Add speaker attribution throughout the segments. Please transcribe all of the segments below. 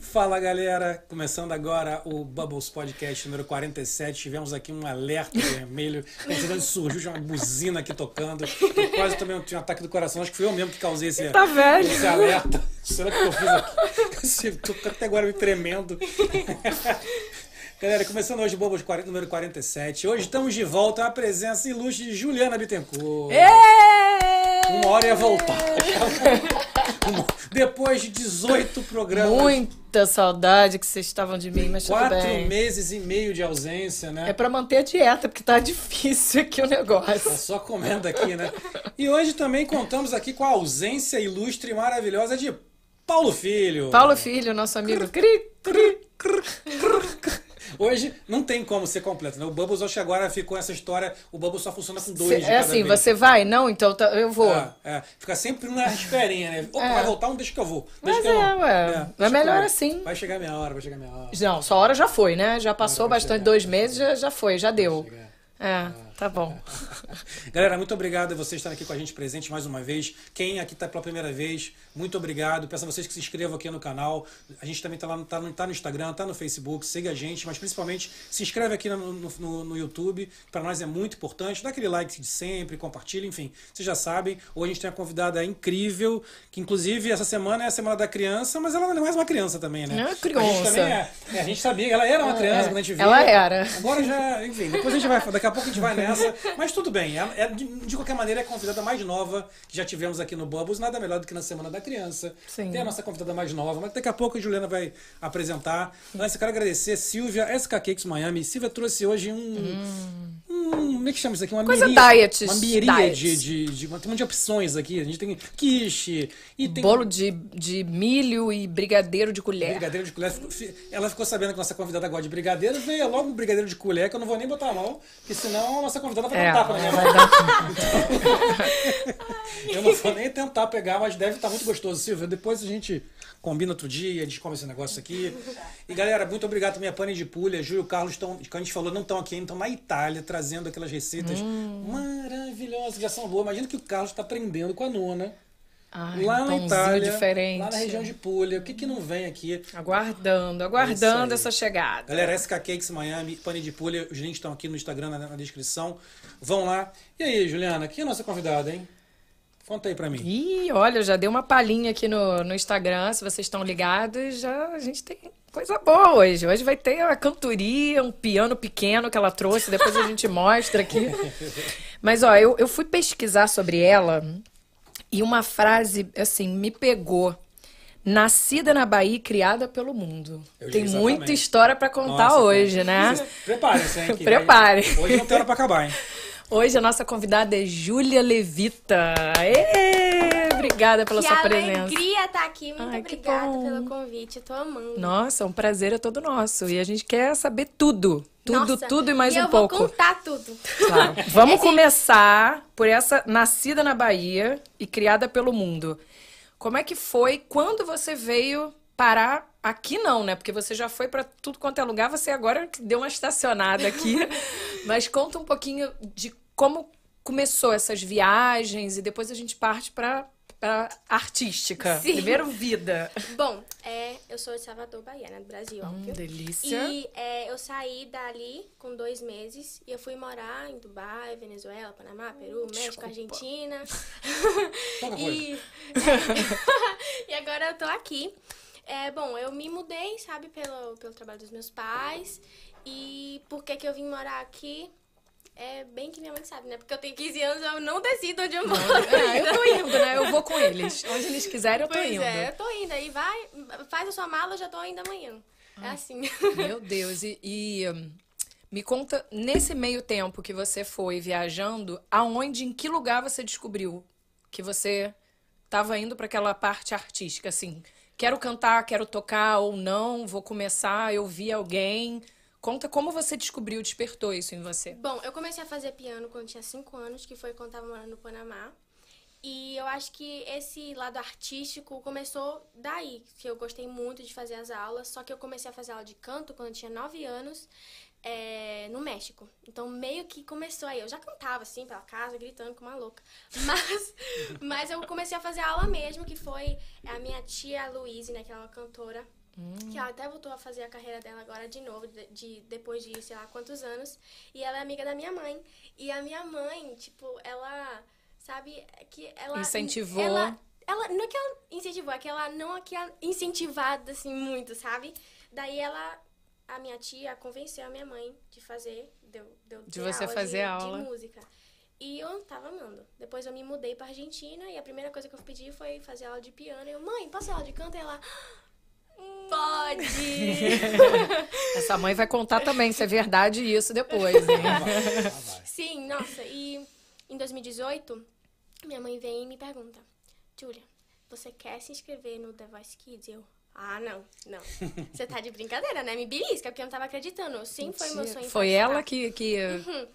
Speaker 1: Fala galera, começando agora o Bubbles Podcast número 47. Tivemos aqui um alerta vermelho. Na verdade, surgiu de uma buzina aqui tocando. Eu quase também tive um ataque do coração. Acho que fui eu mesmo que causei esse,
Speaker 2: Tá velho.
Speaker 1: esse alerta. Será que eu fiz aqui? Esse- Tô até agora me tremendo. Galera, começando hoje o Bubbles 40, número 47. Hoje estamos de volta à presença ilustre de Juliana Bittencourt. Uma hora ia voltar. Uma- Depois de 18 programas.
Speaker 2: Muita saudade que vocês estavam de mim, mas tudo
Speaker 1: Quatro
Speaker 2: bem.
Speaker 1: meses e meio de ausência, né?
Speaker 2: É pra manter a dieta, porque tá difícil aqui o
Speaker 1: Tá
Speaker 2: negócio.
Speaker 1: só comendo aqui, né? E hoje também contamos aqui com a ausência ilustre e maravilhosa de Paulo Filho.
Speaker 2: Paulo Filho, nosso amigo. Cri, cri, cri.
Speaker 1: Hoje não tem como ser completo, né? O Bubbles acho que agora ficou essa história, o Bubbles só funciona com dois
Speaker 2: Cê-
Speaker 1: de
Speaker 2: é
Speaker 1: cada
Speaker 2: assim,
Speaker 1: vez.
Speaker 2: você vai? Não? Então tá- eu vou.
Speaker 1: É, é. Fica sempre na esperinha, né? Opa,
Speaker 2: É.
Speaker 1: vai voltar um, deixa que eu vou. Deixa
Speaker 2: Mas
Speaker 1: que eu
Speaker 2: é,
Speaker 1: vou.
Speaker 2: ué. Mas
Speaker 1: deixa que eu
Speaker 2: melhor
Speaker 1: vou.
Speaker 2: assim.
Speaker 1: Vai chegar minha hora, vai chegar minha hora.
Speaker 2: Não, sua hora já foi, né? Já passou
Speaker 1: vai
Speaker 2: bastante
Speaker 1: chegar.
Speaker 2: dois meses, já, já foi, já deu.
Speaker 1: Vai chegar.
Speaker 2: É, tá bom.
Speaker 1: Galera, muito obrigado a vocês estarem aqui com a gente presente mais uma vez. Quem aqui está pela primeira vez, muito obrigado. Peço a vocês que se inscrevam aqui no canal. A gente também está lá no, tá no, tá no Instagram, tá no Facebook, siga a gente, mas principalmente se inscreve aqui no, no- no- no YouTube. Para nós é muito importante. Dá aquele like de sempre, compartilha, enfim. Vocês já sabem. Hoje a gente tem uma convidada incrível, que inclusive essa semana é a Semana da Criança, mas ela não é mais uma criança também, né?
Speaker 2: Não é
Speaker 1: A gente
Speaker 2: criança. é.
Speaker 1: também é. é, A gente sabia que ela era uma criança quando a gente viu.
Speaker 2: Ela era.
Speaker 1: Agora já, enfim, depois a gente vai, daqui a pouco a gente vai nessa, mas tudo bem. É, é- de, de qualquer maneira, é a convidada mais nova que já tivemos aqui no Bubbles, nada melhor do que na Semana da Criança.
Speaker 2: Sim.
Speaker 1: Tem a nossa convidada mais nova, mas daqui a pouco a Juliana vai apresentar. Antes, eu quero agradecer Silvia, SK Cakes Miami. Silvia trouxe hoje um. um- como é que chama isso aqui? Uma
Speaker 2: Hum. Coisa
Speaker 1: miríade-
Speaker 2: diet,
Speaker 1: Uma miríade de, de,
Speaker 2: diet.
Speaker 1: de- Tem um monte de opções aqui. A gente tem quiche e tem.
Speaker 2: Bolo de, de milho e brigadeiro de colher.
Speaker 1: Brigadeiro de colher. Ficou- fi- Ela ficou sabendo que nossa convidada gosta de brigadeiro, veio logo um brigadeiro de colher, que eu não vou nem botar a mão, porque senão a nossa convidada vai dar
Speaker 2: É,
Speaker 1: um tapa na minha mão.
Speaker 2: vai dar-
Speaker 1: Eu não vou nem tentar pegar, mas deve estar muito gostoso, Silvia. Depois a gente combina outro dia, a gente come esse negócio aqui. E galera, muito obrigado também a Pane de Pulha, Júlio Carlos, tão, que a gente falou, não estão aqui ainda, estão na Itália, trazendo aquelas receitas
Speaker 2: Hum.
Speaker 1: maravilhosas, que já são boas. Imagina que o Carlos está aprendendo com a nona.
Speaker 2: Ai,
Speaker 1: lá
Speaker 2: um
Speaker 1: na
Speaker 2: pãozinho
Speaker 1: Itália,
Speaker 2: diferente.
Speaker 1: lá na região de Puglia, o que, que não vem aqui?
Speaker 2: Aguardando,
Speaker 1: É isso
Speaker 2: aguardando
Speaker 1: aí.
Speaker 2: essa chegada.
Speaker 1: Galera, SK Cakes Miami, Pane de Pulha, os links estão aqui no Instagram, na, na descrição. Vão lá. E aí, Juliana, quem é a nossa convidada, hein? Conta aí pra mim.
Speaker 2: Ih, olha, eu já dei uma palhinha aqui no, no Instagram, se vocês estão ligados, já a gente tem coisa boa hoje. Hoje vai ter uma cantoria, um piano pequeno que ela trouxe, depois a gente mostra aqui. Mas, ó, eu, eu fui pesquisar sobre ela e uma frase, assim, me pegou. Nascida na Bahia e criada pelo mundo.
Speaker 1: Eu li
Speaker 2: Tem
Speaker 1: exatamente.
Speaker 2: muita história pra contar
Speaker 1: Nossa,
Speaker 2: Então hoje,
Speaker 1: tem-
Speaker 2: né?
Speaker 1: Preparem-se, hein? que
Speaker 2: Preparem.
Speaker 1: vai- Hoje não tem hora pra acabar, hein?
Speaker 2: Hoje a nossa convidada é Júlia Levita. Ê, obrigada pela
Speaker 3: que
Speaker 2: sua
Speaker 3: alegria
Speaker 2: presença.
Speaker 3: estar tá aqui. Muito
Speaker 2: Ai, que
Speaker 3: obrigada
Speaker 2: bom.
Speaker 3: pelo convite. Eu tô amando.
Speaker 2: Nossa, um prazer é todo nosso. E a gente quer saber tudo. Tudo,
Speaker 3: Nossa,
Speaker 2: tudo e mais um
Speaker 3: eu
Speaker 2: pouco.
Speaker 3: vou contar tudo.
Speaker 2: Tá, Vamos começar por essa nascida na Bahia e criada pelo mundo. Como é que foi quando você veio parar aqui não, né? Porque você já foi pra tudo quanto é lugar, você agora deu uma estacionada aqui. Mas conta um pouquinho de como começou essas viagens e depois a gente parte pra para artística.
Speaker 3: Sim.
Speaker 2: Primeiro vida.
Speaker 3: Bom, é, eu sou de Salvador, Bahia, né? Do Brasil, óbvio.
Speaker 2: Hum, delícia.
Speaker 3: E é, eu saí dali com dois meses e eu fui morar em Dubai, Venezuela, Panamá, Peru, México,
Speaker 2: desculpa.
Speaker 3: Argentina.
Speaker 1: Pouca coisa.
Speaker 3: e... e agora eu tô aqui. É, bom, eu me mudei, sabe, pelo, pelo trabalho dos meus pais. E por que que eu vim morar aqui? É bem que minha mãe sabe, né? Porque eu tenho 15 anos, eu não decido onde eu moro.
Speaker 2: Ah,
Speaker 3: ainda.
Speaker 2: eu tô indo, né? Eu vou com eles. Onde eles quiserem, eu tô
Speaker 3: Pois
Speaker 2: indo.
Speaker 3: é, eu tô indo. Aí vai, faz a sua mala, eu já tô indo amanhã. É
Speaker 2: Ah.
Speaker 3: assim.
Speaker 2: Meu Deus, e, e, hum, me conta, nesse meio tempo que você foi viajando, aonde, em que lugar você descobriu que você estava indo para aquela parte artística, assim? Quero cantar, quero tocar ou não, vou começar, eu vi alguém. Conta como você descobriu, despertou isso em você.
Speaker 3: Bom, eu comecei a fazer piano quando tinha 5 anos, que foi quando tava morando no Panamá. E eu acho que esse lado artístico começou daí, que eu gostei muito de fazer as aulas. Só que eu comecei a fazer aula de canto quando eu tinha 9 anos, é, no México. Então meio que começou aí. Eu já cantava assim pela casa, gritando como uma louca. Mas, mas eu comecei a fazer aula mesmo, que foi a minha tia Luíse, né, que ela é uma cantora. Que ela até voltou a fazer a carreira dela agora de novo, de, de- depois de sei lá quantos anos. E ela é amiga da minha mãe. E a minha mãe, tipo, ela sabe é que ela.
Speaker 2: Incentivou.
Speaker 3: Ela, ela não é que ela incentivou, é que ela não é que ela incentivada assim muito, sabe? Daí ela. A minha tia convenceu a minha mãe de fazer. Deu, deu
Speaker 2: De você fazer
Speaker 3: de,
Speaker 2: aula.
Speaker 3: De música. E eu tava amando. Depois eu me mudei pra Argentina e a primeira coisa que eu pedi foi fazer aula de piano. E eu, mãe, posso fazer aula de canto? E ela. "Hum, Pode!
Speaker 2: Essa mãe vai contar também se é verdade isso depois, né? hein?
Speaker 1: Ah, vai, ah, vai.
Speaker 3: Sim, nossa, e em 2018, minha mãe vem e me pergunta: Julia, você quer se inscrever no The Voice Kids? E Eu, ah, não, não. Você tá de brincadeira, né? Me belisca, porque eu não tava acreditando. Sim, foi meu sonho. participar.
Speaker 2: Foi ela que, que,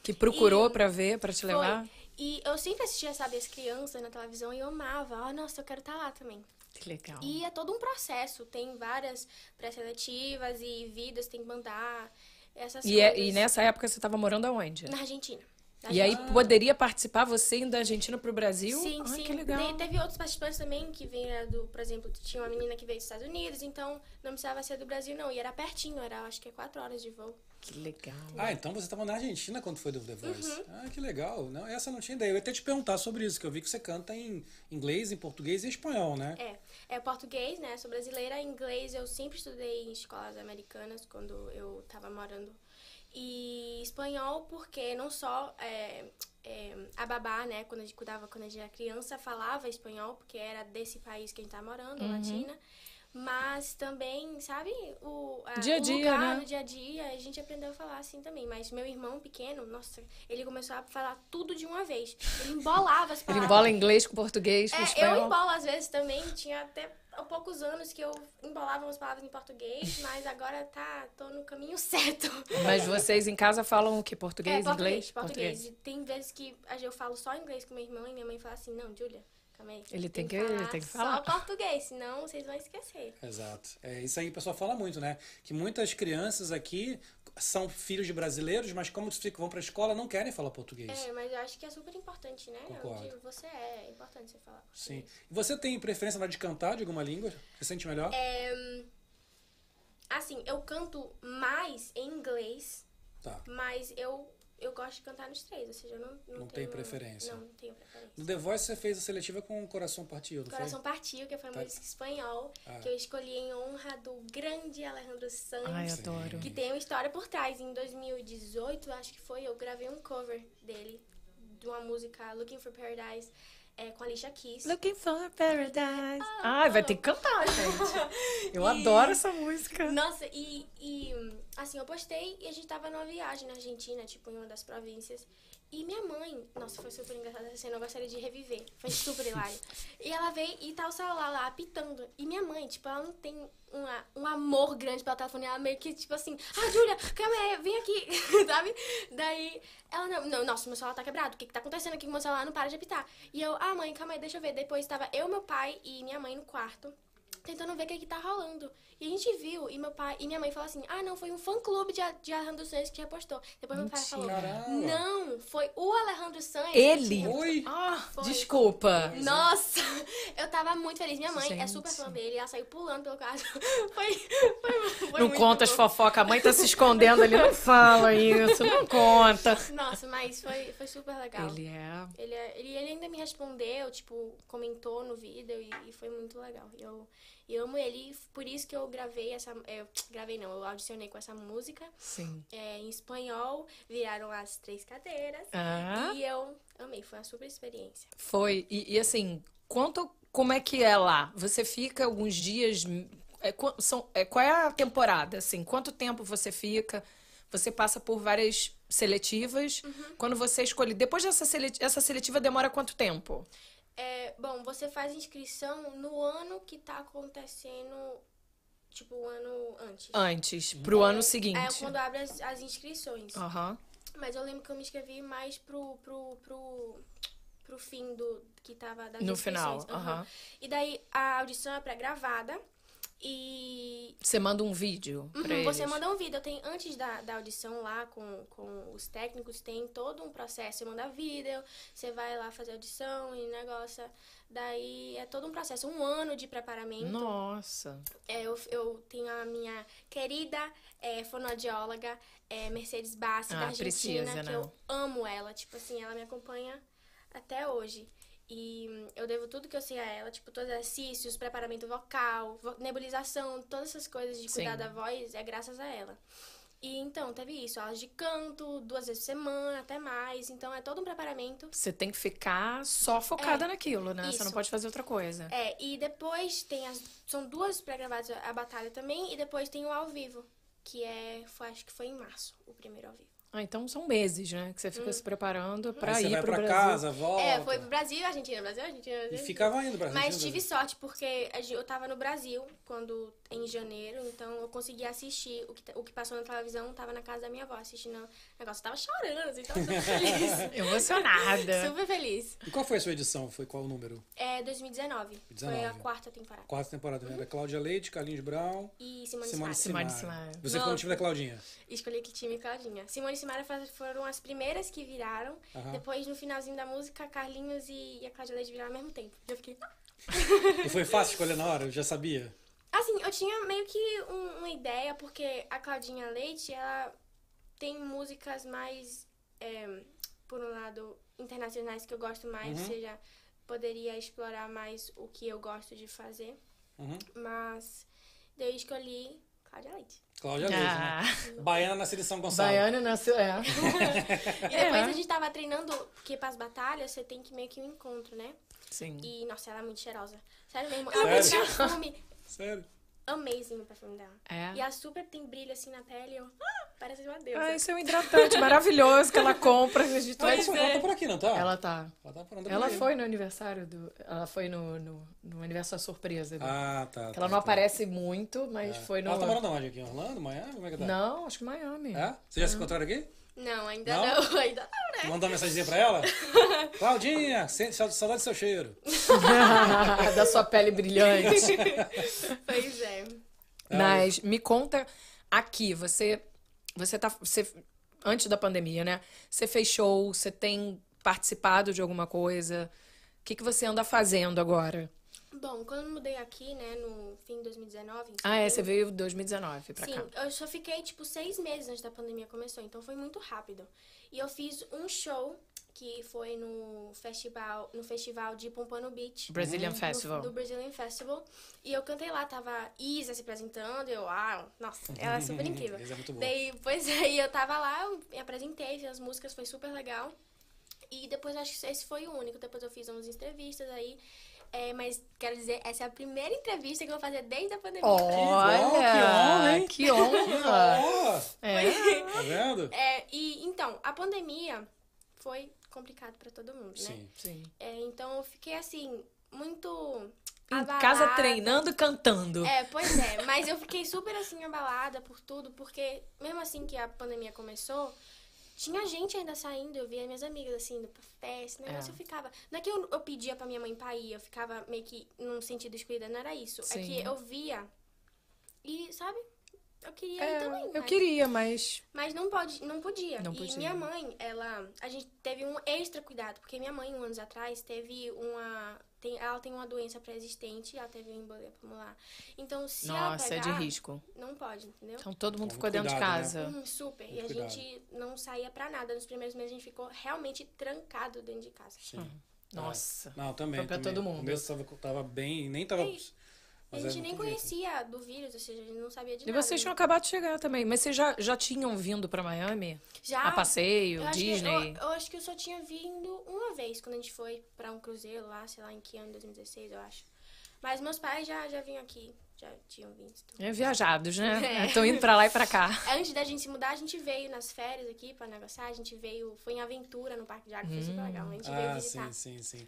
Speaker 2: que procurou
Speaker 3: E-
Speaker 2: pra ver, pra te levar?
Speaker 3: Foi. E eu sempre assistia, sabe, as crianças na televisão e eu amava. Ah, nossa, eu quero estar lá também.
Speaker 2: Que legal.
Speaker 3: E é todo um processo, tem várias pré-seletivas e vidas, tem que mandar essas
Speaker 2: E,
Speaker 3: coisas.
Speaker 2: é- e nessa época você tava morando aonde?
Speaker 3: Na Argentina. Na
Speaker 2: E aí
Speaker 3: Argentina.
Speaker 2: poderia participar você indo da Argentina pro Brasil?
Speaker 3: Sim,
Speaker 2: Ai,
Speaker 3: sim.
Speaker 2: que legal.
Speaker 3: Daí teve outros participantes também que vinha do, por exemplo, tinha uma menina que veio dos Estados Unidos, então não precisava ser do Brasil, não. E era pertinho, era acho que é quatro horas de voo.
Speaker 2: Que legal.
Speaker 1: Ah, então você estava na Argentina quando foi do The Voice.
Speaker 2: Uhum.
Speaker 1: Ah, que legal. Não, essa eu não tinha ideia. Eu ia até te perguntar sobre isso, que eu vi que você canta em inglês, em português e em espanhol, né?
Speaker 3: É, é português, né? Sou brasileira. Inglês eu sempre estudei em escolas americanas quando eu tava morando. E espanhol porque não só é, é, a babá, né? Quando a gente cuidava quando a gente era criança, falava espanhol porque era desse país que a gente tá morando,
Speaker 2: Uhum.
Speaker 3: latina. Mas também, sabe, o, a-
Speaker 2: Dia a
Speaker 3: o
Speaker 2: dia,
Speaker 3: lugar,
Speaker 2: né?
Speaker 3: no dia a dia, a gente aprendeu a falar assim também. Mas meu irmão pequeno, nossa, ele começou a falar tudo de uma vez. Ele embolava as
Speaker 2: Ele
Speaker 3: palavras.
Speaker 2: embola inglês com português, com
Speaker 3: É, eu
Speaker 2: espanhol.
Speaker 3: embolo às vezes também. Tinha até há poucos anos que eu embolava umas palavras em português, mas agora tá, tô no caminho certo.
Speaker 2: Mas vocês em casa falam o que? Português,
Speaker 3: é, português,
Speaker 2: inglês?
Speaker 3: português. E tem vezes que a- eu falo só inglês com minha irmã e minha mãe fala assim, não, Julia, calma aí.
Speaker 2: Ele tem que- ele tem que falar."
Speaker 3: Só português, senão vocês vão esquecer.
Speaker 1: Exato. É, isso aí o pessoal fala muito, né? Que muitas crianças aqui são filhos de brasileiros, mas como ficam, vão pra escola, não querem falar português.
Speaker 3: É, mas eu acho que é super importante, né?
Speaker 1: Concordo.
Speaker 3: Onde você é, é importante você falar.
Speaker 1: Sim. E Você tem preferência na hora de cantar de alguma língua? Você sente melhor?
Speaker 3: É. Assim, eu canto mais em inglês,
Speaker 1: Tá.
Speaker 3: mas eu, eu gosto de cantar nos três, ou seja, eu não, não,
Speaker 1: Não tem
Speaker 3: tenho-
Speaker 1: preferência.
Speaker 3: Não, não tenho preferência.
Speaker 1: No The Voice você fez a seletiva com o Coração Partido, não
Speaker 3: Coração Partiu, que foi uma
Speaker 1: Tá.
Speaker 3: música espanhol,
Speaker 1: Ah.
Speaker 3: que eu escolhi em honra do grande Alejandro Sanz,
Speaker 2: Ai,
Speaker 1: Sim.
Speaker 2: adoro.
Speaker 3: que tem uma história por trás. Em 2018, acho que foi, eu gravei um cover dele, de uma música Looking for Paradise, é, com a Alicia Keys.
Speaker 2: Looking for paradise. Ah, Ai, vai ter que cantar, gente. Eu adoro essa música.
Speaker 3: Nossa, e, e assim, eu postei e a gente tava numa viagem na Argentina, tipo, em uma das províncias. E minha mãe, nossa, foi super engraçada essa cena, eu gostaria de reviver. Foi super hilário. E ela veio e tá o celular lá apitando. E minha mãe, tipo, ela não tem uma- um amor grande pela telefone. Ela meio que, tipo assim, ah, Júlia, calma aí, vem aqui, sabe? Daí ela, não, não, nossa, meu celular tá quebrado. O que que tá acontecendo aqui com meu celular? Não para de apitar. E eu, ah, mãe, calma aí, deixa eu ver. Depois tava eu, meu pai e minha mãe no quarto tentando ver o que, que tá rolando. E a gente viu, e meu pai e minha mãe falaram assim: ah, não, foi um fã clube de, A- de Alejandro Sanz que repostou. Depois meu pai
Speaker 2: Mentira.
Speaker 3: falou:
Speaker 1: Caramba.
Speaker 3: não, foi o Alejandro Sanz.
Speaker 2: Ele?
Speaker 1: Oi!
Speaker 2: Ah,
Speaker 3: Foi.
Speaker 2: desculpa.
Speaker 3: Nossa, eu tava muito feliz. Minha mãe é
Speaker 2: Gente.
Speaker 3: super fã dele, ela saiu pulando pelo quarto. Foi, foi, foi
Speaker 2: Não
Speaker 3: muito
Speaker 2: conta as
Speaker 3: bom.
Speaker 2: fofocas, a mãe tá se escondendo ali, não fala isso, não conta.
Speaker 3: Nossa, mas foi, foi super legal. Ele...
Speaker 2: Ele é.
Speaker 3: é- Ele, ele ainda me respondeu, tipo, comentou no vídeo e, e foi muito legal. E Eu, e eu amo ele, e por isso que eu gravei essa. Eu, gravei não, eu audicionei com essa música.
Speaker 2: Sim.
Speaker 3: é, em espanhol, viraram as três cadeiras.
Speaker 2: Ah.
Speaker 3: E eu amei, foi uma super experiência.
Speaker 2: Foi. E, e, assim, conta como é que é lá. Você fica alguns dias. é, qu- são, é, qual é a temporada? Assim, quanto tempo você fica? Você passa por várias seletivas.
Speaker 3: Uhum.
Speaker 2: Quando você escolhe. Depois dessa seletiva, essa seletiva demora quanto tempo?
Speaker 3: É, bom, você faz inscrição no ano que tá acontecendo, tipo, o ano antes.
Speaker 2: Antes, pro Ah, ano
Speaker 3: É
Speaker 2: seguinte. Ah.
Speaker 3: quando abre as, as inscrições.
Speaker 2: Aham.
Speaker 3: Mas eu lembro que eu me inscrevi mais pro, pro, pro, pro fim do que tava das
Speaker 2: No
Speaker 3: inscrições.
Speaker 2: final, aham.
Speaker 3: E daí a audição é pré-gravada. E
Speaker 2: Você manda um vídeo pra
Speaker 3: Uhum,
Speaker 2: eles.
Speaker 3: Você manda um vídeo. Eu tenho, antes da, da audição lá com, com os técnicos, tem todo um processo. Você manda vídeo, você vai lá fazer audição e negócio. Daí é todo um processo, um ano de preparamento.
Speaker 2: Nossa.
Speaker 3: É, eu, eu tenho a minha querida é, fonoaudióloga é, Mercedes Bassi,
Speaker 2: Ah,
Speaker 3: da Argentina, que
Speaker 2: precisa, né?
Speaker 3: eu amo ela. Tipo assim, ela me acompanha até hoje. E hum, eu devo tudo que eu sei a ela, tipo, todos os exercícios, preparamento vocal, vo- nebulização, todas essas coisas de cuidar
Speaker 2: Sim.
Speaker 3: da voz, é graças a ela. E então, teve isso, aulas de canto, duas vezes por semana, até mais. Então, é todo um preparamento.
Speaker 2: Você tem que ficar só focada naquilo, né? Você
Speaker 3: É.
Speaker 2: não
Speaker 3: isso.
Speaker 2: pode fazer outra coisa.
Speaker 3: É, e depois tem as. São duas pré-gravadas, a batalha também, e depois tem o ao vivo, que é. Foi, acho que foi em março, o primeiro ao vivo.
Speaker 2: Ah, então são meses, né? Que você fica
Speaker 3: Hum.
Speaker 2: se preparando pra
Speaker 1: Aí
Speaker 2: ir
Speaker 1: você vai
Speaker 2: pro
Speaker 1: pra
Speaker 2: Brasil.
Speaker 1: casa, volta.
Speaker 3: É, foi pro Brasil, Argentina, Brasil, Argentina, Brasil.
Speaker 1: E
Speaker 3: Argentina.
Speaker 1: ficava indo pra
Speaker 3: Mas
Speaker 1: Argentina.
Speaker 3: tive sorte, porque a gen- eu tava no Brasil quando em janeiro, então eu consegui assistir o que, t- o que passou na televisão, tava na casa da minha avó assistindo o negócio. Eu tava chorando, assim, tava super feliz.
Speaker 2: Emocionada.
Speaker 3: super feliz.
Speaker 1: né? E qual foi a sua edição? Foi qual o número?
Speaker 3: É 2019. Foi a
Speaker 1: 19.
Speaker 3: quarta temporada.
Speaker 1: Quarta temporada, né? Era Cláudia Leite, Carlinhos Brown,
Speaker 3: E Simone,
Speaker 1: Simone
Speaker 3: Simone
Speaker 1: Simara.
Speaker 2: Simara. Simara.
Speaker 1: Você foi no
Speaker 3: Não.
Speaker 1: time da Claudinha.
Speaker 3: Escolhi que time Claudinha. Simone e Simara fa- foram as primeiras que viraram.
Speaker 1: Aham.
Speaker 3: Depois, no finalzinho da música, Carlinhos e, e a Cláudia Leite viraram ao mesmo tempo. Eu fiquei. "Ah!"
Speaker 1: E foi fácil escolher na hora, eu já sabia.
Speaker 3: Assim, eu tinha meio que um- uma ideia, porque a Claudinha Leite, ela tem músicas mais, é, por um lado, internacionais que eu gosto mais,
Speaker 1: Uhum.
Speaker 3: ou seja, poderia explorar mais o que eu gosto de fazer.
Speaker 1: Uhum.
Speaker 3: Mas eu escolhi Cláudia Leite.
Speaker 1: Cláudia Leite,
Speaker 2: Ah,
Speaker 1: né? Baiana na seleção Gonçalo.
Speaker 2: Baiana nasceu.
Speaker 3: E
Speaker 2: É.
Speaker 3: depois a gente tava treinando, porque pras batalhas você tem que meio que um encontro, né?
Speaker 1: Uhum.
Speaker 2: Sim.
Speaker 3: E, nossa, ela é muito cheirosa. Sério mesmo.
Speaker 1: Ela é
Speaker 3: Ela
Speaker 1: muito
Speaker 3: tem um perfume
Speaker 1: Sério.
Speaker 3: amazing o assim, perfume dela.
Speaker 2: É.
Speaker 3: E ela super tem brilho assim na pele. Eu, ah, parece uma deusa.
Speaker 2: Ah, esse é um hidratante maravilhoso que ela compra. De
Speaker 1: Ela,
Speaker 2: todas.
Speaker 1: ela
Speaker 3: é.
Speaker 1: tá por aqui, não tá?
Speaker 2: Ela tá.
Speaker 1: Ela tá por andando
Speaker 2: Ela
Speaker 1: por aí.
Speaker 2: foi no aniversário do. Ela foi no, no, no aniversário surpresa. dela.
Speaker 1: Ah, tá.
Speaker 2: ela
Speaker 1: tá,
Speaker 2: não
Speaker 1: tá.
Speaker 2: aparece muito, mas
Speaker 1: É.
Speaker 2: foi no.
Speaker 1: Ela tá morando onde aqui? Em Orlando, Miami? Como é que tá?
Speaker 2: Não, acho que Miami.
Speaker 1: É? Vocês já se encontraram aqui?
Speaker 3: Não, ainda
Speaker 1: Não?
Speaker 3: não, ainda não, né?
Speaker 1: Mandou uma mensagem pra ela? Claudinha, sente- saudade do seu cheiro.
Speaker 2: da sua pele brilhante.
Speaker 3: Pois é.
Speaker 2: Ah, Mas me conta aqui, você você tá você antes da pandemia, né? Você fez show, você tem participado de alguma coisa? O que que você anda fazendo agora?
Speaker 3: Bom, quando eu mudei aqui, né, no fim de 2019. em
Speaker 2: Ah, é, você
Speaker 3: setembro,
Speaker 2: veio em 2019 pra cá.
Speaker 3: Sim, eu só fiquei tipo seis meses antes da pandemia começou, então foi muito rápido. E eu fiz um show que foi no festival, no festival de Pompano Beach.
Speaker 2: Brazilian
Speaker 3: no-
Speaker 2: Festival.
Speaker 3: Do Brazilian Festival. E eu cantei lá, tava Isa se apresentando, eu, ah, nossa, ela é super incrível.
Speaker 1: Isa é muito boa.
Speaker 3: Daí, pois é, e eu tava lá, eu me apresentei, fiz as músicas, foi super legal. E depois eu acho que esse foi o único. Depois eu fiz umas entrevistas aí. É, mas quero dizer, essa é a primeira entrevista que eu vou fazer desde a pandemia.
Speaker 2: Olha,
Speaker 1: bom, Que
Speaker 2: que honra,
Speaker 1: honra!
Speaker 2: É,
Speaker 1: Tá vendo?
Speaker 3: É, e então, a pandemia foi complicado pra todo mundo, né?
Speaker 1: Sim.
Speaker 2: sim.
Speaker 3: É, então eu fiquei assim, muito.
Speaker 2: Em
Speaker 3: abalada.
Speaker 2: casa treinando, e cantando.
Speaker 3: É, pois é, mas eu fiquei super assim abalada por tudo, porque mesmo assim que a pandemia começou, tinha gente ainda saindo, eu via minhas amigas assim, indo pra festa, esse negócio
Speaker 2: É.
Speaker 3: eu ficava. Não é que eu, eu pedia pra minha mãe pra ir, eu ficava meio que num sentido excluída, não era isso. É
Speaker 2: Sim.
Speaker 3: que eu via e, sabe, eu queria ir
Speaker 2: É,
Speaker 3: também.
Speaker 2: eu
Speaker 3: mas-
Speaker 2: queria, mas
Speaker 3: mas não pode, não podia.
Speaker 2: Não
Speaker 3: e
Speaker 2: podia. né?
Speaker 3: minha mãe, ela, a gente teve um extra cuidado, porque minha mãe, anos atrás, teve uma, tem, ela tem uma doença pré-existente, ela teve um embolia pulmonar. Então, se
Speaker 2: nossa,
Speaker 3: ela
Speaker 2: é de
Speaker 3: pegar,
Speaker 2: risco.
Speaker 3: não pode, entendeu?
Speaker 2: Então todo mundo
Speaker 1: Toma
Speaker 2: ficou dentro de
Speaker 1: cuidado, né?
Speaker 2: casa.
Speaker 3: Hum, super. E
Speaker 1: Muito
Speaker 3: a
Speaker 1: cuidado.
Speaker 3: gente não saía pra nada. Nos primeiros meses a gente ficou realmente trancado dentro de casa.
Speaker 1: Sim.
Speaker 2: Nossa.
Speaker 1: Não, também.
Speaker 2: Foi pra
Speaker 1: também.
Speaker 2: todo mundo.
Speaker 1: No começo tava, tava bem, nem tava.
Speaker 3: E
Speaker 1: mas
Speaker 3: a
Speaker 1: era
Speaker 3: gente nem
Speaker 1: muito bem.
Speaker 3: conhecia do vírus, ou seja, a gente não sabia de
Speaker 2: E
Speaker 3: nada.
Speaker 2: vocês tinham acabado de chegar também, mas vocês já, já tinham vindo pra Miami?
Speaker 3: Já,
Speaker 2: a passeio,
Speaker 3: Ah, eu acho que-
Speaker 2: Disney.
Speaker 3: eu, eu acho que eu só tinha vindo uma vez quando a gente foi pra um cruzeiro lá, sei lá em que ano, 2016, eu acho. Mas meus pais já, já vinham aqui, já tinham visto.
Speaker 2: É, viajados, né?
Speaker 3: É.
Speaker 2: Estão indo pra lá e pra cá.
Speaker 3: Antes da gente se mudar, a gente veio nas férias aqui pra negociar, a gente veio, foi em aventura no Parque de Água, foi
Speaker 2: Hum.
Speaker 3: super legal, a gente veio
Speaker 1: Ah,
Speaker 3: visitar.
Speaker 1: sim, sim, sim.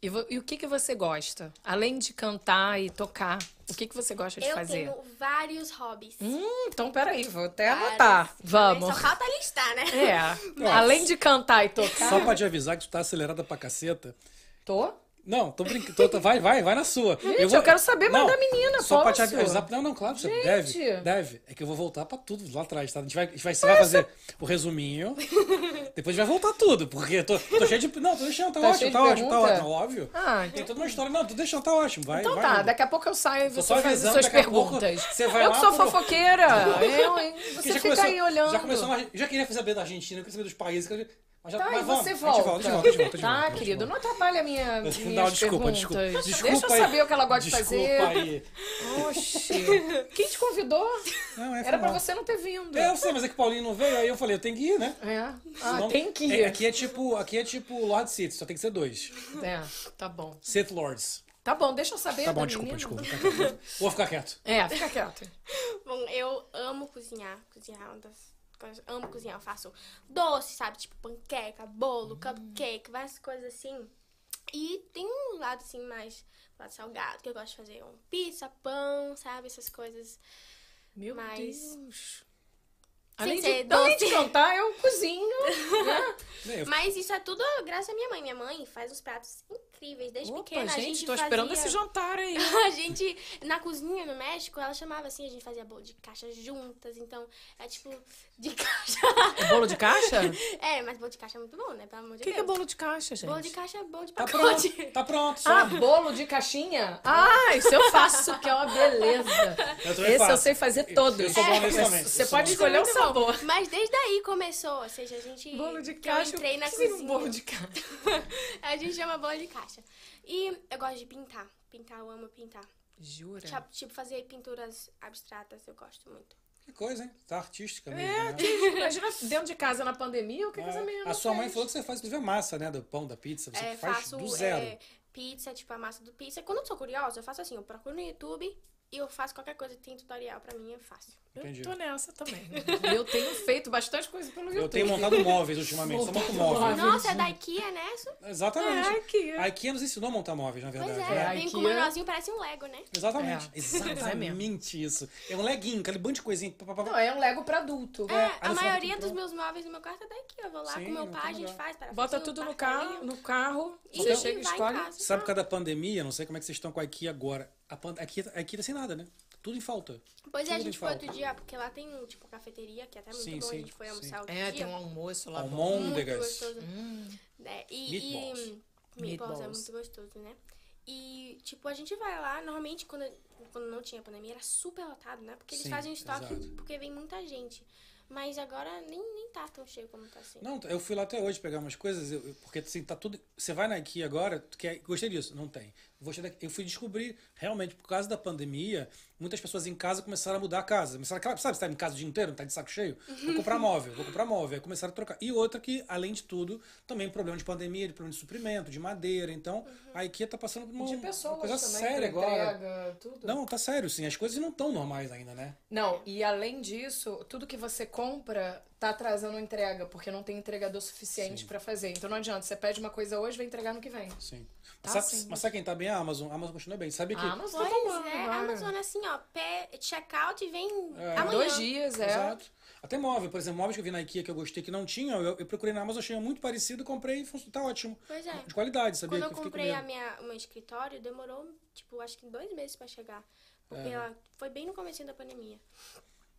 Speaker 2: E, vo- e o que, que você gosta? Além de cantar e tocar, o que, que você gosta de
Speaker 3: Eu
Speaker 2: fazer?
Speaker 3: tenho vários hobbies.
Speaker 2: Hum, então peraí, vou até
Speaker 3: Vários.
Speaker 2: anotar. Vamos.
Speaker 3: Só falta listar, né?
Speaker 2: É. Além de cantar e tocar.
Speaker 3: Tá.
Speaker 1: Só pra te avisar que tu tá acelerada pra tá caceta.
Speaker 2: Tô?
Speaker 1: Não, tô brincando. tô- tô- vai, vai, vai na sua.
Speaker 2: Gente, eu quero saber mais da menina,
Speaker 1: Só pra te
Speaker 2: posso?
Speaker 1: avisar. Não, não, claro, você
Speaker 2: Gente.
Speaker 1: deve. Deve. É que eu vou voltar pra tudo lá atrás, tá? A gente vai, a gente vai, você vai fazer o resuminho. Depois vai voltar tudo, porque eu tô, tô cheio de. Não, tô deixando, tá,
Speaker 2: Tá
Speaker 1: ótimo,
Speaker 2: cheio
Speaker 1: tá
Speaker 2: de
Speaker 1: ótimo, tá
Speaker 2: pergunta?
Speaker 1: ótimo, óbvio.
Speaker 2: Ah, então-
Speaker 1: Tem toda uma história. Não, tô deixando, tá ótimo. Vai,
Speaker 2: Então
Speaker 1: vai.
Speaker 2: tá,
Speaker 1: Duda.
Speaker 2: daqui a pouco eu saio e
Speaker 1: Tô
Speaker 2: você
Speaker 1: só
Speaker 2: faz as
Speaker 1: avisando,
Speaker 2: suas
Speaker 1: daqui a pouco
Speaker 2: perguntas.
Speaker 1: você vai
Speaker 2: eu
Speaker 1: lá
Speaker 2: que sou
Speaker 1: pro-
Speaker 2: fofoqueira. Eu, hein?
Speaker 1: Porque
Speaker 2: Você fica aí olhando.
Speaker 1: Já começou, na- já queria saber da Argentina, eu queria saber dos países. eu queria- Mas já,
Speaker 2: Tá,
Speaker 1: mas
Speaker 2: e
Speaker 1: vamos,
Speaker 2: você
Speaker 1: a gente
Speaker 2: volta.
Speaker 1: volta, a gente volta, a gente volta, a gente volta, a
Speaker 2: Tá,
Speaker 1: gente volta.
Speaker 2: querido, não atrapalha a minha, minhas
Speaker 1: Não, desculpa,
Speaker 2: perguntas.
Speaker 1: desculpa. Desculpa
Speaker 2: Deixa eu
Speaker 1: aí.
Speaker 2: saber o que ela gosta de fazer.
Speaker 1: Desculpa aí.
Speaker 2: Oxi. Quem te convidou?
Speaker 1: Não, é
Speaker 2: Era pra
Speaker 1: formal.
Speaker 2: você não ter vindo.
Speaker 1: É, eu sei, mas é que o Paulinho não veio, aí eu falei, eu tenho que ir, né?
Speaker 2: É. Ah,
Speaker 1: Senão-
Speaker 2: tem que
Speaker 1: É,
Speaker 2: ir.
Speaker 1: aqui é tipo, aqui é tipo Lord Sith, só tem que ser dois.
Speaker 2: É, tá bom.
Speaker 1: Sith Lords.
Speaker 2: Tá bom, deixa eu saber
Speaker 1: Tá
Speaker 2: da
Speaker 1: bom, desculpa,
Speaker 2: menina.
Speaker 1: desculpa. fica quieto. Vou ficar quieto.
Speaker 2: É, fica quieto.
Speaker 3: Bom, eu amo cozinhar. Cozinhar é uma das coisas. Amo cozinhar. Eu faço doce, sabe? Tipo panqueca, bolo,
Speaker 2: Hum.
Speaker 3: cupcake, várias coisas assim. E tem um lado assim mais lado salgado que eu gosto de fazer. Um pizza, pão, sabe? Essas coisas.
Speaker 2: Meu
Speaker 3: Mas-
Speaker 2: Deus. Além de,
Speaker 3: ser
Speaker 2: além de
Speaker 3: doce.
Speaker 2: cantar, eu cozinho.
Speaker 1: Bem, eu-
Speaker 3: Mas isso é tudo graças à minha mãe. Minha mãe faz uns pratos incríveis desde
Speaker 2: Opa,
Speaker 3: pequena.
Speaker 2: gente,
Speaker 3: a gente
Speaker 2: tô esperando
Speaker 3: fazia-
Speaker 2: esse jantar aí.
Speaker 3: A gente, na cozinha no México, ela chamava assim, a gente fazia bolo de caixa juntas, então é tipo de caixa.
Speaker 2: Bolo de caixa?
Speaker 3: É, mas bolo de caixa é muito bom, né? Pelo amor
Speaker 2: O
Speaker 3: de
Speaker 2: que,
Speaker 3: Deus.
Speaker 2: que é bolo de caixa, gente?
Speaker 3: Bolo de caixa é bolo de
Speaker 1: Tá
Speaker 3: pacote.
Speaker 1: pronto, tá pronto. Só.
Speaker 2: Ah, bolo de caixinha? Ah, isso eu faço, que é uma beleza.
Speaker 1: Eu também
Speaker 2: Esse eu
Speaker 1: faço.
Speaker 2: sei fazer todos.
Speaker 1: é Eu sou bom nesse também.
Speaker 2: Você
Speaker 1: Eu sou
Speaker 2: pode
Speaker 1: bom.
Speaker 2: escolher o
Speaker 3: Isso é muito
Speaker 2: sabor.
Speaker 3: Mas desde aí começou, ou seja, a gente. que Eu entrei na
Speaker 2: o que seria
Speaker 3: cozinha.
Speaker 2: Um bolo de caixa.
Speaker 3: A gente chama bolo de caixa. E eu gosto de pintar. Pintar, eu amo pintar.
Speaker 2: Jura?
Speaker 3: Tipo- Tipo, fazer pinturas abstratas, eu gosto muito.
Speaker 1: Que coisa, hein? Tá artística mesmo.
Speaker 2: É,
Speaker 1: né? Ah,
Speaker 2: Imagina dentro de casa na pandemia, o que que essa menina
Speaker 1: É, A sua mãe
Speaker 2: fez?
Speaker 1: falou que você faz, inclusive, a massa, né? Do pão, da pizza. Você
Speaker 3: É,
Speaker 1: faz
Speaker 3: faço
Speaker 1: do zero.
Speaker 3: é, pizza, tipo a massa do pizza. Quando eu sou curiosa, eu faço assim, eu procuro no YouTube e eu faço qualquer coisa que tem tutorial pra mim, eu faço.
Speaker 1: Entendi.
Speaker 2: Eu tô nessa também. Eu tenho feito bastante coisa pelo YouTube.
Speaker 1: Eu tenho montado móveis ultimamente, só monto
Speaker 2: Montado
Speaker 1: móveis.
Speaker 2: móveis.
Speaker 3: Nossa, é da IKEA, né? Isso-
Speaker 1: Exatamente.
Speaker 2: É, a IKEA.
Speaker 1: A IKEA nos ensinou a montar móveis, na
Speaker 3: Pois
Speaker 1: verdade. né?
Speaker 3: é,
Speaker 2: É,
Speaker 3: vem
Speaker 2: IKEA.
Speaker 3: com o manualzinho, parece um Lego, né?
Speaker 1: Exatamente.
Speaker 2: É.
Speaker 1: Exatamente isso. É um leguinho, aquele bando de coisinha. pá, pá, pá, pá.
Speaker 2: Não, é um Lego pra adulto.
Speaker 3: É,
Speaker 1: aí
Speaker 3: a
Speaker 1: no final
Speaker 3: maioria
Speaker 1: comprou.
Speaker 3: dos meus móveis no meu quarto é da IKEA. Eu vou lá
Speaker 1: Sim,
Speaker 3: com meu
Speaker 1: muito
Speaker 3: pai, a gente
Speaker 1: legal.
Speaker 3: faz para
Speaker 2: Bota tudo no carro, no carro
Speaker 3: E
Speaker 2: você chega e
Speaker 3: Então, vai em
Speaker 2: escolhe.
Speaker 3: casa.
Speaker 1: Sabe por causa da pandemia, não sei como é que vocês estão com a IKEA agora. A pan- a IKEA, a IKEA tá sem nada, né? Tudo em falta.
Speaker 3: Pois é, a
Speaker 1: Tudo em
Speaker 3: gente foi
Speaker 1: falta.
Speaker 3: outro dia, porque lá tem, tipo, cafeteria, que é até muito
Speaker 1: Sim,
Speaker 3: bom,
Speaker 1: sim,
Speaker 3: a gente foi
Speaker 1: sim.
Speaker 3: almoçar outro
Speaker 2: É,
Speaker 3: dia.
Speaker 2: tem um almoço lá. bom.
Speaker 3: muito
Speaker 1: Almôndegas.
Speaker 3: gostoso. Né? E, e
Speaker 1: Meatballs.
Speaker 3: hum, meatballs é
Speaker 2: Meatballs.
Speaker 3: muito gostoso, né? E, tipo, a gente vai lá, normalmente quando, quando não tinha pandemia era super lotado, né? Porque eles
Speaker 1: Sim,
Speaker 3: fazem estoque
Speaker 1: exato.
Speaker 3: porque vem muita gente. Mas agora nem, nem tá tão cheio como tá assim.
Speaker 1: Não, eu fui lá até hoje pegar umas coisas, eu- eu- porque assim, tá tudo. Você vai na IKEA agora, tu quer, gostei disso, não tem. Gostei da- eu fui descobrir, realmente, por causa da pandemia, muitas pessoas em casa começaram a mudar a casa. Começaram, aquela- sabe, você tá em casa o dia inteiro, tá de saco cheio? Vou comprar móvel, vou comprar móvel. Aí começaram a trocar. E outra que, além de tudo, também problema de pandemia, de problema de suprimento, de madeira. Então, a IKEA tá passando por uma,
Speaker 2: Uhum. De
Speaker 1: uma
Speaker 2: pessoas
Speaker 1: coisa
Speaker 2: também,
Speaker 1: séria
Speaker 2: pra
Speaker 1: agora.
Speaker 2: entrega, tudo.
Speaker 1: Não, tá sério, sim. As coisas não estão normais ainda, né?
Speaker 2: Não, e além disso, tudo que você compra tá atrasando entrega, porque não tem entregador suficiente pra fazer. Então não adianta, você pede uma coisa hoje, vai entregar no que vem.
Speaker 1: Sim.
Speaker 2: Tá
Speaker 1: sabe,
Speaker 2: sim.
Speaker 1: Mas sabe quem tá bem? A Amazon. A Amazon continua bem. Sabe que.
Speaker 2: A Amazon tá
Speaker 3: Pois
Speaker 2: bombando
Speaker 3: é,
Speaker 2: agora.
Speaker 3: Amazon assim, ó, pé, check-out e vem
Speaker 1: É.
Speaker 3: amanhã.
Speaker 2: Dois dias, é.
Speaker 1: Exato. Até móvel, por exemplo, móveis que eu vi na IKEA que eu gostei que não tinha, eu, eu procurei na Amazon, achei um muito parecido, comprei e funcionou. Tá ótimo.
Speaker 3: Pois é.
Speaker 1: De qualidade, sabia?
Speaker 3: Quando eu
Speaker 1: que eu fiquei
Speaker 3: comprei
Speaker 1: com
Speaker 3: a
Speaker 1: medo.
Speaker 3: minha, o meu escritório, demorou, tipo, acho que dois meses pra chegar. Porque ela foi bem no começo da pandemia.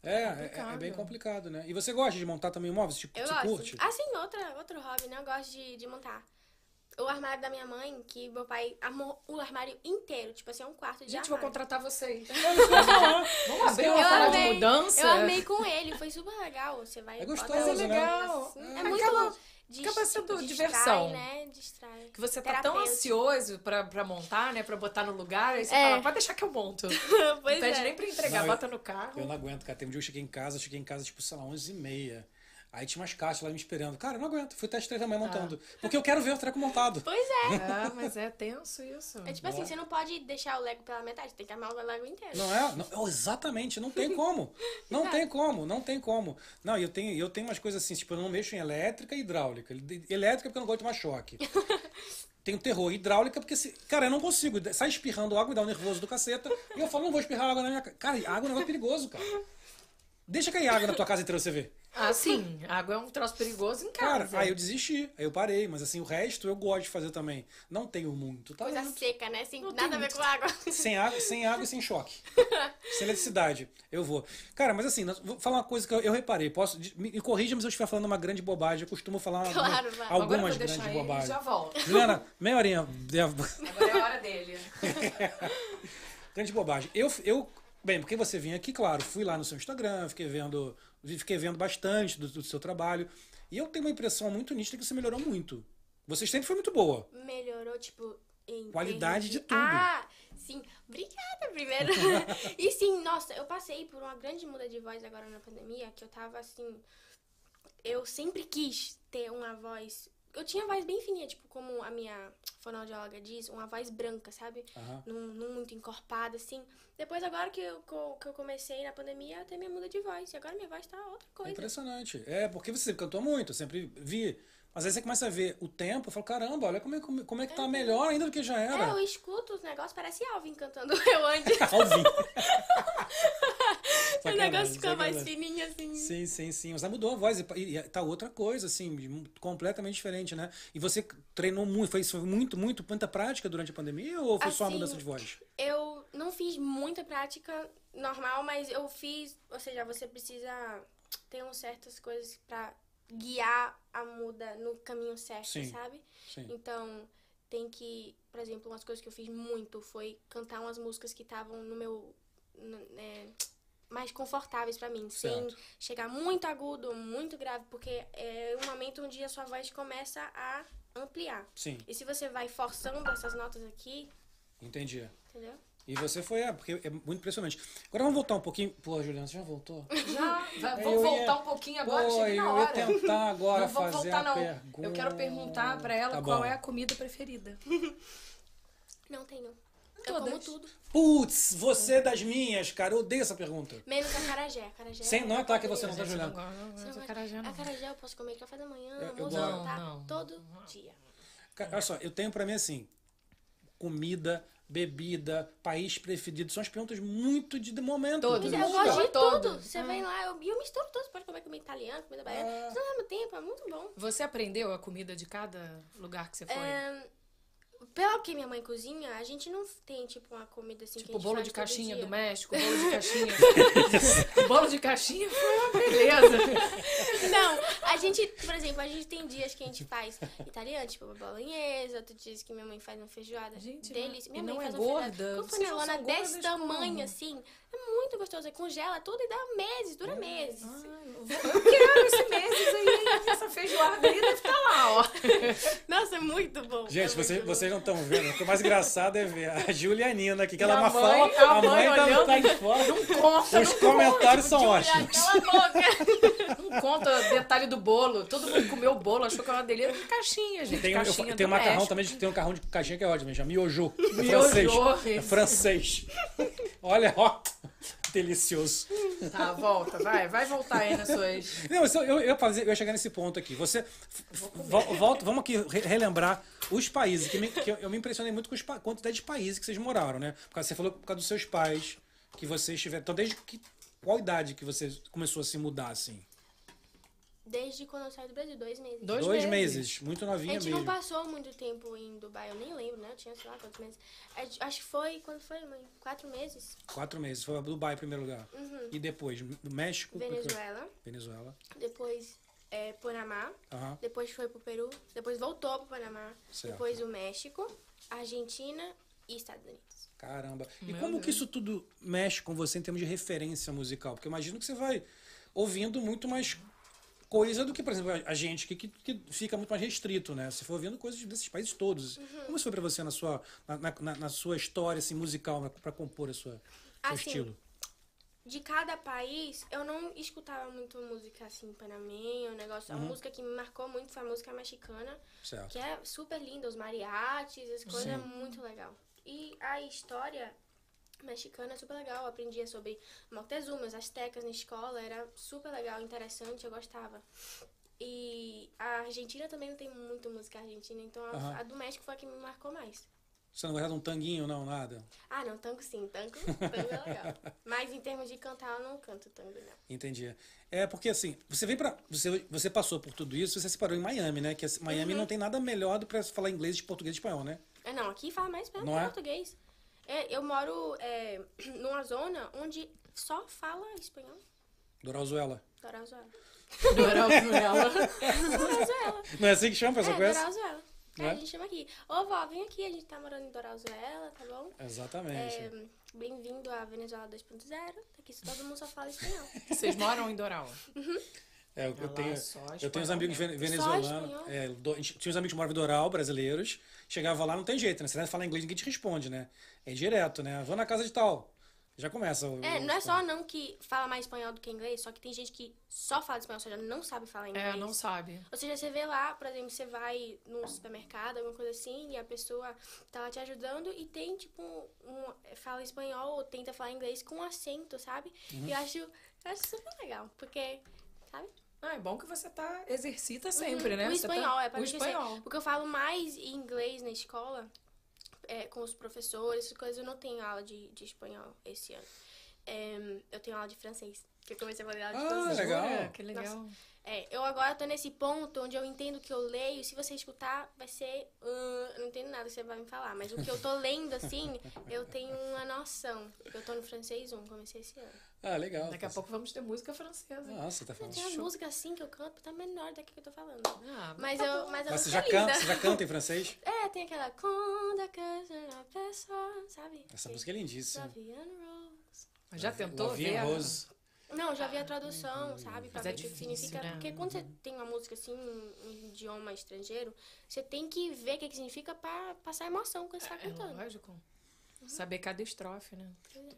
Speaker 1: É, é, é
Speaker 2: complicado.
Speaker 1: bem complicado, né? E você gosta de montar também móveis? Tipo,
Speaker 3: Eu
Speaker 1: você
Speaker 3: gosto.
Speaker 1: curte?
Speaker 3: Assim, outra, outro hobby, né? Eu gosto de, de montar. O armário da minha mãe, que meu pai armou o armário inteiro. Tipo assim, é um quarto de
Speaker 2: Gente, vou
Speaker 3: armário.
Speaker 2: contratar então. vocês.
Speaker 1: Ah,
Speaker 2: Vamos abrir
Speaker 1: Eu
Speaker 2: uma sala de
Speaker 3: amei,
Speaker 2: mudança?
Speaker 3: Eu armei com ele, foi super legal. Você vai...
Speaker 1: É
Speaker 3: bota
Speaker 1: gostoso,
Speaker 3: as
Speaker 1: né?
Speaker 3: roupas assim.
Speaker 2: É.
Speaker 3: É muito...
Speaker 2: Acaba-
Speaker 3: de,
Speaker 2: acaba sendo
Speaker 3: tipo,
Speaker 2: diversão.
Speaker 3: Distrai, né? Distrai.
Speaker 2: Que você tá tão
Speaker 3: Terapêutico.
Speaker 2: ansioso pra, pra montar, né? Pra botar no lugar, aí você
Speaker 3: É.
Speaker 2: fala, pode deixar que eu monto.
Speaker 3: pois
Speaker 2: não pede
Speaker 3: é.
Speaker 2: nem pra entregar,
Speaker 1: Não, eu-
Speaker 2: bota no carro.
Speaker 1: Eu não aguento, cara. Tem um dia que eu cheguei em casa, eu cheguei em casa, tipo, sei lá, 11h30. Aí tinha umas caixas lá me esperando. Cara, eu não aguento. Fui até as três da manhã montando. Porque eu quero ver o treco montado.
Speaker 3: Pois é.
Speaker 2: Ah, mas é tenso isso.
Speaker 3: É tipo assim, você não pode deixar o Lego pela metade. Tem que armar o Lego inteiro.
Speaker 1: Não é? Não- oh, exatamente, não tem como. Não tem como, não tem como. Não, eu tenho, eu tenho umas coisas assim, tipo, eu não mexo em elétrica e hidráulica. Ele- Elétrica é porque eu não gosto de tomar choque. Tenho terror. Hidráulica porque, se, cara, eu não consigo. Sai espirrando água, me dá um nervoso do caceta. E eu falo, não vou espirrar água na minha cara. Cara, água é um negócio perigoso, cara. Deixa cair água na tua casa inteira pra você ver.
Speaker 2: Ah, sim. Água é um troço perigoso em
Speaker 1: Cara,
Speaker 2: casa.
Speaker 1: aí eu desisti, aí eu parei, mas assim, o resto eu gosto de fazer também. Não tenho muito, tá?
Speaker 3: Coisa
Speaker 1: vendo?
Speaker 3: seca, né? Sem
Speaker 2: Não tem
Speaker 3: nada a ver com água.
Speaker 1: Sem água, sem água e sem choque. sem eletricidade. Eu vou. Cara, mas assim, nós- vou falar uma coisa que eu, eu reparei. Posso, de- me, me corrija se eu estiver falando uma grande bobagem. Eu costumo falar uma-
Speaker 3: Claro, vai.
Speaker 1: algumas
Speaker 2: Agora eu vou
Speaker 1: grandes
Speaker 2: deixar ele e
Speaker 1: bobagens.
Speaker 2: já volto.
Speaker 1: Juliana, meia horinha. de-
Speaker 2: Agora é a hora dele.
Speaker 1: Grande bobagem. Eu, eu, bem, porque você vinha aqui, claro, fui lá no seu Instagram, fiquei vendo, fiquei vendo bastante do, do seu trabalho. E eu tenho uma impressão muito nítida que você melhorou muito. Você sempre foi muito boa.
Speaker 3: Melhorou, tipo, em. termos
Speaker 1: Qualidade de tudo.
Speaker 3: Ah, sim. Obrigada, primeiro. e sim, nossa, eu passei por uma grande muda de voz agora na pandemia, que eu tava assim. Eu sempre quis ter uma voz. Eu tinha voz bem fininha, tipo, como a minha fonoaudióloga diz, uma voz branca, sabe?
Speaker 1: Aham.
Speaker 3: Não, não muito encorpada, assim. Depois, agora que eu, co- que eu comecei na pandemia, eu até minha muda de voz. E agora minha voz tá outra
Speaker 1: É
Speaker 3: coisa.
Speaker 1: impressionante. É, porque você sempre cantou muito, eu sempre vi. Mas aí você começa a ver o tempo, eu falo, caramba, olha como é, como, como é que tá melhor ainda do que já
Speaker 3: É, eu
Speaker 1: era.
Speaker 3: escuto os negócios, parece Alvin cantando eu antes.
Speaker 1: Alvin.
Speaker 3: o
Speaker 1: Sacanagem,
Speaker 3: Um negócio ficou mais
Speaker 1: sacanagem.
Speaker 3: fininho, assim.
Speaker 1: Sim, sim, sim. Mas aí mudou a voz e e- e tá outra coisa, assim, de- completamente diferente, né? E você treinou muito, fez muito, muito, muita prática durante a pandemia ou foi só uma
Speaker 3: Assim,
Speaker 1: mudança de voz?
Speaker 3: Eu não fiz muita prática normal, mas eu fiz. Ou seja, você precisa ter umas certas coisas pra guiar a muda no caminho certo,
Speaker 1: Sim,
Speaker 3: sabe?
Speaker 1: sim.
Speaker 3: Então, tem que. Por exemplo, umas coisas que eu fiz muito foi cantar umas músicas que estavam no meu. n- né, mais confortáveis pra mim,
Speaker 1: Certo.
Speaker 3: sem chegar muito agudo, muito grave, porque é um momento onde a sua voz começa a ampliar.
Speaker 1: Sim,
Speaker 3: E se você vai forçando essas notas aqui,
Speaker 1: entendi.
Speaker 3: entendeu?
Speaker 1: E você foi, é, porque é muito impressionante. Agora vamos voltar um pouquinho. Pô, Juliana, você já voltou?
Speaker 2: Já, vai-
Speaker 1: Eu
Speaker 2: vou
Speaker 1: ia-
Speaker 2: voltar um pouquinho agora,
Speaker 1: Pô,
Speaker 2: chega na
Speaker 1: eu ia
Speaker 2: hora.
Speaker 1: tentar agora
Speaker 2: não vou
Speaker 1: fazer
Speaker 2: voltar,
Speaker 1: a
Speaker 2: não.
Speaker 1: pergunta.
Speaker 2: Eu quero perguntar pra ela
Speaker 1: Tá
Speaker 2: qual
Speaker 1: bom.
Speaker 2: é a comida preferida.
Speaker 3: Não tenho. Eu
Speaker 2: Todas.
Speaker 3: como tudo.
Speaker 1: Putz, você é das minhas, cara. Eu odeio essa pergunta.
Speaker 3: Menos acarajé. Acarajé.
Speaker 1: Sem não é tá que você não tá
Speaker 2: Gente, eu
Speaker 1: Juliana.
Speaker 2: gosto, não
Speaker 3: Sem
Speaker 2: gosto de
Speaker 3: acarajé.
Speaker 2: acarajé, não.
Speaker 3: Acarajé eu posso comer café da manhã,
Speaker 1: Eu- eu
Speaker 3: almoço,
Speaker 1: gosto.
Speaker 3: jantar,
Speaker 2: Não, não.
Speaker 3: todo dia.
Speaker 1: Cara, olha só, eu tenho pra mim assim: comida, bebida, país preferido. São as perguntas muito de momento.
Speaker 2: Todos.
Speaker 3: Mas
Speaker 1: do
Speaker 3: eu
Speaker 2: Tudo.
Speaker 1: mundo.
Speaker 3: gosto de
Speaker 2: Todo.
Speaker 3: tudo. Você
Speaker 2: Ah.
Speaker 3: vem lá, eu, e eu misturo tudo. Você pode comer comida italiana, comida baiana.
Speaker 1: Ah.
Speaker 3: Tudo ao mesmo tempo, é muito bom.
Speaker 2: Você aprendeu a comida de cada lugar É, que você foi?
Speaker 3: Pelo que minha mãe cozinha, a gente não tem, tipo, uma comida assim que a
Speaker 2: Tipo,
Speaker 3: gente
Speaker 2: bolo
Speaker 3: faz
Speaker 2: de
Speaker 3: todo
Speaker 2: caixinha
Speaker 3: dia.
Speaker 2: do México, bolo de caixinha. bolo de caixinha foi uma beleza.
Speaker 3: Não, a gente, por exemplo, a gente tem dias que a gente faz italiano, tipo bolonhesa, outro dias que minha mãe faz uma feijoada.
Speaker 2: Gente,
Speaker 3: delícia.
Speaker 2: mas-
Speaker 3: Minha
Speaker 2: e não
Speaker 3: mãe
Speaker 2: é
Speaker 3: faz uma
Speaker 2: gorda?
Speaker 3: feijoada com
Speaker 2: Vocês não são
Speaker 3: panelona
Speaker 2: gordas
Speaker 3: desse tamanho,
Speaker 2: como?
Speaker 3: assim. É muito gostoso. Aí Congela tudo e dá meses, dura meses.
Speaker 2: Eu quero esse mês aí, essa feijoada aí deve estar lá, ó.
Speaker 3: Nossa, é muito bom. é
Speaker 1: Gente,
Speaker 3: muito
Speaker 1: você-
Speaker 3: bom.
Speaker 1: vocês não estão vendo. O que é mais engraçado é ver a Julianina aqui, que
Speaker 2: E
Speaker 1: ela é
Speaker 2: a
Speaker 1: uma
Speaker 2: mãe-
Speaker 1: fala.
Speaker 2: a
Speaker 1: A mãe
Speaker 2: mãe
Speaker 1: tá,
Speaker 2: olhando. Tá
Speaker 1: tá de fora.
Speaker 2: Conta,
Speaker 1: Os
Speaker 2: não
Speaker 1: comentários são
Speaker 3: Juliana,
Speaker 1: ótimos.
Speaker 3: cala a boca.
Speaker 2: Não conta detalhe do bolo. Todo mundo comeu o bolo, achou que era uma delícia. de Caixinha, gente.
Speaker 1: Tem, um- eu-
Speaker 2: caixinha
Speaker 1: tem um
Speaker 2: do
Speaker 1: macarrão
Speaker 2: México.
Speaker 1: também, tem um macarrão de caixinha que é ótimo, já. Miojo. É
Speaker 2: Miojo,
Speaker 1: francês. É
Speaker 2: isso.
Speaker 1: francês. Olha, ó. Delicioso.
Speaker 2: Tá, volta, vai. Vai voltar aí nas suas...
Speaker 1: Não, isso- eu, eu, ia fazer- eu ia chegar nesse ponto aqui. Você. vol- volta, vamos aqui re- relembrar os países. Que, me- que eu, eu me impressionei muito com os, pa- com a quantidade de países que vocês moraram, né? Por causa- você falou por causa dos seus pais, que vocês tiveram. Então, desde que. Qual idade que você começou a se mudar, assim?
Speaker 3: Desde quando eu saí do Brasil, dois meses.
Speaker 2: Dois
Speaker 1: meses.
Speaker 2: meses.
Speaker 1: Muito
Speaker 3: A
Speaker 1: novinha
Speaker 3: gente
Speaker 1: mesmo.
Speaker 3: não passou muito tempo em Dubai, eu nem lembro, né? Eu tinha, sei lá, quantos meses. A gente- Acho que foi, quando foi, mãe? Quatro meses.
Speaker 1: Quatro meses. Foi pra Dubai em primeiro lugar.
Speaker 2: Uhum.
Speaker 1: E depois, do México.
Speaker 3: Venezuela.
Speaker 1: Venezuela.
Speaker 3: Depois, é, Panamá.
Speaker 1: Aham.
Speaker 3: Depois foi pro Peru, depois voltou pro Panamá,
Speaker 1: Certo.
Speaker 3: depois o México, Argentina e Estados Unidos.
Speaker 1: Caramba. E como que isso tudo mexe com você em termos de referência musical? Porque eu imagino que você vai ouvindo muito mais coisa do que, por exemplo, a- a gente, que, que, que fica muito mais restrito, né? Você foi ouvindo coisas desses países todos.
Speaker 3: Uhum.
Speaker 1: Como isso foi pra você na sua, na, na- na- na sua história assim, musical, na- pra compor a sua, seu
Speaker 3: Assim,
Speaker 1: estilo?
Speaker 3: De cada país, eu não escutava muito música assim, panamenha, o negócio.
Speaker 1: Uhum.
Speaker 3: A música que me marcou muito foi a música mexicana,
Speaker 1: Certo.
Speaker 3: que é super linda, os mariachis, as coisas, é
Speaker 1: Sim.
Speaker 3: muito legal. E a história mexicana é super legal, eu aprendia sobre Moctezuma, as astecas na escola, era super legal, interessante, eu gostava. E a Argentina também não tem muito música argentina, então a,
Speaker 1: Aham.
Speaker 3: a do México foi a que me marcou mais.
Speaker 1: Você não gosta de um tanguinho, não, nada?
Speaker 3: Ah, não, tango sim, tango, tango é legal. Mas em termos de cantar, eu não canto tango, não.
Speaker 1: Entendi. É porque assim, você veio para você, você passou por tudo isso, você se parou em Miami, né? Que assim, Miami
Speaker 3: Uhum.
Speaker 1: não tem nada melhor do que falar inglês, de português e espanhol, né?
Speaker 3: É, não, aqui fala mais bem
Speaker 1: Não é?
Speaker 3: português. É, eu moro é, numa zona onde só fala espanhol.
Speaker 1: Doralzuela.
Speaker 3: Dorazuela.
Speaker 2: Doralzuela.
Speaker 3: Dorazuela.
Speaker 1: Não é assim que chama, pessoal?
Speaker 3: é,
Speaker 1: conhece?
Speaker 3: Dorazuela. É,
Speaker 1: Não é?
Speaker 3: a gente chama aqui. Ô, vó, vem aqui, a gente tá morando em Dorazuela, tá bom?
Speaker 1: Exatamente.
Speaker 3: É, Bem-vindo à Venezuela 2.0. Aqui todo mundo só fala espanhol.
Speaker 2: Vocês moram em Doral?
Speaker 1: É, eu,
Speaker 2: Olha lá,
Speaker 1: tenho,
Speaker 2: só
Speaker 1: eu tenho uns
Speaker 2: espanhol,
Speaker 1: amigos
Speaker 2: né?
Speaker 1: vene-
Speaker 3: Só
Speaker 1: venezuelanos.
Speaker 3: espanhol.
Speaker 1: É, do- a gente tinha uns amigos que moravam em Doral, brasileiros. Chegava lá, não tem jeito, né? Você vai falar inglês, ninguém te responde, né? É direto, né? Vou na casa de tal. Já começa. o-
Speaker 3: É,
Speaker 1: o-
Speaker 3: não é só não que fala mais espanhol do que inglês, só que tem gente que só fala espanhol, ou seja, não sabe falar inglês.
Speaker 2: É, não sabe.
Speaker 3: Ou seja, você vê lá, por exemplo, você vai num supermercado, alguma coisa assim, e a pessoa tá lá te ajudando e tem, tipo, um, um- fala espanhol ou tenta falar inglês com acento, sabe? E eu
Speaker 2: Uhum.
Speaker 3: acho, eu acho super legal, porque, sabe?
Speaker 2: Ah, é bom que você tá exercita sempre,
Speaker 3: Uhum.
Speaker 2: né?
Speaker 3: O
Speaker 2: Você tá-
Speaker 3: espanhol, é pra
Speaker 2: O
Speaker 3: mim esquecer.
Speaker 2: espanhol.
Speaker 3: Porque eu falo mais em inglês na escola, é, com os professores, essas coisas. Eu não tenho aula de, de espanhol esse ano. É, eu tenho aula de francês, que eu comecei a fazer aula de
Speaker 1: Ah,
Speaker 3: francês.
Speaker 1: legal.
Speaker 2: Jura? Que legal.
Speaker 3: É, eu agora tô nesse ponto onde eu entendo o que eu leio. Se você escutar, vai ser. "Hum, eu não entendo nada que você vai me falar. Mas o que eu tô lendo, assim, eu tenho uma noção. Eu tô no francês 1, comecei esse ano.
Speaker 1: Ah, legal.
Speaker 2: Daqui a pouco vamos ter música francesa.
Speaker 1: Nossa, tá falando.
Speaker 3: Tem uma
Speaker 1: show.
Speaker 3: música assim que eu canto, tá menor da que eu tô falando.
Speaker 2: Ah,
Speaker 3: Mas
Speaker 2: tá
Speaker 3: eu,
Speaker 2: bom.
Speaker 3: mas a
Speaker 1: Mas você
Speaker 3: música
Speaker 1: já,
Speaker 3: é linda.
Speaker 1: canta, você já canta em francês?
Speaker 3: É, tem aquela Quando a casa na pessoa, sabe?
Speaker 1: Essa música é lindíssima.
Speaker 3: Lavian Rose.
Speaker 2: Mas já tentou
Speaker 1: Lavinha
Speaker 2: ver? a-
Speaker 1: Rose.
Speaker 3: Não, já vi a tradução, sabe? Pra
Speaker 2: Ah, Mas é
Speaker 3: ver o que
Speaker 2: difícil,
Speaker 3: significa.
Speaker 2: né?
Speaker 3: Porque quando você tem uma música assim, um um idioma estrangeiro, você tem que ver o que que significa pra passar emoção quando você tá
Speaker 2: É
Speaker 3: cantando. Uhum.
Speaker 2: lógico. Saber cada estrofe, né?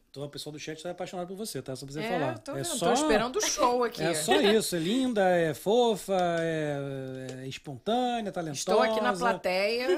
Speaker 1: Então, o pessoal do chat tá apaixonado por você, tá? Só pra você
Speaker 2: é,
Speaker 1: falar.
Speaker 2: eu tô,
Speaker 1: é
Speaker 2: vendo,
Speaker 1: só,
Speaker 2: tô esperando o show aqui.
Speaker 1: É só isso. É linda, é fofa, é, é espontânea, talentosa.
Speaker 2: Estou aqui na plateia.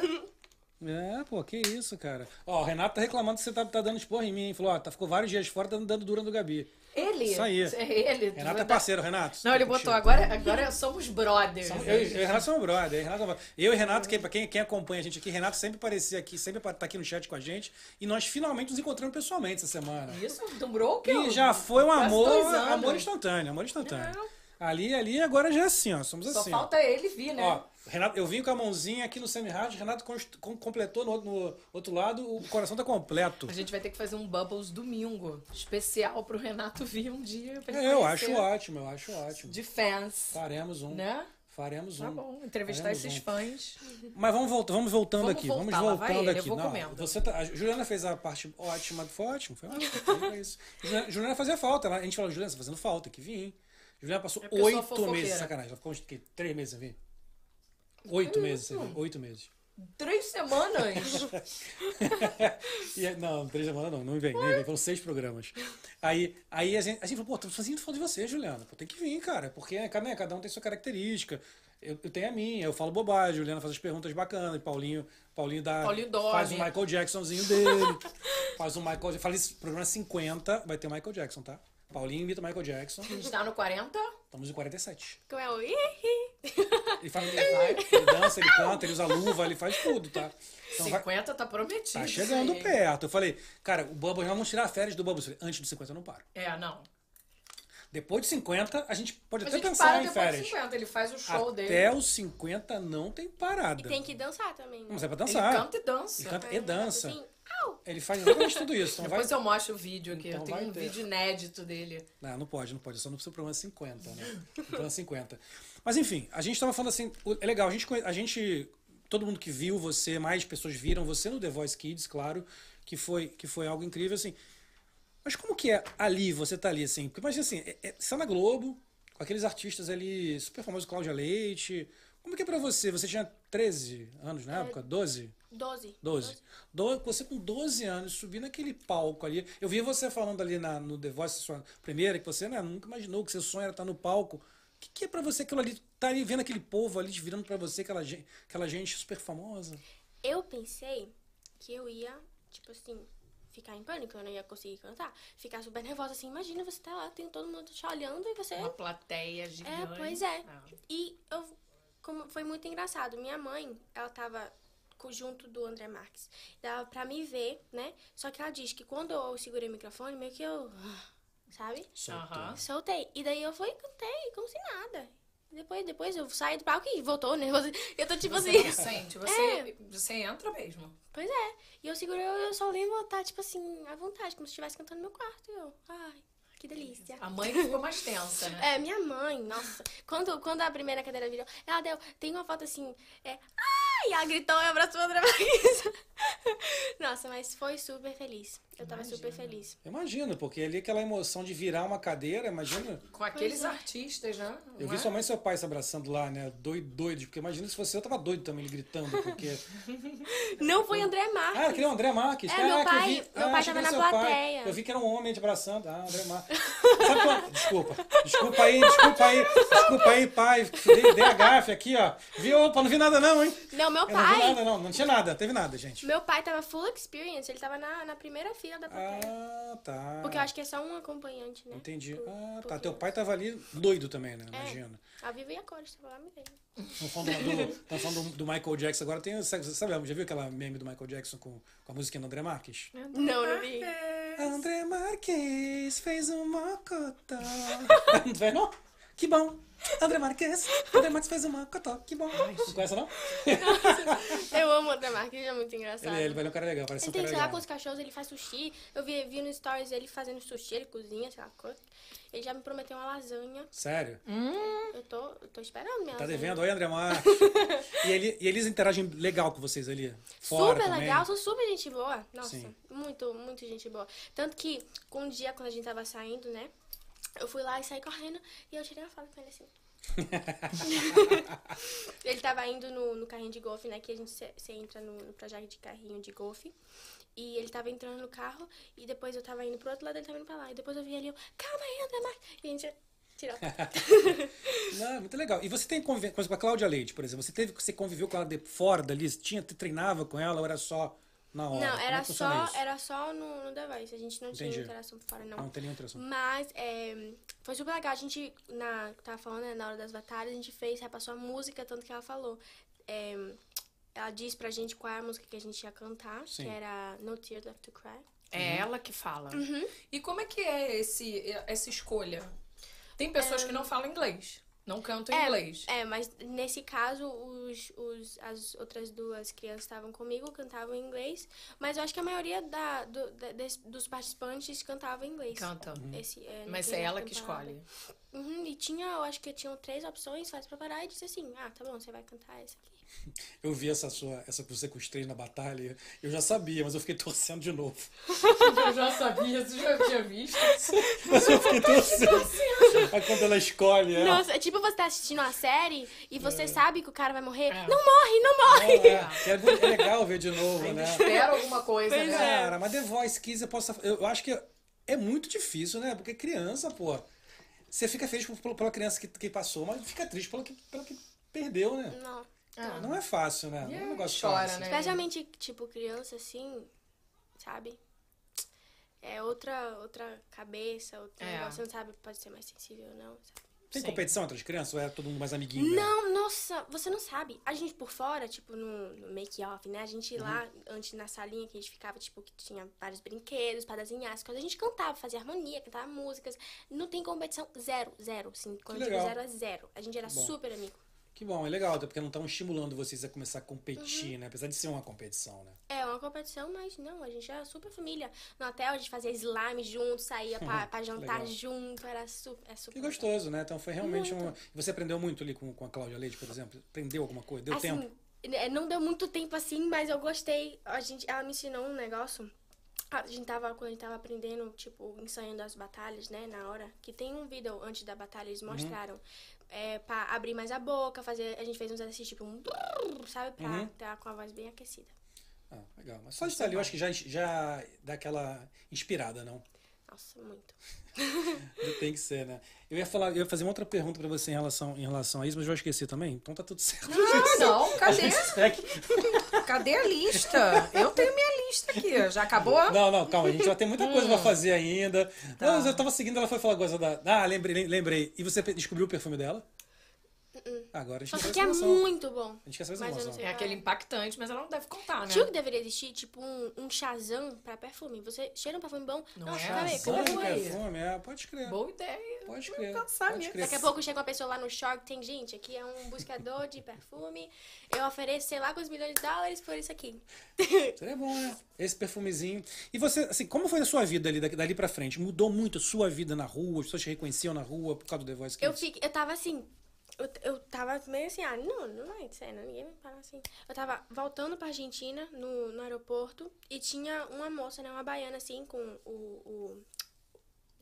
Speaker 1: É, pô, que isso, cara. Ó, o Renato tá reclamando que você tá, tá dando esporra em mim, hein? Falou, ó, tá, ficou vários dias fora, tá dando dura no Gabi.
Speaker 2: Ele?
Speaker 1: Isso aí.
Speaker 2: É Ele.
Speaker 1: Renato é parceiro, Renato.
Speaker 2: Não, ele
Speaker 1: Tá contigo.
Speaker 2: botou. Agora, agora somos brothers.
Speaker 1: Somos- Eu, eu e o Renato somos brother. Eu, e o Renato somos brother. eu e o Renato, quem, pra quem, quem acompanha a gente aqui, Renato sempre aparecia aqui, sempre tá aqui no chat com a gente. E nós finalmente nos encontramos pessoalmente essa semana.
Speaker 2: Isso demorou o quê?
Speaker 1: E já foi um
Speaker 2: Quase
Speaker 1: amor,
Speaker 2: dois anos.
Speaker 1: amor instantâneo, amor instantâneo.
Speaker 2: Não.
Speaker 1: Ali, ali, agora já é assim, ó. Somos
Speaker 2: Só
Speaker 1: assim. ó.
Speaker 2: falta ele vir, né?
Speaker 1: Ó, Renato, eu vim com a mãozinha aqui no semi-rádio, Renato const- com- completou no, outro- no outro lado, o coração tá completo.
Speaker 2: A gente vai ter que fazer um Bubbles domingo. Especial pro Renato vir um dia. pra ele
Speaker 1: É, eu acho
Speaker 2: conhecer.
Speaker 1: ótimo, eu acho ótimo.
Speaker 2: De fans.
Speaker 1: Faremos um.
Speaker 2: Né?
Speaker 1: Faremos um.
Speaker 2: Tá bom. Entrevistar
Speaker 1: Faremos
Speaker 2: esses
Speaker 1: um.
Speaker 2: fãs.
Speaker 1: Mas vamos, volta, vamos voltando
Speaker 2: Vamos
Speaker 1: aqui.
Speaker 2: voltar, lá
Speaker 1: vamos
Speaker 2: vai
Speaker 1: voltando
Speaker 2: ele, eu
Speaker 1: aqui.
Speaker 2: vou
Speaker 1: Não,
Speaker 2: comendo.
Speaker 1: você tá- a Juliana fez a parte ótima. Foi ótimo, foi ótimo. foi é isso. Juliana, Juliana fazia falta. ela- a gente falou, Juliana, você tá fazendo falta, que vim. Juliana passou
Speaker 2: É porque eu sou
Speaker 1: oito
Speaker 2: fofoqueira.
Speaker 1: meses, sacanagem. Ela ficou uns que, três meses sem vir. Oito meses sem vir. Oito meses.
Speaker 2: Três semanas.
Speaker 1: E aí- não, três semanas não, não vem, nem vem, foram seis programas. Aí, aí a, gente, a gente falou, pô, tô fazendo falta de você, Juliana. Pô, tem que vir, cara, porque né, cada, né, cada um tem sua característica. Eu, eu tenho a minha, eu falo bobagem, Juliana faz as perguntas bacanas, Paulinho, Paulinho dá.
Speaker 2: Paulinho dorme.
Speaker 1: Faz o Michael Jacksonzinho dele. faz o Michael. Falei isso, programa 50, vai ter o Michael Jackson, tá? Paulinho imita o Michael Jackson.
Speaker 2: A gente tá no 40.
Speaker 1: Estamos em 47.
Speaker 3: Como é o ihi?
Speaker 1: Ele faz. Ele dança, ele canta, ele usa luva, ele faz tudo, tá? Então vai-
Speaker 2: 50 tá prometido.
Speaker 1: Tá chegando
Speaker 2: isso aí.
Speaker 1: perto. Eu falei, cara, o Bubbles, nós vamos tirar férias do Bubbles. Eu falei, Antes dos 50 eu não paro.
Speaker 2: É, não.
Speaker 1: Depois de 50, a gente pode
Speaker 2: A
Speaker 1: até
Speaker 2: gente
Speaker 1: pensar
Speaker 2: para
Speaker 1: em
Speaker 2: depois
Speaker 1: férias.
Speaker 2: dos 50. Ele faz o show dele.
Speaker 1: Até os 50 não tem parada.
Speaker 3: E tem que dançar também. Né?
Speaker 1: Mas é pra
Speaker 2: Ele
Speaker 1: dançar.
Speaker 2: canta e dança.
Speaker 1: Ele canta e dança.
Speaker 3: Assim, au!
Speaker 1: Ele faz exatamente tudo isso. Então vai...
Speaker 2: Depois eu mostro o vídeo aqui.
Speaker 1: Então
Speaker 2: eu tenho
Speaker 1: vai
Speaker 2: um
Speaker 1: ter.
Speaker 2: vídeo inédito dele.
Speaker 1: Não, não pode, não pode. Só no seu programa 50, né? No programa 50. Mas enfim, a gente tava falando assim, o- é legal, a gente, conhe- a gente. Todo mundo que viu você, mais pessoas viram você no The Voice Kids, claro, que foi, que foi algo incrível, assim. Mas como que é ali, você tá ali, assim? Porque imagina assim, é, é, você tá na Globo, com aqueles artistas ali, super famosos, Cláudia Leite. Como que é pra você? Você tinha 13 anos na época? 12?
Speaker 3: 12.
Speaker 1: 12. Do- Você com 12 anos subir naquele palco ali. Eu vi você falando ali na, no The Voice, sua primeira, que você né, nunca imaginou que seu sonho era estar no palco. O que, que é pra você aquilo ali? Tá ali vendo aquele povo ali, virando pra você, aquela gente, aquela gente super famosa.
Speaker 3: Eu pensei que eu ia, tipo assim, ficar em pânico, eu não ia conseguir cantar. Ficar super nervosa, assim, imagina você tá lá, tem todo mundo te olhando e você
Speaker 2: Uma plateia gigante.
Speaker 3: É, pois é.
Speaker 2: Ah.
Speaker 3: E eu, como foi muito engraçado. Minha mãe, ela tava co- co- junto do André Marques. Dava pra me ver, né? Só que ela diz que quando eu segurei o microfone, meio que eu. ah, Sabe?
Speaker 1: Soltou.
Speaker 2: Aham.
Speaker 3: Soltei. E daí eu fui e cantei, como se nada. Depois, depois eu saí do palco e voltou, né? Eu tô tipo
Speaker 2: Você
Speaker 3: assim.
Speaker 2: não sente, você,
Speaker 3: É.
Speaker 2: você entra mesmo.
Speaker 3: Pois é. E eu segurei, eu só lembro estar, tipo assim, à vontade, como se estivesse cantando no meu quarto. E eu, ai, que delícia.
Speaker 2: A mãe que ficou mais tensa, né?
Speaker 3: É, minha mãe, nossa. Quando, quando a primeira cadeira virou, ela deu. Tem uma foto assim, é. Ai, ela gritou e abraçou a outra vez. Nossa, mas foi super feliz. Eu tava super feliz.
Speaker 1: Imagino, porque ali aquela emoção de virar uma cadeira, imagina.
Speaker 2: Com aqueles
Speaker 3: é.
Speaker 2: artistas, né?
Speaker 1: Eu
Speaker 2: Não
Speaker 1: vi
Speaker 2: é?
Speaker 1: sua mãe e seu pai se abraçando lá, né? Doido, doido. Porque imagina se fosse eu, eu tava doido também, ele gritando, porque.
Speaker 3: Não foi André
Speaker 1: Ah,
Speaker 3: Marques.
Speaker 1: que nem o André Marques.
Speaker 3: É,
Speaker 1: Caraca,
Speaker 3: meu pai-
Speaker 1: eu vi...
Speaker 3: meu
Speaker 1: ah,
Speaker 3: pai
Speaker 1: achei
Speaker 3: tava
Speaker 1: que era
Speaker 3: na
Speaker 1: seu pai.
Speaker 3: plateia.
Speaker 1: Eu vi que era um homem te abraçando. Ah, André Marques. Sabe quando- Desculpa. Desculpa aí, desculpa aí. Desculpa aí, pai. Dei, dei a gafe aqui, ó. Vi, opa, não vi nada não, hein?
Speaker 3: Não, meu
Speaker 1: Eu não vi
Speaker 3: pai.
Speaker 1: nada não. Não tinha nada. Teve nada, gente.
Speaker 3: Meu pai tava full experience, ele tava na, na primeira fila da plateia.
Speaker 1: Ah, tá.
Speaker 3: Porque eu acho que é só um acompanhante, né?
Speaker 1: Entendi.
Speaker 3: Por-
Speaker 1: Ah, tá.
Speaker 3: porque-
Speaker 1: Teu pai tava ali doido também, né?
Speaker 3: É.
Speaker 1: Imagina.
Speaker 3: A Viva e a Cora estava lá me vendo.
Speaker 1: Estão falando, do, tão falando do- do Michael Jackson agora. Tem, sabe, sabe, já viu aquela meme do Michael Jackson com, com a musiquinha do André Marques?
Speaker 3: Não, não vi.
Speaker 1: André Marques fez um mocotó. não fez, não? Que bom. André Marques, André Marques fez um mocotó. Que bom. Não conhece, não?
Speaker 3: Eu amo o André Marques, ele é muito engraçado.
Speaker 1: Ele, ele vai é um cara legal, parece
Speaker 3: Ele
Speaker 1: um
Speaker 3: tem,
Speaker 1: cara
Speaker 3: sei lá, com
Speaker 1: legal.
Speaker 3: os cachorros, ele faz sushi. Eu vi, vi no stories ele fazendo sushi, ele cozinha, sei lá, coisa. Ele já me prometeu uma lasanha.
Speaker 1: Sério?
Speaker 3: Eu tô, eu tô esperando minha
Speaker 1: Tá
Speaker 3: lasanha.
Speaker 1: devendo? Oi, André Marques. e, ele- e eles interagem legal com vocês ali? Fora
Speaker 3: Super
Speaker 1: também.
Speaker 3: legal, sou super gente boa. Nossa,
Speaker 1: Sim.
Speaker 3: muito, muito gente boa. Tanto que um dia, quando a gente tava saindo, né? Eu fui lá e saí correndo e eu tirei uma foto com ele assim. ele tava indo no, no carrinho de golfe, né? Que a gente se- se entra no, no projeto de carrinho de golfe. E ele tava entrando no carro e depois eu tava indo pro outro lado, ele tava indo pra lá. E depois eu vi ali, eu, calma aí, André Marques. E a gente tirou.
Speaker 1: Não, muito legal. E você tem convivência, por exemplo, com a Cláudia Leite, por exemplo, você teve você conviveu com ela de fora dali, você tinha treinava com ela ou era só na hora?
Speaker 3: Não,
Speaker 1: Como é
Speaker 3: era
Speaker 1: que funciona
Speaker 3: só,
Speaker 1: isso?
Speaker 3: era só no, no The Voice. A gente não
Speaker 1: Entendi.
Speaker 3: tinha interação por fora,
Speaker 1: Não tem nenhuma interação.
Speaker 3: Mas é, foi super legal. A gente, na, tava falando, né, na hora das batalhas, a gente fez, repassou a música, tanto que ela falou. É, ela disse pra gente qual é a música que a gente ia cantar,
Speaker 1: Sim.
Speaker 3: que era No Tears Left to Cry.
Speaker 2: É ela que fala.
Speaker 3: Uhum.
Speaker 2: E como é que é esse, essa escolha? Tem pessoas que não falam inglês, não cantam inglês.
Speaker 3: É, mas nesse caso, os, os, as outras duas crianças estavam comigo, cantavam em inglês. Mas eu acho que a maioria da, do- da- des- dos participantes cantava em inglês.
Speaker 2: Cantam.
Speaker 1: Uhum.
Speaker 3: Esse, é, No
Speaker 2: Mas
Speaker 3: Tears
Speaker 2: é ela
Speaker 3: Left
Speaker 2: que
Speaker 3: to Cry.
Speaker 2: escolhe.
Speaker 3: Uhum, e tinha, eu acho que tinham três opções, faz pra parar e disse assim, ah, tá bom, você vai cantar essa aqui.
Speaker 1: Eu vi essa sua, essa que você com os três na batalha, eu já sabia, mas eu fiquei torcendo de novo.
Speaker 2: Eu já sabia, você já tinha visto.
Speaker 1: Mas eu fiquei torcendo. Aí quando ela escolhe, ela-
Speaker 3: Nossa, é tipo você tá assistindo uma série e você sabe que o cara vai morrer.
Speaker 2: É.
Speaker 3: Não morre, não morre!
Speaker 1: é, é, é muito- é legal ver de novo,
Speaker 2: Ainda
Speaker 1: né?
Speaker 2: espera alguma coisa,
Speaker 3: Pois é.
Speaker 2: né?
Speaker 1: Cara, mas The Voice Kids eu posso. Eu eu acho que é muito difícil, né? Porque criança, pô. Você fica feliz por- pela criança que, que passou, mas fica triste pelo que, pelo que perdeu, né?
Speaker 3: Não.
Speaker 2: Ah,
Speaker 1: Não é fácil, né?
Speaker 2: E
Speaker 1: Não é um
Speaker 2: aí
Speaker 1: negócio
Speaker 2: chora,
Speaker 1: fácil.
Speaker 2: né?
Speaker 3: Especialmente, tipo, criança, assim, sabe? É outra, outra cabeça, outro
Speaker 2: É.
Speaker 3: negócio, você não sabe, pode ser mais sensível ou não, sabe?
Speaker 1: Tem
Speaker 2: Sim.
Speaker 1: competição entre as crianças ou é todo mundo mais amiguinho? né?
Speaker 3: Não, nossa, você não sabe. A gente por fora, tipo, no, no make-off, né? A gente lá, antes na salinha que a gente ficava, tipo, que tinha vários brinquedos pra desenhar as coisas. A gente cantava, fazia harmonia, cantava músicas. Não tem competição, zero, zero. Sim, quando eu digo
Speaker 1: legal.
Speaker 3: zero é zero. A gente era
Speaker 1: Bom.
Speaker 3: super amigo.
Speaker 1: Que bom, é legal, até porque não estão estimulando vocês a começar a competir, né? Apesar de ser uma competição, né?
Speaker 3: É uma competição, mas não, a gente era super família. No hotel a gente fazia slime junto, saía pra, pra jantar
Speaker 1: Legal.
Speaker 3: junto, era super. É super
Speaker 1: Que
Speaker 3: legal.
Speaker 1: gostoso, né? Então foi realmente
Speaker 3: Muito.
Speaker 1: uma. Você aprendeu muito ali com, com a Cláudia Leite, por exemplo? Aprendeu alguma coisa? Deu
Speaker 3: assim,
Speaker 1: tempo?
Speaker 3: é, Não deu muito tempo assim, mas eu gostei. A gente, ela me ensinou um negócio. A gente tava, quando a gente tava aprendendo, tipo, ensaiando as batalhas, né, na hora. Que tem um vídeo antes da batalha,
Speaker 1: Uhum.
Speaker 3: eles mostraram. É, pra abrir mais a boca, fazer... A gente fez uns exercícios, tipo, um... brrr, Sabe? Pra
Speaker 1: Uhum.
Speaker 3: estar com a voz bem aquecida.
Speaker 1: Ah, legal. Mas só de estar ali, eu acho que já, já dá aquela inspirada, não?
Speaker 3: Nossa, muito.
Speaker 1: Tem que ser, né? Eu ia falar, eu ia fazer uma outra pergunta pra você em relação, em relação a isso, mas eu já esqueci também. Então tá tudo certo.
Speaker 2: Ah, não,
Speaker 1: A
Speaker 2: cadê?
Speaker 1: gente segue.
Speaker 2: Cadê a lista? Eu tenho minha lista aqui. Já acabou?
Speaker 1: Não, não, calma, a gente vai ter muita coisa
Speaker 3: Hum.
Speaker 1: pra fazer ainda.
Speaker 3: Tá.
Speaker 1: Não, mas eu tava seguindo, ela foi falar coisa da. Ah, lembrei, lembrei. E você pe- descobriu o perfume dela? Agora a gente
Speaker 3: Só sei
Speaker 1: quer
Speaker 3: que é
Speaker 1: essa noção.
Speaker 3: muito bom.
Speaker 1: A gente quer essa
Speaker 3: Mas eu não
Speaker 1: noção.
Speaker 2: É aquele impactante, mas ela não deve contar, né?
Speaker 3: Tio que deveria existir, tipo, um, um Shazam pra perfume. Você cheira um perfume bom,
Speaker 2: Não
Speaker 3: nossa,
Speaker 2: é?
Speaker 3: peraí, que
Speaker 1: Zan
Speaker 2: Shazam?
Speaker 1: de
Speaker 3: perfume é esse?
Speaker 1: perfume, é, pode crer.
Speaker 2: Boa ideia.
Speaker 1: Pode
Speaker 2: Vou
Speaker 1: crer,
Speaker 2: Pensar
Speaker 1: pode
Speaker 2: nisso.
Speaker 1: crer.
Speaker 3: Daqui a pouco chega uma pessoa lá no Shark, tem gente, aqui é um buscador de perfume, eu ofereço sei lá quantos milhões de dólares por isso aqui.
Speaker 1: Seria bom, né? Esse perfumezinho. E você, assim, como foi a sua vida ali, daqui- dali pra frente? Mudou muito a sua vida na rua? As pessoas te reconheciam na rua por causa do The Voice
Speaker 3: Eu,
Speaker 1: Kids?
Speaker 3: fiquei, eu tava assim, eu, eu tava meio assim, ah, não, não vai ser, né? ninguém vai falar assim. Eu tava voltando pra Argentina, no, no aeroporto, e tinha uma moça, né, uma baiana, assim, com o... o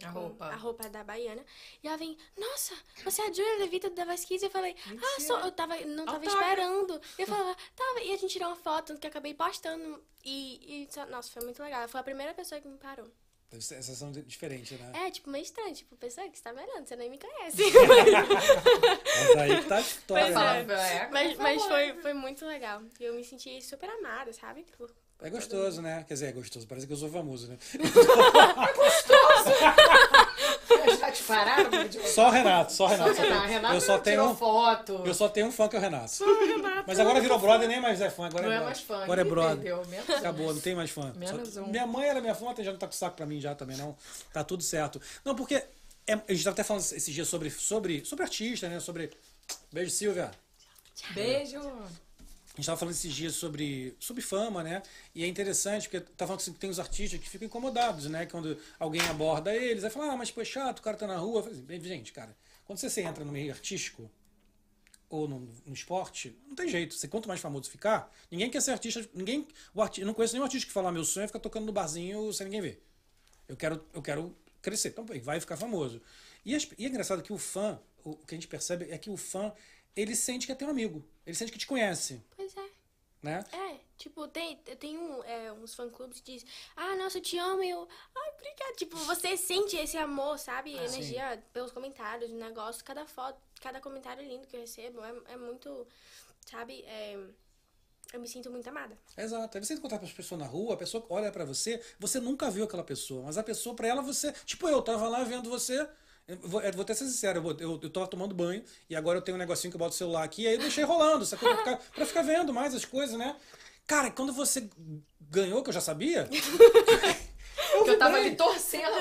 Speaker 2: A
Speaker 3: com
Speaker 2: roupa.
Speaker 3: A roupa da baiana. E ela vem, nossa, você é a Julia Levita do The Voice Kids? Eu falei, ah, sou, eu tava, não tava
Speaker 2: Autógrafo.
Speaker 3: esperando. Eu falava, tava. E a gente tirou uma foto, tanto que eu acabei postando. E, e só- nossa, foi muito legal. Foi a primeira pessoa que me parou.
Speaker 1: Deve ser- é Essa sensação de- diferente, né?
Speaker 3: É, tipo, meio estranho. Tipo, pessoa que você tá me olhando, você nem me conhece.
Speaker 1: Mas aí que tá a história,
Speaker 3: Pois
Speaker 1: né?
Speaker 2: Fala, é,
Speaker 3: Mas,
Speaker 2: por
Speaker 3: mas
Speaker 2: favor.
Speaker 3: foi, foi muito legal. E Eu me senti super amada, sabe? Tipo, Por-
Speaker 1: É gostoso, né? Quer dizer, é gostoso. Parece que eu sou famoso, né?
Speaker 2: Já tá te pararam? Porque
Speaker 1: Só o Renato, só o Renato. Só
Speaker 2: a
Speaker 1: tenho-
Speaker 2: Renata
Speaker 1: eu só
Speaker 2: não tirou
Speaker 1: tenho, um
Speaker 2: foto.
Speaker 1: eu só tenho um fã que é o Renato. Mas agora virou brother, nem mais é fã. Agora
Speaker 2: Não é
Speaker 1: brother.
Speaker 2: mais fã.
Speaker 1: Agora é
Speaker 2: Ih,
Speaker 1: brother.
Speaker 2: perdeu, menos um.
Speaker 1: Acabou, Tá não tem mais fã.
Speaker 2: Menos
Speaker 1: Só-
Speaker 2: um.
Speaker 1: Minha mãe era minha fã, ontem já não tá com saco pra mim já também, não. Tá tudo certo. Não, porque é- a gente tava até falando esses dias sobre, sobre, sobre artista, né? Sobre. Beijo, Silvia.
Speaker 2: Beijo.
Speaker 1: A gente estava falando esses dias sobre, sobre fama, né? E é interessante, porque tá falando que tem os artistas que ficam incomodados, né? Quando alguém aborda eles, aí fala, ah, mas pô, é chato, o cara tá na rua. Eu falo assim, "Bem, gente, cara, quando você, você entra no meio artístico ou no, no esporte, não tem jeito. Você, quanto mais famoso ficar, ninguém quer ser artista. Ninguém, o arti, eu não conheço nenhum artista que fala, meu sonho é ficar tocando no barzinho sem ninguém ver. Eu quero, eu quero crescer. Então, pô, vai ficar famoso. E, as- e é engraçado que o fã, o, o que a gente percebe é que o fã, ele sente que é teu amigo. Ele sente que te conhece,
Speaker 3: Pois é.
Speaker 1: né?
Speaker 3: É, tipo, tem, tem um, é, uns fã-clubes que diz Ah, nossa, eu te amo. E eu, ah, obrigada. Tipo, você sente esse amor, sabe?
Speaker 1: Ah,
Speaker 3: Energia pelos comentários, do negócio. Cada foto, cada comentário lindo que eu recebo é, é muito, sabe? É, eu me sinto muito amada.
Speaker 1: Exato. Aí você encontra as pessoas na rua, a pessoa olha pra você, você nunca viu aquela pessoa, mas a pessoa, pra ela, você. Tipo, eu tava lá vendo você. Eu vou, eu vou ter ser sincero, eu, vou- eu, eu tava tomando banho e agora eu tenho um negocinho que eu boto o celular aqui, aí eu deixei rolando, sacou? Pra ficar, pra ficar vendo mais as coisas, né? Cara, quando você ganhou, que eu já sabia.
Speaker 2: Porque eu tava
Speaker 1: vibrei.
Speaker 2: ali torcendo.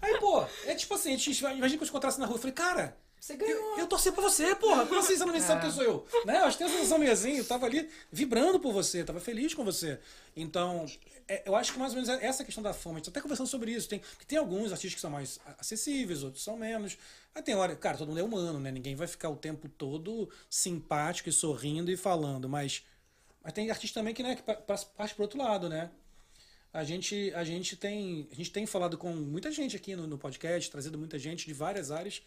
Speaker 1: Aí, pô, é tipo assim, a gente- imagina que eu te encontrasse na rua, eu falei, cara,
Speaker 2: Você
Speaker 1: eu,
Speaker 2: ganhou. É.
Speaker 1: eu torci pra você, porra. Como assim você não nem sabe quem sou eu? Né? Eu acho que tem essa sensação meio assim. Eu tava ali vibrando por você, tava feliz com você. Então, é- eu acho que mais ou menos é essa questão da fama. A gente tá até conversando sobre isso. Tem, porque tem alguns artistas que são mais a- acessíveis, outros são menos. Aí tem hora, cara, todo mundo é humano, né? Ninguém vai ficar o tempo todo simpático e sorrindo e falando. Mas, mas tem artista também que, né, que pa- pa- parte pro outro lado, né? A gente, a gente tem, a gente tem falado com muita gente aqui no, no podcast, trazido muita gente de várias áreas.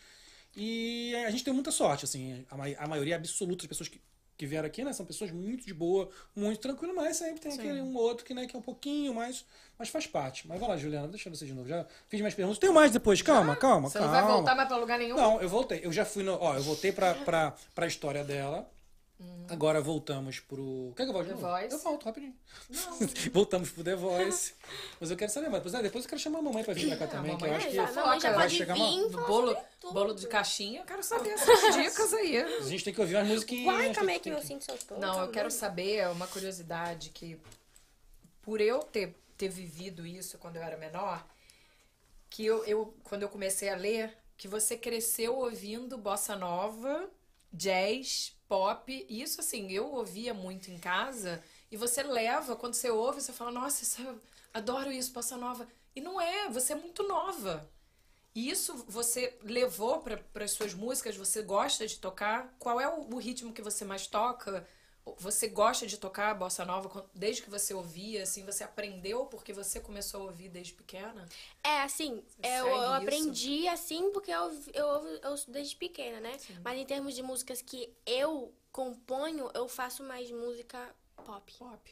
Speaker 1: E a gente tem muita sorte, assim. A, mai- a maioria absoluta das pessoas que, que vieram aqui, né? São pessoas muito de boa, muito tranquilo, mas sempre tem aquele um ou outro que, né, que é um pouquinho mais, mas faz parte. Mas vai lá, Juliana, deixa eu ver você de novo. Já fiz minhas perguntas. Tenho mais depois, calma, calma,
Speaker 2: Você não
Speaker 1: calma.
Speaker 2: vai voltar mais pra lugar nenhum?
Speaker 1: Não, eu voltei. Eu já fui no. Ó, eu voltei pra, pra, pra história dela. Agora voltamos pro. Quer que eu volte?
Speaker 2: Hum. The
Speaker 1: de novo?
Speaker 2: Voice.
Speaker 1: Eu volto, rapidinho. voltamos pro The Voice. Mas eu quero saber mais. Pois é, depois eu quero chamar a mamãe pra vir pra cá
Speaker 2: É, a
Speaker 1: também, que eu
Speaker 2: mamãe
Speaker 1: acho
Speaker 2: é
Speaker 1: que.
Speaker 3: já- a mamãe já
Speaker 1: vai
Speaker 3: pode vir
Speaker 1: chegar uma-
Speaker 3: falar sobre
Speaker 2: Bolo,
Speaker 3: tudo.
Speaker 2: bolo de caixinha, eu quero saber essas dicas aí.
Speaker 1: A gente tem que ouvir umas musiquinhas.
Speaker 3: Uai, como
Speaker 1: tem-
Speaker 3: é que
Speaker 1: tem
Speaker 3: meu cinto soltou?
Speaker 2: Não, eu
Speaker 3: Calma.
Speaker 2: quero saber é uma curiosidade que por eu ter, ter vivido isso quando eu era menor, que eu, eu- quando eu comecei a ler, que você cresceu ouvindo bossa nova, jazz, pop, e isso assim, eu ouvia muito em casa, e você leva, quando você ouve, você fala, nossa, isso, eu adoro isso, bossa nova. E não é, você é muito nova. E isso você levou para as suas músicas? Você gosta de tocar? Qual é o, o ritmo que você mais toca? Você gosta de tocar bossa nova quan- desde que você ouvia? Assim, você aprendeu porque você começou a ouvir desde pequena?
Speaker 3: É, assim, eu,
Speaker 2: segue
Speaker 3: eu
Speaker 2: isso?
Speaker 3: aprendi assim porque eu, eu, ouvo- eu, ouço desde pequena, né? Mas em termos de músicas que eu componho, eu faço mais música pop.
Speaker 2: Pop.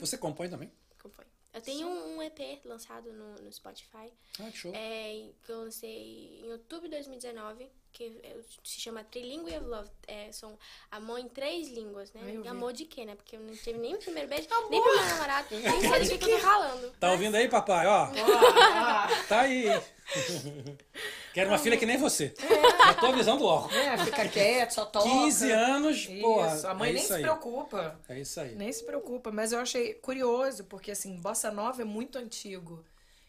Speaker 1: Você compõe também?
Speaker 3: Componho. Eu tenho um EP lançado no, no Spotify,
Speaker 1: Ah, que show.
Speaker 3: é, em- que eu lancei em outubro de 2019, que é- se chama Trilingue of Love. É, são amor em três línguas, né?
Speaker 2: Ai, eu vi.
Speaker 3: amor de quê, né? Porque eu não tive nem o primeiro beijo, nem o primeiro namorado, nem sei do que, que eu tô falando.
Speaker 1: Tá ouvindo tá aí, papai? Ó,
Speaker 2: Ah,
Speaker 1: tá aí. Que era uma filha que nem você. Na tua visão do órgão.
Speaker 2: É, fica quieto, só toca.
Speaker 1: 15 anos,
Speaker 2: Isso,
Speaker 1: porra.
Speaker 2: a mãe
Speaker 1: é
Speaker 2: nem
Speaker 1: isso
Speaker 2: se
Speaker 1: aí.
Speaker 2: preocupa.
Speaker 1: É isso aí.
Speaker 2: Nem se preocupa, mas eu achei curioso, porque assim, bossa nova é muito antigo.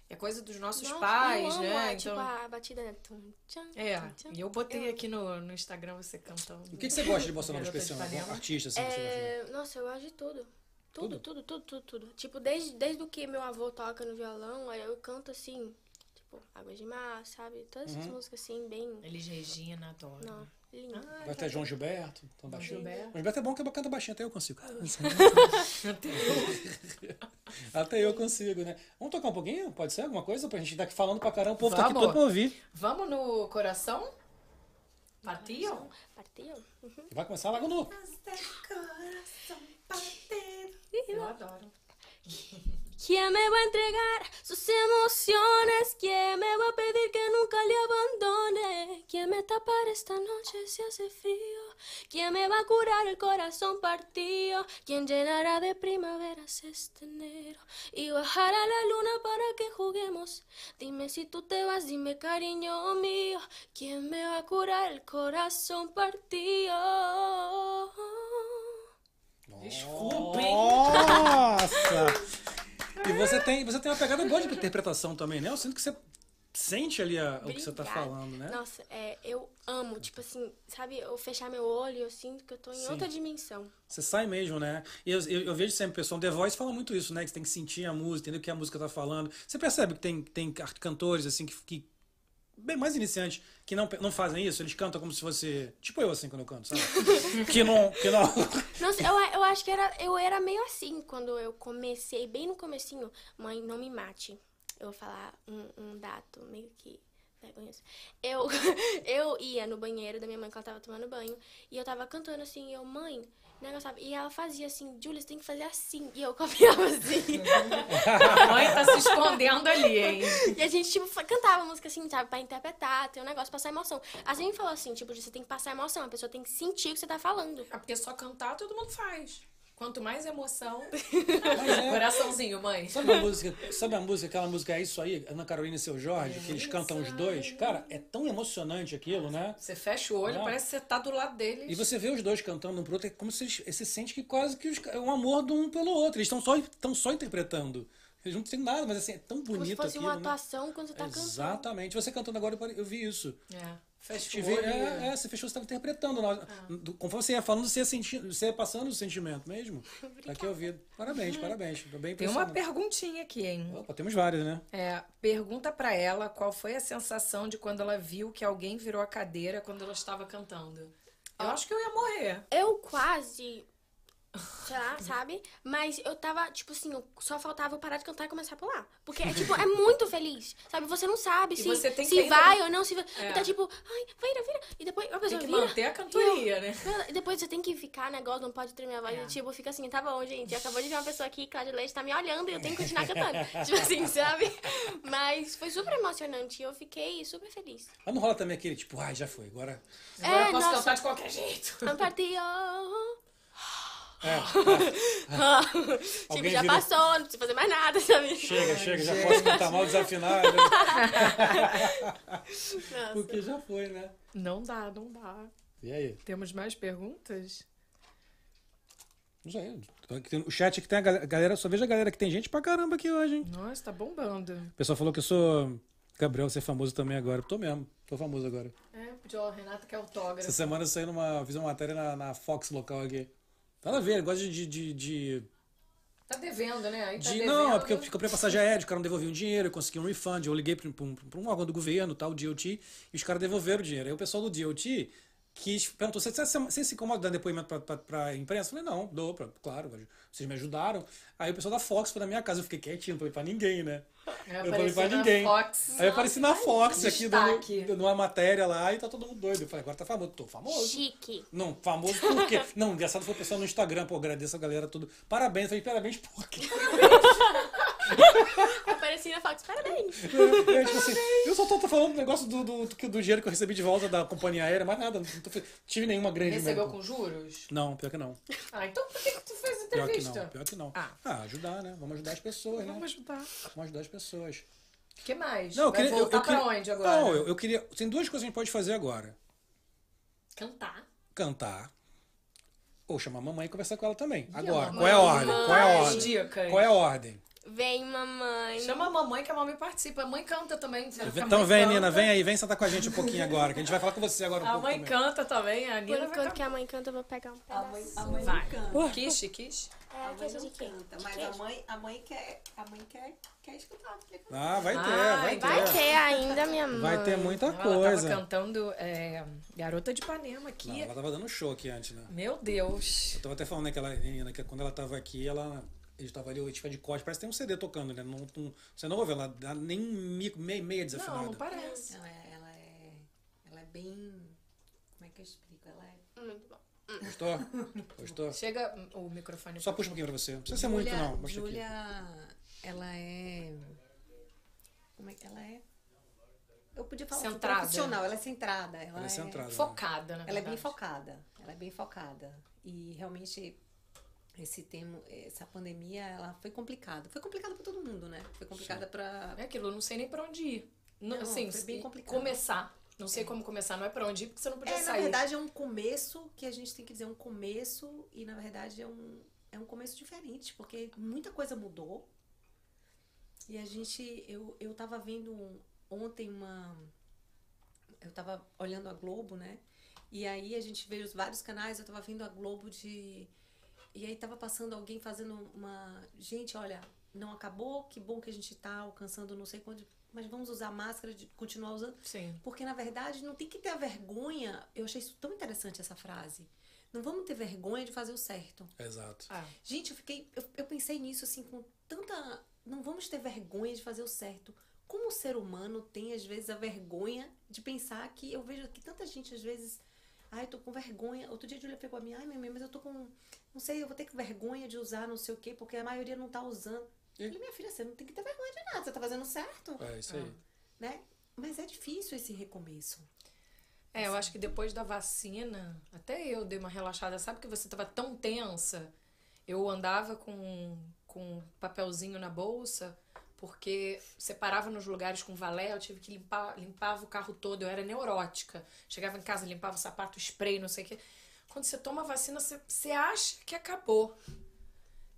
Speaker 2: É coisa dos nossos
Speaker 3: Nossa, eu
Speaker 2: pais,
Speaker 3: amo, Então,
Speaker 2: né?
Speaker 3: é, Tipo, a batida né? Tum, tchan,
Speaker 2: É,
Speaker 3: tum, tchan.
Speaker 2: e eu botei aqui no, no Instagram você cantando.
Speaker 1: O que, que você gosta de Bossa Nova
Speaker 2: Garota de
Speaker 1: especial?
Speaker 2: Ipanema.
Speaker 1: Artista, assim, que você gosta?
Speaker 3: É, nossa, eu gosto de tudo. Tudo, tudo, tudo, tudo, tudo. Tipo, desde, desde o que meu avô toca no violão, aí eu canto assim, tipo, Água de Mar, sabe? Todas essas músicas assim, bem.
Speaker 2: Elis Regina, adoro.
Speaker 3: Não, lindo.
Speaker 2: Ah,
Speaker 1: Vai ter João Gilberto, então baixinho.
Speaker 2: Gilberto.
Speaker 1: João Gilberto é bom que eu canto baixinho, até eu consigo. até eu consigo, né? Vamos tocar um pouquinho? Pode ser alguma coisa? Pra gente estar aqui falando pra caramba, o povo tá aqui
Speaker 2: Vamos.
Speaker 1: todo pra ouvir.
Speaker 2: Vamos no coração? Batiam?
Speaker 3: Partiu? Uhum.
Speaker 1: Vai começar logo no...
Speaker 2: Eu adoro.
Speaker 3: Que me va a entregar sus emociones, que me va a pedir que nunca le abandone, que me tapará esta noche si hace frío, que me va a curar el corazón partido, quien llenará de primaveras este enero y bajará la luna para que juguemos. Dime si tú te vas, dime cariño mío, quién me va a curar el corazón partido.
Speaker 2: Desculpa, hein?
Speaker 1: Nossa! E você tem, você tem uma pegada boa de interpretação também, né? Eu sinto que você sente ali a- o que você tá
Speaker 3: Obrigada.
Speaker 1: falando, né?
Speaker 3: Nossa, é, eu amo, tipo assim, sabe, eu fechar meu olho, eu sinto que eu tô em
Speaker 1: Sim.
Speaker 3: outra dimensão.
Speaker 1: Você sai mesmo, né? E eu, eu- eu vejo sempre, pessoal, The Voice fala muito isso, né? Que você tem que sentir a música, entender o que a música tá falando. Você percebe que tem, tem car- cantores, assim, que, que- bem mais iniciantes, que não, pe- não fazem isso. Eles cantam como se fosse... Tipo eu, assim, quando eu canto, sabe? que não... Que não...
Speaker 3: Nossa, eu, eu acho que era, eu era meio assim quando eu comecei, bem no comecinho, mãe, não me mate. Eu vou falar um, um dato meio que vergonhoso. Eu, eu ia no banheiro da minha mãe, que ela tava tomando banho, e eu tava cantando assim, e eu, mãe, negócio, sabe? E ela fazia assim, Julia, você tem que fazer assim. E eu copiava assim.
Speaker 2: A mãe tá se escondendo ali, hein?
Speaker 3: E a gente, tipo, fa- cantava música assim, sabe? Pra interpretar, tem um negócio, passar emoção. A gente falou assim, tipo, você tem que passar emoção, a pessoa tem que sentir o que você tá falando.
Speaker 2: É porque só cantar todo mundo faz. Quanto mais emoção.
Speaker 1: Mas é,
Speaker 2: Coraçãozinho, mãe.
Speaker 1: Sabe a música, sabe a música, aquela música É Isso Aí, Ana Carolina e Seu Jorge, que eles cantam os dois? Cara, é tão emocionante aquilo, né?
Speaker 2: Você fecha o olho,
Speaker 1: Ah.
Speaker 2: parece que você tá do lado deles.
Speaker 1: E você vê os dois cantando um pro outro, é como se eles, você sente que quase que os, é um amor de um pelo outro. Eles estão só, tão só interpretando. Eles não têm nada, mas assim, é tão
Speaker 3: Como se
Speaker 1: bonito
Speaker 3: fosse
Speaker 1: aquilo,
Speaker 3: uma
Speaker 1: né?
Speaker 3: atuação quando você tá cantando.
Speaker 1: Exatamente. Você cantando agora, eu pare- eu vi isso.
Speaker 2: É, fecha
Speaker 1: Te
Speaker 3: Tipo,
Speaker 2: o
Speaker 1: vi,
Speaker 2: olho.
Speaker 1: é, é, você fechou, você estava interpretando. na-
Speaker 3: Ah.
Speaker 1: do- Conforme você ia falando, você ia, senti, você ia passando o sentimento mesmo. Tá aqui ouvido. Parabéns, parabéns. Tô bem
Speaker 2: Tem uma
Speaker 1: impressionado.
Speaker 2: perguntinha aqui, hein?
Speaker 1: Opa, temos várias, né?
Speaker 2: É, pergunta pra ela qual foi a sensação de quando ela viu que alguém virou a cadeira quando ela estava cantando. Eu acho que eu ia morrer.
Speaker 3: Eu quase, sei lá, sabe? Mas eu tava, tipo assim, eu- só faltava eu parar de cantar e começar a pular. Porque, é, tipo, é muito feliz, sabe? Você não sabe se,
Speaker 2: você tem que
Speaker 3: se
Speaker 2: ainda-
Speaker 3: vai ou não, se vai.
Speaker 2: É.
Speaker 3: Tá tipo, ai, vira, vira. E depois a
Speaker 2: Tem
Speaker 3: pessoa
Speaker 2: que
Speaker 3: vira.
Speaker 2: manter a cantoria, né?
Speaker 3: E depois você tem que ficar negócio, não pode tremer a voz.
Speaker 2: É.
Speaker 3: E, tipo, fica assim, tá bom, gente. Acabou de ver uma pessoa aqui, Cláudia Leite, tá me olhando e eu tenho que continuar cantando. tipo assim, sabe? Mas foi super emocionante e eu fiquei super feliz.
Speaker 1: Mas não rola também aquele tipo, ai, já foi, agora.
Speaker 3: É,
Speaker 2: Agora eu posso
Speaker 3: nossa.
Speaker 2: cantar de qualquer jeito.
Speaker 3: Ampartio!
Speaker 1: É,
Speaker 3: tipo,
Speaker 1: Alguém
Speaker 3: já
Speaker 1: virou-
Speaker 3: passou, não precisa fazer mais nada, sabe?
Speaker 1: chega, chega, já posso cantar mal desafinado.
Speaker 3: Nossa.
Speaker 1: Porque já foi, né?
Speaker 2: Não dá, não dá.
Speaker 1: E aí?
Speaker 2: Temos mais perguntas?
Speaker 1: Não sei. Aqui tem- O chat aqui tem a gal- galera, só vejo a galera que tem gente pra caramba aqui hoje, hein?
Speaker 2: Nossa, tá bombando.
Speaker 1: O pessoal falou que eu sou. Gabriel, você é famoso também agora. Tô mesmo, tô famoso agora.
Speaker 2: É, pediu ao Renato que é
Speaker 1: Essa
Speaker 2: autógrafo.
Speaker 1: semana eu saí numa. Fiz uma matéria na, na Fox local aqui. Nada a ver, eu gosto de. de, de,
Speaker 2: Tá devendo, né? Aí tá
Speaker 1: de-
Speaker 2: devendo.
Speaker 1: não, é porque eu comprei passagem aérea, os caras não devolviam dinheiro, eu consegui um refund, eu liguei pra, um- pra um órgão do governo, tal, o DOT, e os caras devolveram o dinheiro. Aí o pessoal do DOT quis, perguntou: você se, se incomoda dar depoimento pra, pra, pra imprensa? Eu falei: não, dou, pra, claro, vocês me ajudaram. Aí o pessoal da Fox foi na minha casa, eu fiquei quietinho, não falei pra ninguém, né?
Speaker 2: É,
Speaker 1: Eu falei pra
Speaker 2: apareceu na
Speaker 1: ninguém.
Speaker 2: Fox.
Speaker 1: Aí eu apareci na Fox aqui,
Speaker 2: Destaque.
Speaker 1: dando, numa matéria lá, e tá todo mundo doido. Eu falei, agora tá famoso. Tô famoso.
Speaker 3: Chique.
Speaker 1: Não, famoso por quê? Não, engraçado foi o pessoal no Instagram, pô, agradeço a galera tudo. Parabéns, eu falei, parabéns por quê?
Speaker 3: Apareci na Fox, parabéns.
Speaker 1: Eu, tipo assim, eu só tô, tô falando do negócio do, do, do, do dinheiro que eu recebi de volta da companhia aérea, mas nada, não tô fe- tive nenhuma grande
Speaker 2: Recebeu
Speaker 1: merda.
Speaker 2: com juros?
Speaker 1: Não, pior que não.
Speaker 2: Ah, então por que, que tu fez
Speaker 1: Pior que
Speaker 2: entrevista?
Speaker 1: não, pior que não.
Speaker 2: Ah.
Speaker 1: Ah, ajudar, né? Vamos ajudar as pessoas, né?
Speaker 2: ajudar.
Speaker 1: Vamos ajudar as pessoas.
Speaker 2: O que mais?
Speaker 1: Não, eu
Speaker 2: Vai
Speaker 1: queria. eu-
Speaker 2: voltar
Speaker 1: eu queria-
Speaker 2: pra onde agora?
Speaker 1: Não, eu, eu queria. Tem duas coisas que a gente pode fazer agora:
Speaker 2: Cantar.
Speaker 1: cantar. Ou chamar a mamãe e conversar com ela também. Agora,
Speaker 2: mamãe?
Speaker 1: qual é a ordem? Qual é a
Speaker 2: Mais
Speaker 1: ordem?
Speaker 2: dicas.
Speaker 1: Qual é a ordem?
Speaker 3: Vem, mamãe.
Speaker 2: Chama a mamãe que a mamãe participa. A mãe canta também. se ela ficar
Speaker 1: Então
Speaker 2: Tá mãe
Speaker 1: vem,
Speaker 2: canta.
Speaker 1: Nina, vem aí, vem sentar com a gente um pouquinho agora, que a gente vai falar com você agora um
Speaker 2: A
Speaker 1: pouco.
Speaker 2: mãe
Speaker 1: também.
Speaker 2: canta também. A
Speaker 3: Por
Speaker 2: Nina vai
Speaker 3: enquanto que
Speaker 2: cantar.
Speaker 3: a mãe canta, eu vou pegar um
Speaker 4: A
Speaker 3: pedaço.
Speaker 4: mãe, a mãe
Speaker 2: Vai.
Speaker 4: não canta.
Speaker 2: Kish, kish.
Speaker 4: A
Speaker 3: É,
Speaker 4: mãe
Speaker 3: queijo
Speaker 4: não
Speaker 3: de queijo.
Speaker 4: canta, mas a mãe, a mãe quer, a mãe quer, quer escutar. porque canta.
Speaker 1: Ah, vai ter, vai
Speaker 2: Ai,
Speaker 1: ter.
Speaker 3: Vai ter ainda, minha mãe.
Speaker 1: Vai ter muita
Speaker 2: Ela
Speaker 1: coisa.
Speaker 2: tava cantando é, Garota de Ipanema aqui.
Speaker 1: Não, ela tava dando show aqui antes, né?
Speaker 2: Meu Deus.
Speaker 1: Eu tava até falando naquela menina que quando ela tava aqui, ela. Ele tava ali, tipo, de costas, parece que tem um CD tocando, né? Não, não- você não ouve, ela dá nem mi- meia, meia desafinada.
Speaker 2: Não, não parece.
Speaker 4: Ela é, ela é, ela é bem, como é que eu explico? Ela é
Speaker 3: Muito bom.
Speaker 1: Gostou? Gostou?
Speaker 2: Chega o microfone.
Speaker 1: Só puxa um pouquinho pra você. Não precisa ser muito, não. Puxa aqui.
Speaker 4: Júlia, ela é. Como é que ela é? Eu podia falar assim,
Speaker 2: Centrada.
Speaker 4: profissional, ela é centrada. Ela,
Speaker 1: Ela é centrada.
Speaker 2: Focada, na
Speaker 4: Ela é
Speaker 2: verdade.
Speaker 4: bem focada. Ela é bem focada. E realmente esse tema, essa pandemia, ela foi complicada. Foi complicada para todo mundo, né? Foi complicada para
Speaker 2: É aquilo, eu não sei nem pra onde ir. Não,
Speaker 4: Não,
Speaker 2: assim,
Speaker 4: foi bem
Speaker 2: se-
Speaker 4: complicado.
Speaker 2: começar. Não sei como começar, não é pra onde ir, porque você não podia
Speaker 4: É, na
Speaker 2: sair.
Speaker 4: verdade, é um começo que a gente tem que dizer um começo, e na verdade é um, é um começo diferente, porque muita coisa mudou. E a gente, eu, eu tava vendo um- ontem uma. Eu tava olhando a Globo, né? E aí a gente vê os vários canais, eu tava vendo a Globo de. E aí tava passando alguém fazendo uma. Gente, olha, não acabou, que bom que a gente tá alcançando não sei quanto. Mas vamos usar máscara, de continuar usando.
Speaker 2: Sim.
Speaker 4: Porque, na verdade, não tem que ter a vergonha. Eu achei isso tão interessante essa frase. Não vamos ter vergonha de fazer o certo.
Speaker 1: Exato.
Speaker 2: Ah,
Speaker 4: Gente, eu fiquei. Eu, eu pensei nisso assim, com tanta. Não vamos ter vergonha de fazer o certo. Como o ser humano tem, às vezes, a vergonha de pensar que eu vejo que tanta gente, às vezes. Ai, eu tô com vergonha. Outro dia a Julia pegou a minha. Ai, minha mãe, mas eu tô com. Não sei, eu vou ter que vergonha de usar não sei o quê, porque a maioria não tá usando.
Speaker 1: E?
Speaker 4: Eu falei, minha filha, você não tem que ter vergonha de nada. Você tá fazendo certo,
Speaker 1: É isso aí.
Speaker 4: né? Mas é difícil esse recomeço.
Speaker 2: É,
Speaker 4: Assim.
Speaker 2: eu acho que depois da vacina, até eu dei uma relaxada. Sabe que você tava tão tensa? Eu andava com, com um papelzinho na bolsa, porque separava nos lugares com valé, eu tive que limpar limpava o carro todo, eu era neurótica. Chegava em casa, limpava o sapato, spray, não sei o quê. Quando você toma a vacina, você, você acha que acabou.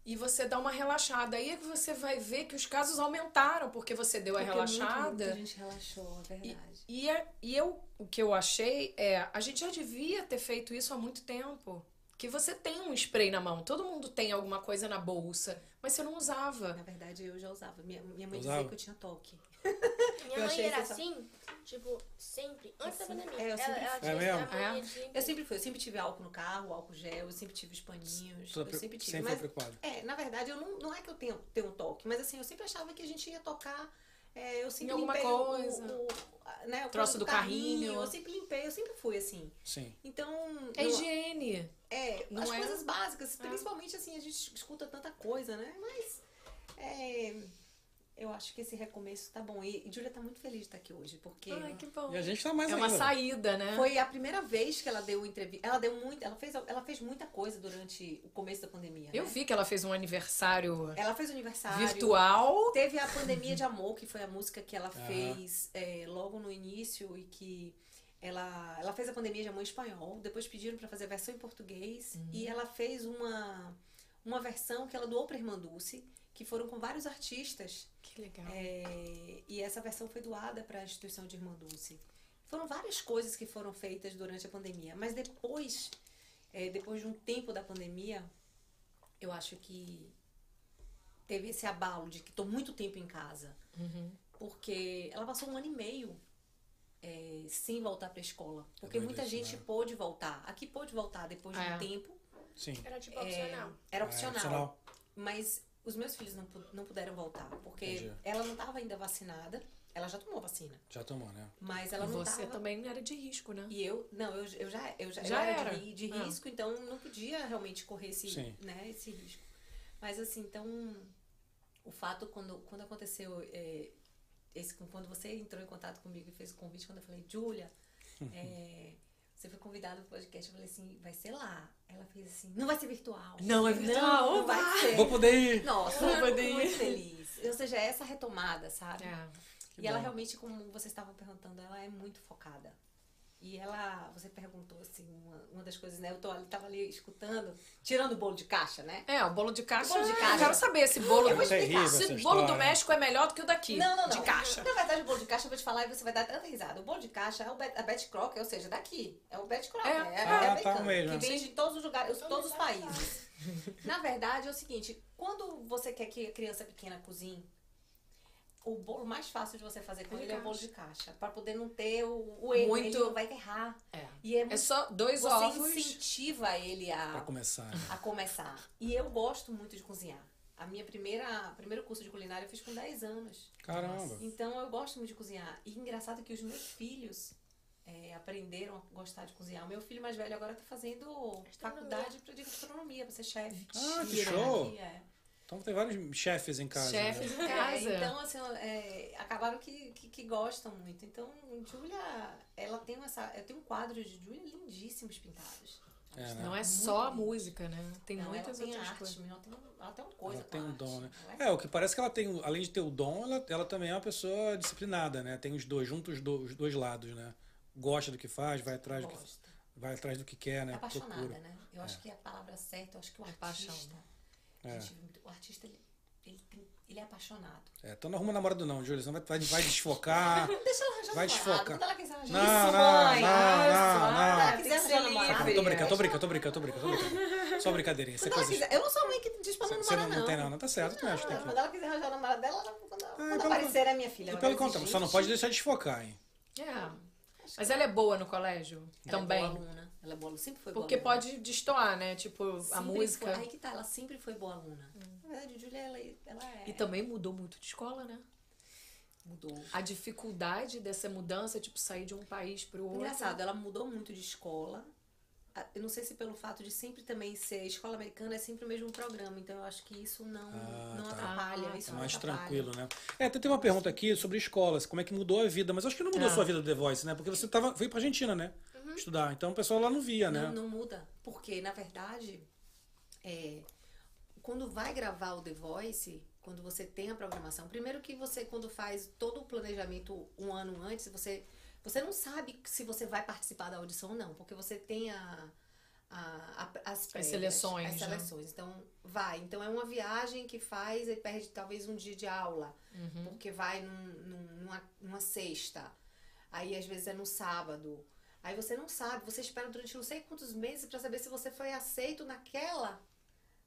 Speaker 2: E você dá uma relaxada. Aí é que você vai ver que os casos aumentaram, porque você deu a é
Speaker 4: Porque é
Speaker 2: relaxada.
Speaker 4: Muito, muita gente relaxou, é verdade.
Speaker 2: E, a- e eu, o que eu achei é, a gente já devia ter feito isso há muito tempo. Que você tem um spray na mão, todo mundo tem alguma coisa na bolsa, mas você não usava.
Speaker 4: Na verdade, eu já usava. Minha, minha mãe
Speaker 1: Usava?
Speaker 4: dizia que eu tinha toque.
Speaker 3: Minha
Speaker 4: Eu
Speaker 3: mãe
Speaker 4: achei
Speaker 3: era
Speaker 4: isso-
Speaker 3: assim, tipo, sempre, antes da
Speaker 4: Assim,
Speaker 3: pandemia.
Speaker 4: é, eu
Speaker 3: ela,
Speaker 4: sempre
Speaker 3: ela tinha
Speaker 1: É
Speaker 4: fui.
Speaker 3: essa
Speaker 1: mesmo?
Speaker 3: mania
Speaker 2: É.
Speaker 3: de-
Speaker 4: Eu sempre fui. Eu sempre tive álcool no carro, álcool gel, eu sempre tive os paninhos.
Speaker 1: Tô
Speaker 4: Eu
Speaker 1: pre-
Speaker 4: sempre tive.
Speaker 1: Sempre foi
Speaker 4: mas,
Speaker 1: preocupado.
Speaker 4: é, na verdade, eu não, não é que eu tenho, tenho um toque, mas assim, eu sempre achava que a gente ia tocar. é, eu sempre
Speaker 2: Em alguma
Speaker 4: limpei o-
Speaker 2: coisa.
Speaker 4: O, a- né, o
Speaker 2: Troço do carrinho.
Speaker 4: Eu sempre limpei, eu sempre fui assim.
Speaker 1: Sim.
Speaker 4: Então.
Speaker 2: É
Speaker 4: eu-
Speaker 2: higiene.
Speaker 4: É,
Speaker 2: Não
Speaker 4: as
Speaker 2: é?
Speaker 4: coisas básicas,
Speaker 2: É.
Speaker 4: principalmente assim, a gente escuta tanta coisa, né? Mas é, eu acho que esse recomeço tá bom. E, e Júlia tá muito feliz de estar aqui hoje, porque
Speaker 2: Ai, que bom.
Speaker 1: E a gente tá mais
Speaker 2: É uma
Speaker 1: ainda.
Speaker 2: saída, né?
Speaker 4: foi a primeira vez que ela deu entrevista. Ela deu muito, ela fez, ela fez muita coisa durante o começo da pandemia.
Speaker 2: Eu
Speaker 4: né?
Speaker 2: vi que ela fez um aniversário
Speaker 4: Ela fez É aniversário.
Speaker 2: virtual.
Speaker 4: Teve a Pandemia de Amor, que foi a música que ela
Speaker 1: Aham.
Speaker 4: fez é, logo no início e que ela, ela fez a Pandemia de Amor em espanhol, depois pediram pra fazer a versão em português e ela fez uma, uma versão que ela doou pra Irmã Dulce, que foram com vários artistas
Speaker 2: Que legal.
Speaker 4: é, e essa versão foi doada para a instituição de Irmã Dulce. Foram várias coisas que foram feitas durante a pandemia, mas depois, é, depois de um tempo da pandemia, eu acho que teve esse abalo de que estou muito tempo em casa,
Speaker 2: Uhum.
Speaker 4: porque ela passou um ano e meio é, sem voltar para a escola, porque
Speaker 1: doido
Speaker 4: muita
Speaker 1: isso,
Speaker 4: gente
Speaker 1: né?
Speaker 4: pôde voltar. Aqui pôde voltar depois de
Speaker 2: É.
Speaker 4: um tempo,
Speaker 1: Sim.
Speaker 3: Era tipo opcional.
Speaker 4: era
Speaker 1: É,
Speaker 4: opcional.
Speaker 1: opcional.
Speaker 4: Mas os meus filhos não, pu- não puderam voltar, porque
Speaker 1: Entendi.
Speaker 4: ela não estava ainda vacinada. Ela já tomou vacina,
Speaker 1: Já tomou, né?
Speaker 4: mas
Speaker 2: E
Speaker 4: ela não
Speaker 2: você
Speaker 4: estava.
Speaker 2: também não era de risco, né?
Speaker 4: E eu, não, eu, eu já, eu já, eu
Speaker 2: Já
Speaker 4: era,
Speaker 2: era.
Speaker 4: de, ri- de
Speaker 2: Ah.
Speaker 4: risco, então não podia realmente correr esse,
Speaker 1: Sim.
Speaker 4: né, esse risco. Mas assim, então, o fato quando, quando aconteceu é, esse, quando você entrou em contato comigo e fez o convite, quando eu falei, Júlia, é, você foi convidada para o podcast, eu falei assim, vai ser lá. Ela fez assim, não vai ser virtual.
Speaker 2: Não é
Speaker 4: Eu falei,
Speaker 2: virtual,
Speaker 4: Não, não vai ser.
Speaker 1: Vou poder ir.
Speaker 4: Nossa,
Speaker 2: Vou
Speaker 4: eu tô
Speaker 2: poder ir.
Speaker 4: muito feliz. Ou seja, é essa retomada, sabe?
Speaker 2: É.
Speaker 1: Que
Speaker 4: e ela
Speaker 1: bom.
Speaker 4: realmente, como vocês estavam perguntando, ela é muito focada. E ela, você perguntou assim, uma, uma das coisas, né? Eu tô, ali- tava ali escutando, tirando o bolo de caixa, né?
Speaker 2: É, o bolo de caixa.
Speaker 4: Bolo de
Speaker 2: eu
Speaker 4: caixa.
Speaker 2: quero saber se bolo.
Speaker 4: Eu vou
Speaker 1: É terrível
Speaker 2: se
Speaker 1: essa
Speaker 2: o bolo do
Speaker 1: história.
Speaker 2: México é melhor do que o daqui.
Speaker 4: Não, não, não.
Speaker 2: De caixa.
Speaker 4: Na verdade, o bolo de caixa eu vou te falar e você vai dar tanta risada. O bolo de caixa é o Bet- a Betty Crocker, ou seja, daqui. É o Betty Crocker.
Speaker 2: É. Então
Speaker 4: É, é, é
Speaker 1: Ah, tá,
Speaker 4: americano,
Speaker 1: o mesmo.
Speaker 4: Que vem de todos os lugares, de todos os países. Na verdade, é o seguinte. Quando você quer que a criança pequena cozinhe, o bolo mais fácil de você fazer com
Speaker 3: É de
Speaker 4: ele é o
Speaker 3: caixa.
Speaker 4: bolo de caixa. Pra poder não ter o, o erro.
Speaker 2: Muito.
Speaker 4: Ele não vai errar.
Speaker 2: É.
Speaker 4: E é
Speaker 2: É
Speaker 4: muito...
Speaker 2: só dois
Speaker 4: Você
Speaker 2: ovos.
Speaker 4: incentiva ele a
Speaker 1: Pra começar.
Speaker 4: a começar. E eu gosto muito de cozinhar. A minha primeira primeiro curso de culinária eu fiz com 10 anos.
Speaker 1: Caramba.
Speaker 4: Então eu gosto muito de cozinhar. E engraçado que os meus filhos eh, aprenderam a gostar de cozinhar. O meu filho mais velho agora tá fazendo faculdade pra- de gastronomia, pra ser chefe.
Speaker 1: Ah, que
Speaker 4: Mentira,
Speaker 1: show.
Speaker 4: aqui, é.
Speaker 1: Então tem vários chefes em casa. né?
Speaker 2: Chefes em
Speaker 4: É,
Speaker 2: casa.
Speaker 4: então, assim, é, acabaram que, que, que gostam muito. Então, Júlia, ela tem essa. Eu tenho um quadro de Júlia lindíssimos pintados.
Speaker 1: É, né?
Speaker 2: Não é
Speaker 4: Muito
Speaker 2: só a
Speaker 4: lindo.
Speaker 2: música, né? Tem
Speaker 4: Não,
Speaker 2: muitas
Speaker 4: ela tem
Speaker 2: outras
Speaker 4: arte,
Speaker 2: coisas.
Speaker 4: Ela tem, um, ela tem uma coisa
Speaker 1: Ela
Speaker 4: com
Speaker 1: tem
Speaker 4: a
Speaker 1: um
Speaker 4: arte,
Speaker 1: dom, né?
Speaker 4: ela
Speaker 1: É, o que parece que ela tem, além de ter o dom, ela, ela também é uma pessoa disciplinada, né? Tem os dois, juntos os do- os dois lados, né? Gosta do que faz, vai atrás, do que,
Speaker 4: gosta.
Speaker 1: vai atrás do que quer, né?
Speaker 4: apaixonada,
Speaker 1: Procura.
Speaker 4: né? Eu acho que é a palavra certa, eu acho que o
Speaker 2: É
Speaker 4: artista.
Speaker 2: paixão,
Speaker 1: É.
Speaker 4: Gente, o artista, ele, ele, tem- ele é apaixonado.
Speaker 1: É, então não arruma namorado não, Júlia, senão vai, vai, vai desfocar.
Speaker 4: Deixa ela arranjar um
Speaker 1: Vai
Speaker 4: namorado,
Speaker 1: desfocar.
Speaker 4: quando ela quiser arranjar um
Speaker 1: Não,
Speaker 4: namorado.
Speaker 1: não, não, não,
Speaker 4: Quando
Speaker 1: não.
Speaker 4: ela
Speaker 2: Tem que
Speaker 4: quiser
Speaker 2: ser
Speaker 4: arranjar namorado.
Speaker 2: livre.
Speaker 1: Ah, Tô brincando, tô brincando, tô brincando, tô brincando. Tô brincando. Só brincadeirinha. Isso é
Speaker 4: Quando ela
Speaker 1: coisa.
Speaker 4: quiser. Eu não sou a mãe que diz pra não
Speaker 1: Você não,
Speaker 4: namorar,
Speaker 1: não tem não, não tá certo, tu acho que tem
Speaker 4: Quando
Speaker 1: que.
Speaker 4: ela quiser arranjar o namorado dela, ela- quando, quando
Speaker 1: pelo-
Speaker 4: aparecer, é minha filha.
Speaker 1: E
Speaker 4: ela
Speaker 1: pelo
Speaker 4: vai
Speaker 1: contrário,
Speaker 4: dizer,
Speaker 1: só não pode
Speaker 4: "Gente,
Speaker 1: deixar desfocar, hein?
Speaker 2: É. Mas ela é boa no colégio
Speaker 4: ela
Speaker 2: também.
Speaker 4: É boa aluna. Ela é boa aluna, sempre foi boa
Speaker 2: porque
Speaker 4: aluna.
Speaker 2: pode destoar, né? Tipo, a
Speaker 4: Sempre
Speaker 2: música.
Speaker 4: foi- aí que tá, ela sempre foi boa aluna. Na verdade, a Júlia, ela, ela é.
Speaker 2: E também mudou muito de escola, né?
Speaker 4: mudou.
Speaker 2: A dificuldade dessa mudança, tipo, sair de um país pro outro.
Speaker 4: Engraçado, ela mudou muito de escola. Ah, Eu não sei se pelo fato de sempre também ser escola americana é sempre o mesmo programa, então eu acho que isso não,
Speaker 1: Ah,
Speaker 4: não
Speaker 1: tá.
Speaker 4: atrapalha.
Speaker 2: Ah,
Speaker 4: isso
Speaker 2: tá.
Speaker 4: não
Speaker 1: Mais
Speaker 4: atrapalha.
Speaker 1: tranquilo, né? É, tem tem uma pergunta aqui sobre escolas, como é que mudou a vida, mas acho que não mudou
Speaker 2: Ah.
Speaker 1: a sua vida do The Voice, né? Porque você tava, foi pra Argentina, né? Estudar. Então o pessoal lá não via, né?
Speaker 4: Uhum. Não, não muda. Porque, na verdade, é, quando vai gravar o The Voice, quando você tem a programação, primeiro que você, quando faz todo o planejamento um ano antes, você, você não sabe se você vai participar da audição ou não, porque você tem a. a- a- as, prévias,
Speaker 2: seleções,
Speaker 4: As
Speaker 2: né?
Speaker 4: seleções. Então, vai. Então, é uma viagem que faz e perde talvez um dia de aula
Speaker 2: Uhum.
Speaker 4: porque vai num- num- numa, numa sexta, aí às vezes é no sábado. Aí você não sabe, você espera durante não sei quantos meses pra saber se você foi aceito naquela,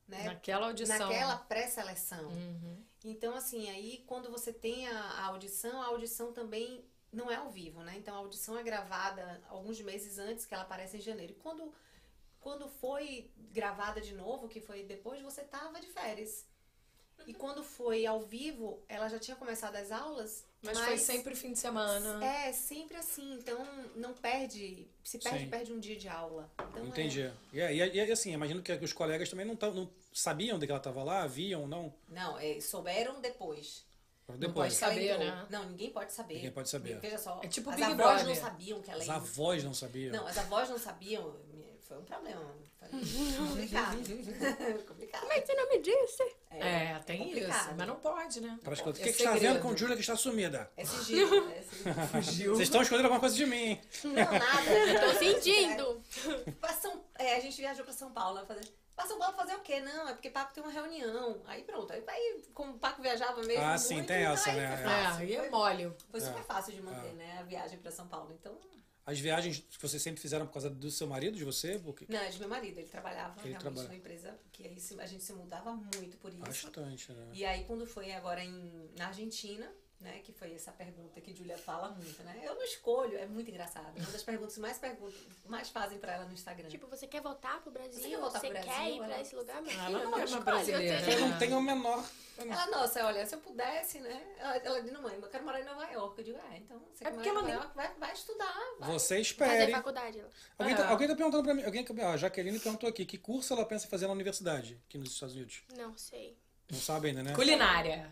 Speaker 4: né?
Speaker 2: Naquela audição.
Speaker 4: Naquela pré-seleção.
Speaker 2: Uhum.
Speaker 4: Então, assim, aí quando você tem a, a audição, a audição também não é ao vivo, né? Então a audição é gravada alguns meses antes que ela aparece em janeiro. E quando, quando foi gravada de novo, que foi depois, você tava de férias. E quando foi ao vivo, ela já tinha começado as aulas.
Speaker 2: Mas, foi sempre fim de semana.
Speaker 4: É, sempre assim. Então não perde. Se perde,
Speaker 1: Sim.
Speaker 4: perde um dia de aula.
Speaker 2: é.
Speaker 4: Então,
Speaker 1: Entendi. É, E, aí- e, aí, assim, imagino que os colegas também não, tavam- não sabiam de que ela estava lá, viam, não?
Speaker 4: É, não, é, souberam depois.
Speaker 2: pode
Speaker 1: Depois.
Speaker 2: saber.
Speaker 4: Ela entrou.
Speaker 2: né?
Speaker 4: Não, ninguém pode saber.
Speaker 1: Ninguém pode saber.
Speaker 4: Veja só.
Speaker 2: É tipo
Speaker 4: as
Speaker 2: Big
Speaker 4: avós
Speaker 2: Brother.
Speaker 4: não sabiam que ela
Speaker 1: As
Speaker 4: ia.
Speaker 1: avós não sabiam.
Speaker 4: Não, as avós não sabiam. me- Foi um problema. Foi complicado. complicado.
Speaker 3: Mas você não me disse?
Speaker 2: É, tem
Speaker 4: complicado.
Speaker 2: isso. Mas não pode, né?
Speaker 1: Pra esconder. O
Speaker 2: É
Speaker 1: que, que está
Speaker 2: segredo.
Speaker 1: vendo com Júlia que está sumida?
Speaker 4: É sigilo. É sigilo.
Speaker 1: Vocês estão escondendo alguma coisa de mim.
Speaker 4: Não, nada.
Speaker 3: Tô sentindo.
Speaker 4: Pra São- é, a gente viajou pra São Paulo. né, Fazer... Pra São Paulo fazer o quê? Não, é porque Paco tem uma reunião. Aí pronto. Aí, aí como o Paco viajava mesmo.
Speaker 1: Ah,
Speaker 4: muito,
Speaker 1: sim, tem
Speaker 4: então
Speaker 1: essa,
Speaker 4: aí
Speaker 1: né?
Speaker 4: foi fácil.
Speaker 2: É, e é mole.
Speaker 4: Foi super
Speaker 1: É.
Speaker 4: fácil de manter, né? A viagem pra São Paulo. Então,
Speaker 1: As viagens que vocês sempre fizeram por causa do seu marido, de você? Porque...
Speaker 4: Não, é de meu marido. Ele trabalhava
Speaker 1: Ele
Speaker 4: realmente
Speaker 1: trabalha.
Speaker 4: numa empresa que aí se- a gente se mudava muito por isso.
Speaker 1: Bastante,
Speaker 2: Ah.
Speaker 1: né?
Speaker 4: E aí, quando foi agora em, na Argentina, né? Que foi essa pergunta que Julia fala muito, né? Eu não escolho, é muito engraçado. Uma das perguntas que mais, perguntam, mais fazem pra ela no Instagram.
Speaker 3: Tipo, você quer voltar pro Brasil?
Speaker 4: É. Você quer voltar pro Brasil?
Speaker 3: ir pra
Speaker 4: Ela-
Speaker 3: esse lugar?
Speaker 1: Ah,
Speaker 3: Mas
Speaker 2: Ela não é uma
Speaker 3: escolho,
Speaker 2: brasileira.
Speaker 3: Eu
Speaker 1: Eu
Speaker 3: tenho...
Speaker 1: não tenho o menor.
Speaker 4: ela, nossa, olha, se eu pudesse, né? Ela, ela diz, mãe, eu quero morar em Nova York. Eu digo, ah, então você
Speaker 2: É
Speaker 4: quer morar
Speaker 2: porque
Speaker 4: em
Speaker 2: ela
Speaker 4: Nova
Speaker 2: nem-
Speaker 4: York, vai, vai estudar. Vai.
Speaker 1: Você
Speaker 3: Fazer
Speaker 1: espere.
Speaker 3: faculdade lá.
Speaker 1: Alguém, tá,
Speaker 2: É.
Speaker 1: alguém tá perguntando pra mim. Alguém, ah, a Jaqueline perguntou aqui. Que curso ela pensa em fazer na universidade, aqui nos Estados Unidos?
Speaker 3: Não sei.
Speaker 1: Não sabe ainda, né?
Speaker 2: Culinária.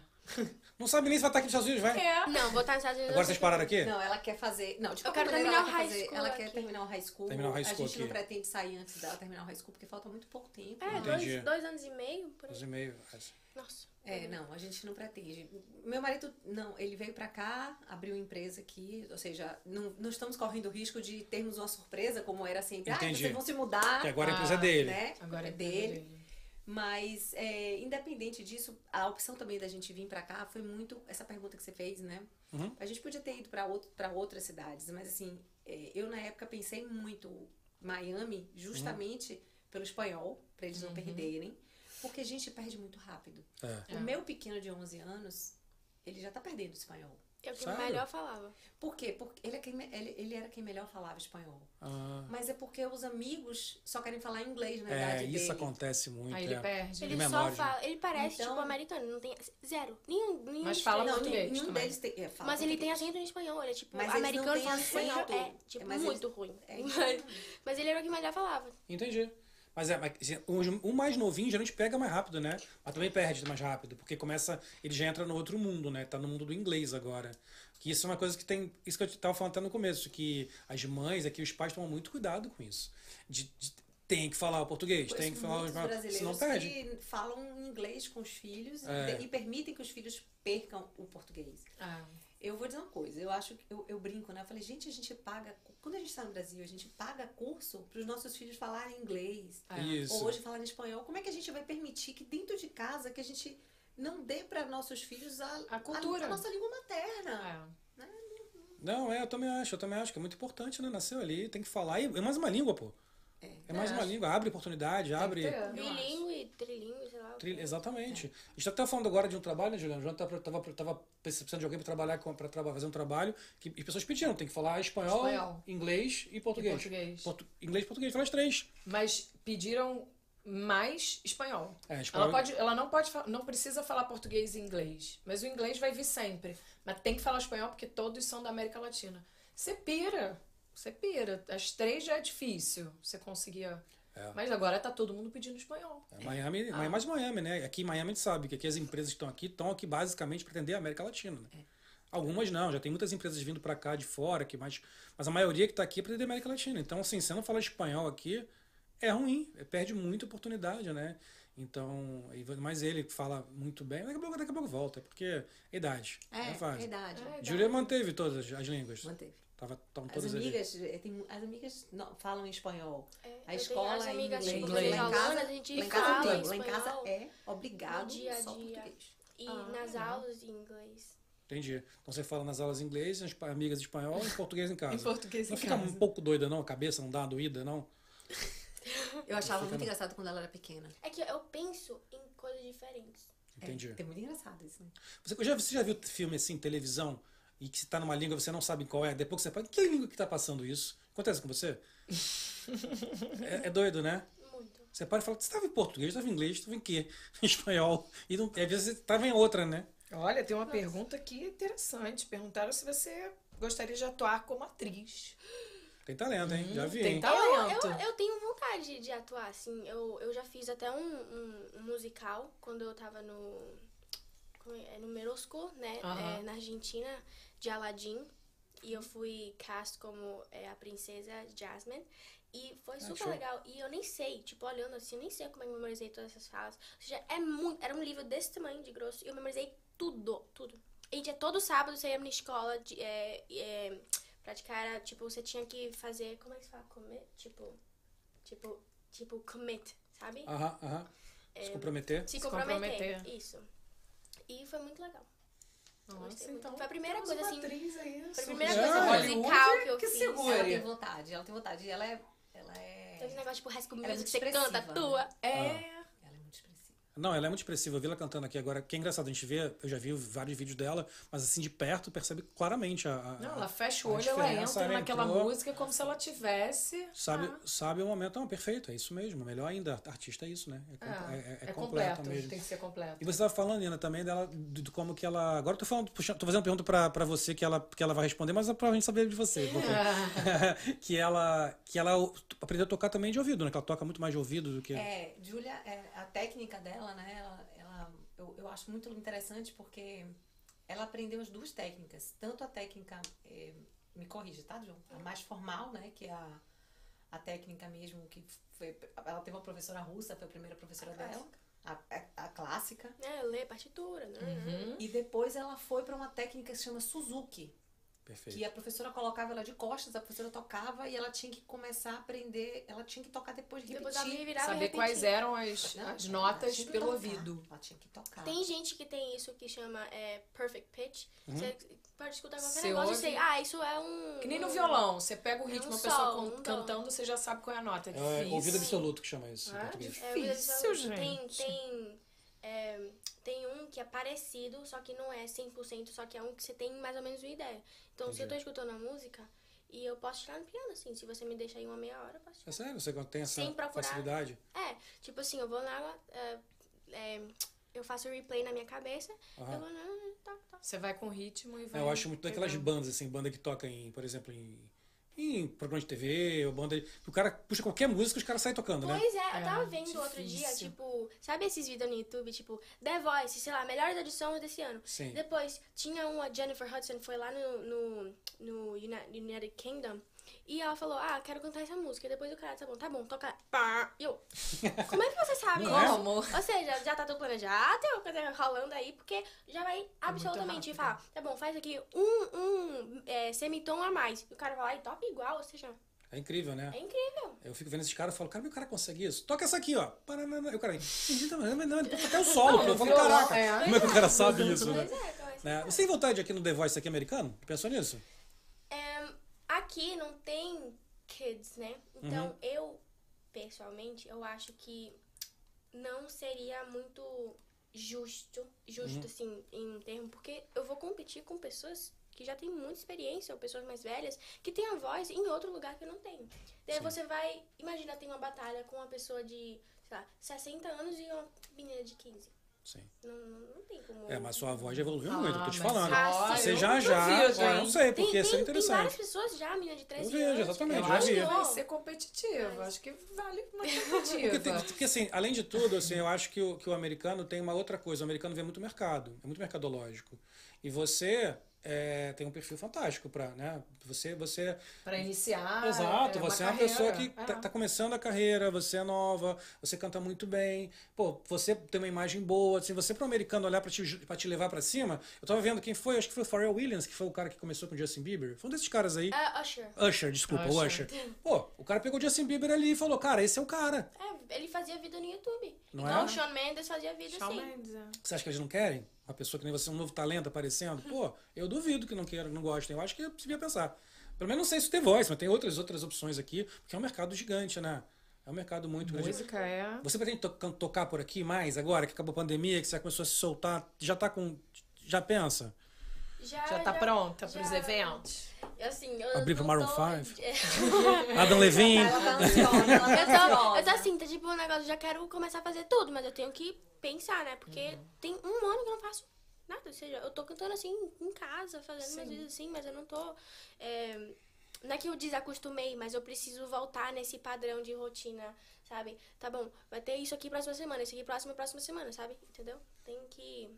Speaker 1: Não sabe nem se vai estar aqui nos Estados Unidos, vai.
Speaker 2: É.
Speaker 3: Não, vou estar nos Estados Unidos.
Speaker 1: Agora vocês pararam aqui?
Speaker 4: Não, ela quer fazer. Não, de
Speaker 3: Eu
Speaker 4: qualquer
Speaker 3: quero terminar
Speaker 4: maneira, ela
Speaker 3: o
Speaker 4: quer
Speaker 3: high
Speaker 4: fazer-
Speaker 3: school
Speaker 4: Ela quer
Speaker 3: aqui.
Speaker 4: terminar o high school.
Speaker 1: Terminar o high
Speaker 4: A
Speaker 1: school
Speaker 4: gente não
Speaker 1: aqui.
Speaker 4: pretende sair antes dela terminar o high school, porque falta muito pouco tempo.
Speaker 3: É,
Speaker 1: Entendi.
Speaker 3: dois, dois anos e meio, por
Speaker 1: Dois
Speaker 3: aí.
Speaker 1: e meio. mas-
Speaker 3: Nossa.
Speaker 4: É, não, a gente não pretende. Meu marido, não, ele veio pra cá, abriu empresa aqui, ou seja, não, não estamos correndo o risco de termos uma surpresa, como era sempre. Ah,
Speaker 1: Entendi.
Speaker 4: vocês vão se mudar.
Speaker 1: Que agora a
Speaker 2: Ah,
Speaker 1: empresa é dele.
Speaker 4: Né?
Speaker 2: Agora é
Speaker 4: dele.
Speaker 2: dele.
Speaker 4: Mas, é, independente disso, a opção também da gente vir pra cá foi muito. Essa pergunta que você fez, né?
Speaker 1: Uhum.
Speaker 4: A gente podia ter ido pra outro, pra outras cidades, mas assim, é, eu na época pensei muito Miami,
Speaker 1: Uhum.
Speaker 4: justamente pelo espanhol, pra eles não
Speaker 2: Uhum.
Speaker 4: perderem, porque a gente perde muito rápido.
Speaker 1: É.
Speaker 2: É.
Speaker 4: O meu pequeno de 11 anos, ele já tá perdendo espanhol.
Speaker 3: Eu é que
Speaker 1: Sério?
Speaker 3: melhor falava.
Speaker 4: Por quê? Porque ele, é quem, me- ele, ele era quem melhor falava espanhol.
Speaker 1: Ah,
Speaker 4: Mas é porque os amigos só querem falar inglês na
Speaker 1: é,
Speaker 4: idade dele.
Speaker 1: isso acontece muito.
Speaker 2: Aí
Speaker 1: é.
Speaker 2: ele perde.
Speaker 1: De
Speaker 3: Ele só
Speaker 1: memória,
Speaker 3: fala. Ele parece
Speaker 4: Então-
Speaker 3: tipo americano, não tem zero. Nenhum. nenhum
Speaker 2: Mas
Speaker 3: dos
Speaker 2: fala
Speaker 3: três.
Speaker 4: Não,
Speaker 2: português
Speaker 4: tem, nenhum
Speaker 2: também.
Speaker 4: deles tem. é, fala
Speaker 3: Mas ele tem
Speaker 4: português.
Speaker 3: acento em espanhol, ele é tipo
Speaker 4: Mas eles não
Speaker 3: americano
Speaker 4: têm
Speaker 3: falando espanhol.
Speaker 4: acento.
Speaker 3: É, tipo,
Speaker 4: Mas eles-
Speaker 3: muito ruim.
Speaker 4: É,
Speaker 3: Mas, mas ele era o que melhor falava.
Speaker 1: Entendi. Mas é, mas, assim, o, o mais novinho geralmente pega mais rápido, né? Mas também perde mais rápido, porque começa. Ele já entra no outro mundo, né? Tá no mundo do inglês agora. Que isso é uma coisa que tem. Isso que eu tava falando até no começo, que as mães aqui, os pais tomam muito cuidado com isso. De, de- tem que falar o português,
Speaker 4: Conheço
Speaker 1: tem que falar o
Speaker 4: muitos
Speaker 1: espanhol. Senão
Speaker 4: brasileiros
Speaker 1: perde.
Speaker 4: que falam inglês com os filhos e-
Speaker 1: É.
Speaker 4: e permitem que os filhos percam o português.
Speaker 2: Ah,
Speaker 4: Eu vou dizer uma coisa, eu acho que eu, eu brinco, né? Eu falei, gente, a gente paga. Quando a gente está no Brasil, a gente paga curso para os nossos filhos falarem inglês.
Speaker 2: é.
Speaker 1: Isso.
Speaker 4: Ou hoje falarem espanhol. Como é que a gente vai permitir que dentro de casa que a gente não dê para nossos filhos a,
Speaker 2: A cultura.
Speaker 4: a nossa língua materna?
Speaker 2: É.
Speaker 1: Não, é, eu também acho, eu também acho que é muito importante, né? Nasceu ali, tem que falar. E é mais uma língua, pô. É, mais uma
Speaker 2: acho.
Speaker 1: língua, abre oportunidade, abre.
Speaker 2: ter. Eu
Speaker 3: Bilingue, trilingue, sei lá. É, o
Speaker 1: Tri-
Speaker 3: quê.
Speaker 1: Exatamente. A gente tá falando agora de um trabalho, né, Juliano? O João tá, tava, tava precisando de alguém para trabalhar com, pra, traba- fazer um trabalho que as pessoas pediram, tem que falar espanhol,
Speaker 2: Espanhol.
Speaker 1: inglês e português.
Speaker 2: E português.
Speaker 1: Portu- inglês e português, fala as três.
Speaker 2: Mas pediram mais espanhol.
Speaker 1: É,
Speaker 2: Ela,
Speaker 1: espanhol.
Speaker 2: pode, ela não pode, fa- não precisa falar português e inglês, mas o inglês vai vir sempre. Mas tem que falar espanhol porque todos são da América Latina. Você pira, você pira. As três já é difícil. Você conseguia.
Speaker 1: É.
Speaker 2: Mas agora tá todo mundo pedindo espanhol.
Speaker 1: É, Miami, Miami- mais Miami, né? Aqui em Miami a gente sabe que aqui as empresas que estão aqui estão aqui basicamente para atender a América Latina, né? Algumas não, já tem muitas empresas vindo para cá de fora, que mais, mas a maioria que está aqui é para atender a América Latina. Então, assim, se você não fala espanhol aqui, é ruim, é- perde muita oportunidade, né? Então, e- mas ele fala muito bem, daqui a pouco, daqui a pouco volta, porque é idade, é,
Speaker 4: É,
Speaker 1: fase.
Speaker 4: verdade.
Speaker 2: É.
Speaker 1: Júlia manteve todas as línguas.
Speaker 4: Manteve.
Speaker 1: Tava, tavam
Speaker 4: As
Speaker 1: todas ali.
Speaker 4: amigas, eh, tem, as amigas não- falam em espanhol.
Speaker 3: É,
Speaker 4: A
Speaker 3: eu
Speaker 4: escola
Speaker 3: tenho as
Speaker 4: é em
Speaker 3: amigas,
Speaker 4: inglês.
Speaker 3: tipo,
Speaker 2: Inglês.
Speaker 3: minhas
Speaker 2: Lá
Speaker 4: em
Speaker 3: alunas,
Speaker 4: casa-
Speaker 3: a gente
Speaker 4: Lá em
Speaker 3: fala
Speaker 4: casa, tem, lá em
Speaker 3: espanhol
Speaker 4: casa é uhum. obrigado
Speaker 3: no dia a
Speaker 4: só
Speaker 3: dia.
Speaker 4: português.
Speaker 3: e
Speaker 2: Ah,
Speaker 3: nas
Speaker 2: legal.
Speaker 3: aulas em inglês.
Speaker 1: Entendi. Então você fala nas aulas em inglês, as pa- amigas em espanhol e português em casa.
Speaker 2: Em português
Speaker 1: Não
Speaker 2: em
Speaker 1: fica
Speaker 2: casa.
Speaker 1: um pouco doida, não? A cabeça não dá uma doída, não?
Speaker 4: Eu
Speaker 1: é
Speaker 4: achava muito engraçado quando ela era pequena.
Speaker 3: É que eu penso em coisas diferentes.
Speaker 1: Entendi.
Speaker 4: É muito engraçado isso, né?
Speaker 1: Você já, você já viu filme assim, televisão, e que se tá numa língua e você não sabe qual é, depois que você fala, que língua que tá passando isso? Acontece com você? é, é doido, né?
Speaker 3: Muito.
Speaker 1: Você para e fala, você tava em português, tava em inglês, tava em quê? Em espanhol. E não, e às vezes você tava em outra, né?
Speaker 2: Olha, tem uma pergunta aqui interessante. Perguntaram se você gostaria de atuar como atriz.
Speaker 1: Tem talento, hein? já vi,
Speaker 2: Uhum, tem
Speaker 1: hein?
Speaker 2: talento.
Speaker 3: Eu, eu, eu tenho vontade de atuar, assim. Eu, eu já fiz até um, um- um musical quando eu tava no. como é? No Merosco, né?
Speaker 2: Aham.
Speaker 3: É, na Argentina, de Aladdin. E eu fui cast como é, a princesa Jasmine. E foi super
Speaker 1: show.
Speaker 3: legal. E eu nem sei, tipo, olhando assim, eu nem sei como é que eu memorizei todas essas falas. Ou seja, é muito. Era um livro desse tamanho de grosso. E eu memorizei tudo, tudo. A gente é todo sábado, você ia na escola de, é, é, praticar, era, tipo, você tinha que fazer, como é que se fala? Commit? Tipo, tipo, tipo, commit, sabe?
Speaker 1: Aham, aham.
Speaker 2: É.
Speaker 1: Se comprometer.
Speaker 3: se
Speaker 2: se
Speaker 3: comprometer.
Speaker 2: comprometer.
Speaker 3: Isso. E foi muito legal.
Speaker 2: Nossa,
Speaker 3: Gostei
Speaker 2: então.
Speaker 3: muito. Foi a primeira
Speaker 2: temos
Speaker 3: coisa,
Speaker 2: uma
Speaker 3: assim,
Speaker 2: Atriz aí,
Speaker 3: foi a primeira
Speaker 1: coisa
Speaker 2: Hollywood
Speaker 3: musical que eu fiz.
Speaker 4: Ela tem
Speaker 2: segure.
Speaker 4: vontade, ela tem vontade. E ela é. Ela é.
Speaker 3: Então, esse negócio, tipo, high school
Speaker 4: Ela é
Speaker 3: music, você
Speaker 4: muito
Speaker 3: canta,
Speaker 4: expressiva,
Speaker 3: atua.
Speaker 2: É.
Speaker 4: Ela é muito expressiva.
Speaker 1: Não, ela é muito expressiva. Eu vi ela cantando aqui agora, que é engraçado. A gente vê, eu já vi vários vídeos dela, mas assim, de perto, percebe claramente a. a-
Speaker 2: Não,
Speaker 1: a-
Speaker 2: ela
Speaker 3: Ah.
Speaker 2: fecha
Speaker 1: a
Speaker 2: o olho, ela
Speaker 1: diferença,
Speaker 2: entra
Speaker 3: né,
Speaker 1: ela
Speaker 2: naquela
Speaker 1: entrou.
Speaker 2: música como se ela
Speaker 3: É,
Speaker 2: tivesse.
Speaker 1: Sabe,
Speaker 2: Ah.
Speaker 1: sabe o momento, não, perfeito, é isso mesmo. Melhor ainda, artista é isso, né? É, com-
Speaker 2: Ah,
Speaker 1: é- é- é completo, mesmo.
Speaker 2: Tem que ser completo.
Speaker 1: E você estava falando, Ana, também dela, de, de como que ela. Agora eu tô falando, puxando, tô fazendo uma pergunta pra, pra você que ela, que ela vai responder, mas é pra gente saber de você.
Speaker 3: Ah.
Speaker 1: um
Speaker 2: É.
Speaker 1: pouquinho. que ela. Que ela aprendeu a tocar também de ouvido, né? Que ela toca muito mais de ouvido do que.
Speaker 4: É, Júlia, é, a técnica dela, né? Ela, ela- eu, eu acho muito interessante porque ela aprendeu as duas técnicas. Tanto a técnica, eh, me corrija, tá, João? A mais formal, né? Que é a, a técnica mesmo que foi. Ela teve uma professora russa, foi a primeira professora
Speaker 3: A
Speaker 4: dela. A, a- a clássica.
Speaker 3: É, ler partitura, né?
Speaker 2: Uhum.
Speaker 4: E depois ela foi para uma técnica que se chama Suzuki, que é
Speaker 1: Perfeito.
Speaker 4: a professora colocava ela de costas, a professora tocava e ela tinha que começar a aprender, ela tinha que tocar depois de
Speaker 3: Depois ela
Speaker 4: repetir.
Speaker 3: me virava e
Speaker 2: Saber
Speaker 3: repetia.
Speaker 2: quais eram as,
Speaker 4: Não,
Speaker 2: as
Speaker 4: ela
Speaker 2: notas
Speaker 4: tinha que
Speaker 2: pelo
Speaker 4: tocar,
Speaker 2: ouvido.
Speaker 4: Ela tinha que
Speaker 2: Tá.
Speaker 4: tocar.
Speaker 3: Tem gente que tem isso que chama é, perfect pitch. Você pode escutar qualquer
Speaker 2: Você
Speaker 3: negócio e
Speaker 2: ouve.
Speaker 3: sei, ah, isso é um.
Speaker 2: Que nem
Speaker 3: um-
Speaker 2: no violão, você pega o
Speaker 3: É
Speaker 2: ritmo,
Speaker 3: um
Speaker 2: a pessoa
Speaker 3: sol,
Speaker 2: con-
Speaker 3: um dó.
Speaker 2: cantando, você já sabe qual é a nota. É
Speaker 1: É,
Speaker 2: difícil.
Speaker 1: ouvido absoluto que chama isso em
Speaker 2: Ah,
Speaker 1: português.
Speaker 3: É, eu-
Speaker 2: Difícil,
Speaker 3: Tem,
Speaker 2: gente.
Speaker 3: tem, é, tem um que é parecido, só que não é 100%, só que é um que você tem mais ou menos uma ideia. Então, se eu tô escutando a música, e eu posso tirar no piano, assim, se você me deixar aí uma meia hora, eu posso tirar.
Speaker 1: É sério? Você tem essa
Speaker 3: Sem procurar.
Speaker 1: facilidade?
Speaker 3: É, tipo assim, eu vou lá, é, é, eu faço replay na minha cabeça,
Speaker 1: Aham.
Speaker 3: eu vou lá, toco, toco.
Speaker 2: Você vai com ritmo e
Speaker 1: É,
Speaker 2: vai.
Speaker 1: eu acho muito daquelas
Speaker 2: pegando.
Speaker 1: bandas, assim, banda que toca em, por exemplo, em, em programa de TV, ou banda. que O cara puxa qualquer música e os caras saem tocando, né?
Speaker 3: Pois é,
Speaker 2: É,
Speaker 3: eu tava vendo outro dia,
Speaker 2: difícil.
Speaker 3: tipo, sabe esses vídeos no YouTube, tipo, The Voice, sei lá, melhores edições desse ano.
Speaker 1: Sim.
Speaker 3: Depois, tinha uma Jennifer Hudson, foi lá no, no, no Uni- United Kingdom, e ela falou, ah, quero cantar essa música. E depois o cara, tá bom, tá bom, toca. Pá. E eu, como é que você sabe
Speaker 1: né?
Speaker 2: Não é?
Speaker 3: isso?
Speaker 2: Como?
Speaker 3: Ou seja, já tá tudo planejado, tem uma coisa rolando aí, porque já vai absolutamente
Speaker 2: rápido.
Speaker 3: falar, tá bom, faz aqui um, um é, semitom a mais. E o cara vai lá e toca igual, ou seja,
Speaker 1: É incrível, né?
Speaker 3: é incrível.
Speaker 1: Eu fico vendo esses caras e falo, cara, meu cara consegue isso? Toca essa aqui, ó. Paranana. Eu, cara, não, não, não, não, toca até o solo.
Speaker 2: Não,
Speaker 1: eu falo,
Speaker 2: violão,
Speaker 1: caraca,
Speaker 2: é.
Speaker 1: como é que o cara sabe isso, né?
Speaker 3: Pois é, então, assim,
Speaker 1: né? Você tem vontade aqui no The Voice aqui americano? Pensou nisso?
Speaker 3: Ahn, aqui não tem kids, né? Então
Speaker 1: Uhum.
Speaker 3: eu, pessoalmente, eu acho que não seria muito justo, justo
Speaker 1: Uhum.
Speaker 3: assim, em termo, porque eu vou competir com pessoas que já têm muita experiência, ou pessoas mais velhas, que têm a voz em outro lugar que eu não tenho. Daí
Speaker 1: Sim.
Speaker 3: você vai, imagina, tem uma batalha com uma pessoa de, sei lá, 60 anos e uma menina de 15.
Speaker 1: Sim.
Speaker 3: Não, não, não tem como...
Speaker 1: É, mas sua voz já evoluiu
Speaker 2: Ah,
Speaker 1: muito, eu tô te
Speaker 2: mas
Speaker 1: falando.
Speaker 3: olha,
Speaker 1: Você
Speaker 3: ah, eu
Speaker 1: já
Speaker 2: duvido,
Speaker 1: já. olha,
Speaker 2: hein?
Speaker 1: não sei,
Speaker 3: Tem,
Speaker 1: porque isso é
Speaker 3: tem, tem várias
Speaker 1: interessante.
Speaker 3: pessoas já, menina de 13
Speaker 1: Eu vejo,
Speaker 3: anos.
Speaker 1: exatamente,
Speaker 2: Eu
Speaker 1: já
Speaker 2: acho
Speaker 1: vi.
Speaker 2: que
Speaker 3: Não.
Speaker 2: vai ser competitivo. Acho que vale uma
Speaker 1: Porque, tem-
Speaker 2: tentativa.
Speaker 1: porque, assim, além de tudo, assim, eu acho que o, que o americano tem uma outra coisa. O americano vê muito mercado, é muito mercadológico. E você é, tem um perfil fantástico para, né? Você, você
Speaker 2: Pra iniciar.
Speaker 1: Exato,
Speaker 2: é,
Speaker 1: você é uma
Speaker 2: carreira.
Speaker 1: pessoa que
Speaker 2: É.
Speaker 1: tá, tá começando a carreira, você é nova, você canta muito bem, pô, você tem uma imagem boa, assim, você para um americano olhar para te, ju- pra te levar para cima, eu tava vendo quem foi, acho que foi o Pharrell Williams, que foi o cara que começou com o Justin Bieber, foi um desses caras aí,
Speaker 3: Ah, Usher.
Speaker 1: Usher, desculpa, o
Speaker 2: Usher.
Speaker 1: Usher. Pô, o cara pegou o Justin Bieber ali e falou, cara, esse é o cara.
Speaker 3: É, ele fazia vida no YouTube.
Speaker 1: Não
Speaker 3: Igual
Speaker 1: é?
Speaker 3: o Shawn Mendes fazia vida
Speaker 2: Shawn
Speaker 3: assim.
Speaker 2: Mendes, é.
Speaker 1: Você acha que eles não querem? Uma pessoa que nem você, um novo talento aparecendo? Pô, eu duvido que não queiram, não gostem. Eu acho que devia pensar. Pelo menos não sei se tem voz, mas tem outras, outras opções aqui, porque é um mercado gigante, né? É um mercado muito grande.
Speaker 2: Música é.
Speaker 1: Você pretende to- can- tocar por aqui mais agora, que acabou a pandemia, que você começou a se soltar? Já tá com. Já pensa?
Speaker 2: Já tá pronta pros
Speaker 3: já-
Speaker 2: eventos.
Speaker 3: Assim, eu
Speaker 1: Abrir pro
Speaker 3: não
Speaker 1: Maroon
Speaker 3: tô-
Speaker 1: five?
Speaker 3: É,
Speaker 1: Adam Levine?
Speaker 4: Ela tá ansiosa, ela
Speaker 3: eu,
Speaker 4: tá
Speaker 3: tô, eu tô
Speaker 4: ansiosa.
Speaker 3: assim, tá tipo um negócio, já quero começar a fazer tudo, mas eu tenho que pensar, né? Porque
Speaker 2: Uhum.
Speaker 3: tem um ano que eu não faço nada. Ou seja, eu tô cantando assim em casa, fazendo minhas coisas assim, mas eu não tô. é, não é que eu desacostumei, mas eu preciso voltar nesse padrão de rotina, sabe? Tá bom, vai ter isso aqui próxima semana, isso aqui próxima, próxima semana, sabe? Entendeu? Tem que.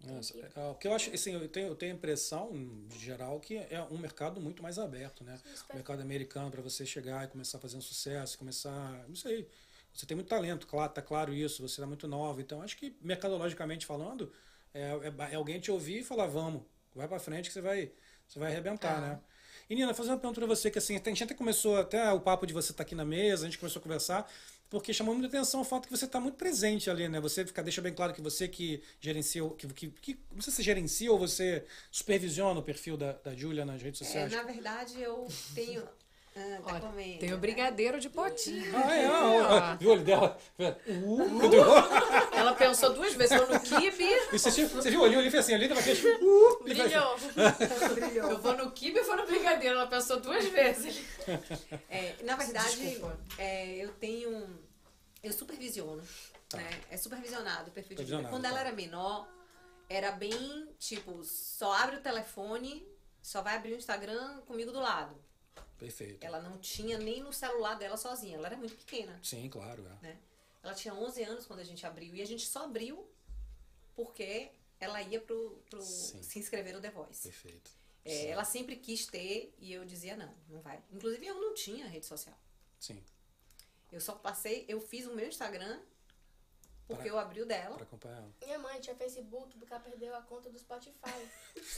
Speaker 1: Nossa, legal. Porque eu acho, assim, eu tenho, eu tenho a impressão, de geral, que é um mercado muito mais aberto, né? O mercado americano, para você chegar e começar a fazer um sucesso, começar. Não sei. Você tem muito talento, claro, tá claro isso, você é muito nova. Então, acho que, mercadologicamente falando, é, é ba- é alguém te ouvir e falar, vamos, vai para frente que você vai, você vai arrebentar,
Speaker 2: Ah.
Speaker 1: né? E Nina, fazer uma pergunta pra você, que assim, a gente até começou até o papo de você estar aqui na mesa, a gente começou a conversar, porque chamou muita atenção o fato que você está muito presente ali, né? Você fica, deixa bem claro que você que gerencia, o- que, que, que não sei se gerencia ou você supervisiona o perfil da, da Júlia nas redes
Speaker 4: É,
Speaker 1: sociais.
Speaker 4: na verdade, eu tenho. Ah, tá comendo.
Speaker 2: Tem o brigadeiro de potinho.
Speaker 1: Ah, é,
Speaker 2: ó.
Speaker 1: ah, viu o olho dela? Uh,
Speaker 2: Ela pensou duas vezes, eu no kibe,
Speaker 1: E você, tinha- você viu o olhinho ali, fez assim, ali tava aqui, uh, ele fez assim.
Speaker 3: Brilhou!
Speaker 2: eu vou no kibe e vou no brigadeiro. Ela pensou duas vezes.
Speaker 4: É, na verdade,
Speaker 2: Desculpa.
Speaker 4: é, eu tenho. Eu supervisiono. Né? É supervisionado o perfil de Júlia.
Speaker 1: Tá. Supervisionado,
Speaker 4: Quando
Speaker 1: tá.
Speaker 4: ela era menor, era bem tipo, só abre o telefone, só vai abrir o Instagram comigo do lado.
Speaker 1: Perfeito.
Speaker 4: Ela não tinha nem no celular dela sozinha, ela era muito pequena.
Speaker 1: Sim, claro, é.
Speaker 4: Ela tinha 11 anos quando a gente abriu e a gente só abriu porque ela ia pro, pro
Speaker 1: Sim.
Speaker 4: se inscrever no The Voice.
Speaker 1: Perfeito.
Speaker 4: É,
Speaker 1: Sim.
Speaker 4: ela sempre quis ter e eu dizia não, não vai. Inclusive eu não tinha rede social.
Speaker 1: Sim,
Speaker 4: Eu só passei, eu fiz o meu Instagram porque
Speaker 1: Pra-
Speaker 4: eu abri o dela.
Speaker 1: pra acompanhar ela.
Speaker 3: Minha mãe tinha Facebook, do cara perdeu a conta do Spotify.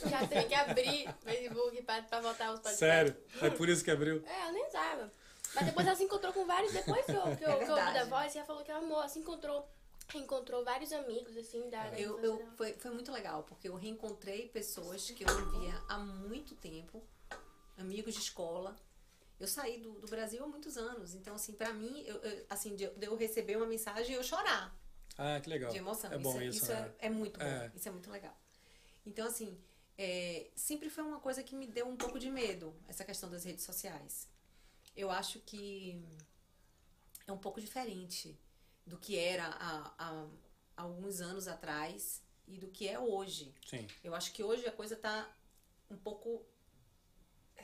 Speaker 3: Já teve que abrir Facebook pra, pra voltar o Spotify.
Speaker 1: Sério, é por isso que abriu.
Speaker 3: É, ela nem usava. Mas depois ela se encontrou com vários. Depois que eu, que eu,
Speaker 4: É
Speaker 3: que eu ouvi
Speaker 4: verdade.
Speaker 3: da voz, ela falou que amou. Ela se encontrou. Encontrou vários amigos, assim, da. da
Speaker 4: Eu,
Speaker 3: infância
Speaker 4: eu-
Speaker 3: dela.
Speaker 4: foi, foi muito legal, porque eu reencontrei pessoas que eu não via há muito tempo, amigos de escola. Eu saí do, do Brasil há muitos anos, então, assim, pra mim, eu, eu- assim, de, eu- de eu receber uma mensagem e eu chorar
Speaker 1: Ah, que legal.
Speaker 4: de emoção.
Speaker 1: É bom isso,
Speaker 4: isso
Speaker 1: né?
Speaker 4: é, é muito bom,
Speaker 1: É.
Speaker 4: isso é muito legal. Então, assim, é, sempre foi uma coisa que me deu um pouco de medo, essa questão das redes sociais. Eu acho que é um pouco diferente do que era há, há alguns anos atrás e do que é hoje.
Speaker 1: Sim,
Speaker 4: Eu acho que hoje a coisa tá um pouco eh,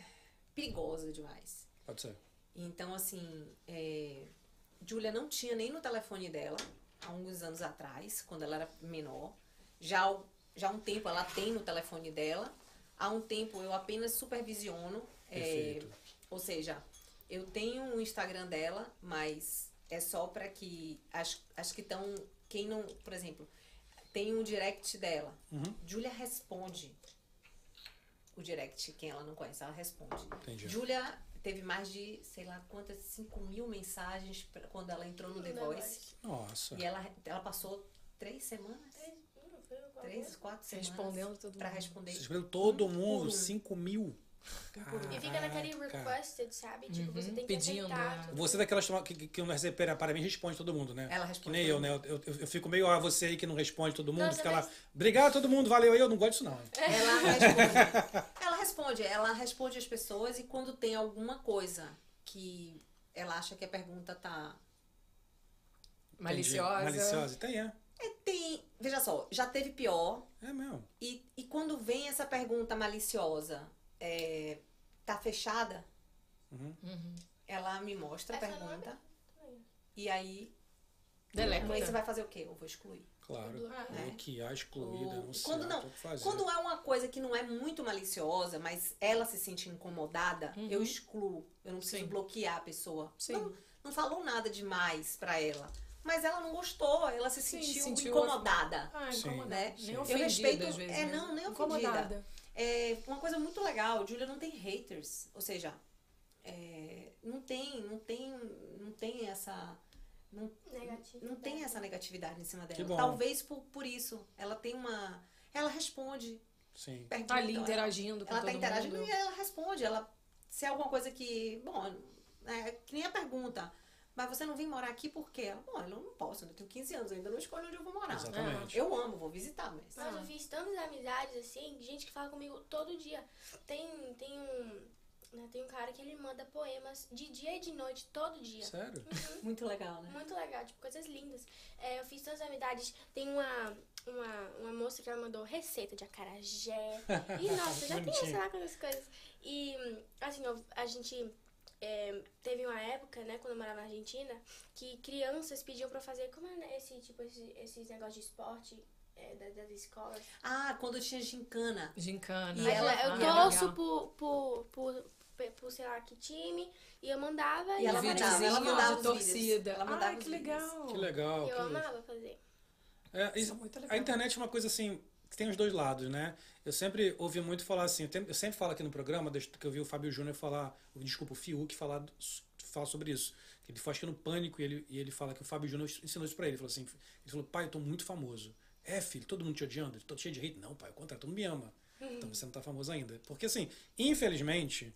Speaker 4: perigosa demais.
Speaker 1: pode ser.
Speaker 4: Então, assim, é... Júlia não tinha nem no telefone dela, há alguns anos atrás, quando ela era menor. Já, há- já há um tempo ela tem no telefone dela. Há um tempo eu apenas supervisiono. é,
Speaker 1: Perfeito.
Speaker 4: ou seja, eu tenho um Instagram dela, mas é só pra que as, as que estão. Quem não. Por exemplo, tem um direct dela.
Speaker 1: Uhum.
Speaker 4: Júlia responde o direct, quem ela não conhece, ela responde.
Speaker 1: Entendi.
Speaker 4: Júlia teve mais de, sei lá quantas, 5 mil mensagens pra- quando ela entrou no The
Speaker 3: Da
Speaker 4: Voice.
Speaker 1: Nossa.
Speaker 4: E ela, ela passou três semanas?
Speaker 3: Três, não, foi alguma
Speaker 4: Três,
Speaker 3: coisa.
Speaker 4: quatro semanas.
Speaker 2: Respondendo todo
Speaker 4: Pra
Speaker 2: mundo.
Speaker 4: responder.
Speaker 1: Você escreveu todo mundo,
Speaker 4: um.
Speaker 1: 5 mil.
Speaker 3: E fica naquele
Speaker 1: Caraca.
Speaker 3: requested, sabe? Tipo, você
Speaker 2: Uhum,
Speaker 3: tem que tipo,
Speaker 2: pedindo,
Speaker 3: aceitar.
Speaker 2: né?
Speaker 3: tudo.
Speaker 1: Você é daquelas toma- que, que- que não recebe para- parabéns responde todo mundo, né?
Speaker 4: Ela
Speaker 1: Que
Speaker 4: respondeu.
Speaker 1: nem eu, né? Eu, eu, eu fico meio a você aí que não responde todo mundo,
Speaker 3: Nossa,
Speaker 1: fica lá,
Speaker 3: mas-
Speaker 1: obrigado todo mundo, valeu aí, eu não gosto disso não.
Speaker 4: Ela responde. ela responde, ela responde as pessoas e quando tem alguma coisa que ela acha que a pergunta tá.
Speaker 2: Maliciosa.
Speaker 1: Entendi. Maliciosa, tem, é.
Speaker 4: É, tem. Veja só, já teve pior.
Speaker 1: É mesmo.
Speaker 4: E, e quando vem essa pergunta maliciosa, é, tá fechada?
Speaker 1: Uhum.
Speaker 4: Ela me mostra a
Speaker 3: Essa
Speaker 4: pergunta.
Speaker 3: não é- e
Speaker 4: E aí,
Speaker 2: Deleta.
Speaker 4: aí você vai fazer o quê? Eu vou excluir.
Speaker 1: Claro.
Speaker 3: bloquear.
Speaker 4: É.
Speaker 1: Bloquear, excluída,
Speaker 4: O-
Speaker 1: não sei.
Speaker 4: quando
Speaker 1: ah,
Speaker 4: não-
Speaker 1: tem que fazer.
Speaker 4: Quando é uma coisa que não é muito maliciosa, mas ela se sente incomodada,
Speaker 2: Uhum.
Speaker 4: eu excluo. Eu não preciso
Speaker 2: Sim.
Speaker 4: bloquear a pessoa.
Speaker 2: Sim.
Speaker 4: Não, não falou nada demais pra ela. Mas ela não gostou, ela se
Speaker 2: Sim,
Speaker 4: sentiu,
Speaker 2: sentiu
Speaker 4: incomodada.
Speaker 2: Ah,
Speaker 1: Sim.
Speaker 2: incomodada.
Speaker 4: Né?
Speaker 1: Sim.
Speaker 2: Nem
Speaker 1: Eu
Speaker 2: ofendida,
Speaker 4: respeito-
Speaker 2: às vezes,
Speaker 4: é,
Speaker 2: né?
Speaker 4: não, nem ofendida.
Speaker 2: Incomodada.
Speaker 4: É uma coisa muito legal, Julia não tem haters, ou seja, é, não tem, não tem, não tem essa, não,
Speaker 3: Negativo. tá?
Speaker 4: não tem essa negatividade em cima
Speaker 1: Que
Speaker 4: dela.
Speaker 1: bom.
Speaker 4: Talvez por, por isso, ela tem uma, ela responde,
Speaker 1: Sim.
Speaker 4: pergunta,
Speaker 2: Tá ali
Speaker 4: ela-
Speaker 2: interagindo com
Speaker 4: ela
Speaker 2: todo
Speaker 4: tá interagindo
Speaker 2: mundo.
Speaker 4: e ela responde, ela se é alguma coisa que, bom, é, que nem a pergunta, mas você não vem morar aqui por quê? Ela, bom, eu não posso, né? eu tenho 15 anos, eu ainda não escolho onde eu vou morar.
Speaker 1: Exatamente.
Speaker 4: Eu amo, vou visitar, mas
Speaker 3: Mas eu fiz tantas amizades, assim, gente que fala comigo todo dia. Tem, tem um. né, tem um cara que ele manda poemas de dia e de noite, todo dia.
Speaker 1: Sério?
Speaker 4: muito legal, né?
Speaker 3: Muito legal, tipo, coisas lindas. É, eu fiz tantas amizades. Tem uma, uma, uma moça que ela mandou receita de acarajé. E nossa, já tem
Speaker 1: Bonitinho.
Speaker 3: sei lá quantas coisas. E assim, eu- a gente é, teve uma época, né, quando eu morava na Argentina, que crianças pediam pra eu fazer como é esse tipo, esse- esses negócios de esporte é, da- das escolas.
Speaker 4: Ah, quando tinha gincana.
Speaker 2: Gincana. é
Speaker 4: E
Speaker 3: Aí
Speaker 4: ela-
Speaker 3: eu
Speaker 4: ah,
Speaker 3: torço por, por, por, por, sei lá que time, e eu mandava
Speaker 4: E ela
Speaker 3: eu-
Speaker 4: mandava, ela
Speaker 2: videozinho
Speaker 4: mandava
Speaker 2: de
Speaker 4: os
Speaker 2: torcida.
Speaker 4: vídeos. Ela mandava
Speaker 2: ah,
Speaker 4: os
Speaker 2: que
Speaker 4: vídeos.
Speaker 2: legal.
Speaker 1: Que legal. que
Speaker 3: Eu
Speaker 1: legal.
Speaker 3: amava fazer.
Speaker 1: É,
Speaker 2: Isso
Speaker 1: isso-
Speaker 2: é muito legal.
Speaker 1: a internet é uma coisa assim que tem os dois lados, né? Eu sempre ouvi muito falar assim, eu tem- eu sempre falo aqui no programa, desde que eu vi o Fábio Júnior falar, desculpa, o Fiuk falar, do- falar sobre isso. que Ele foi acho que no pânico e ele, e ele fala que o Fábio Júnior ensinou isso pra ele. Ele falou assim, ele falou, pai, eu tô muito famoso. É, filho, todo mundo te odiando, eu tô cheio de hate. Não, pai, o contrário, todo mundo me ama. Então você não tá famoso ainda. Porque assim, infelizmente,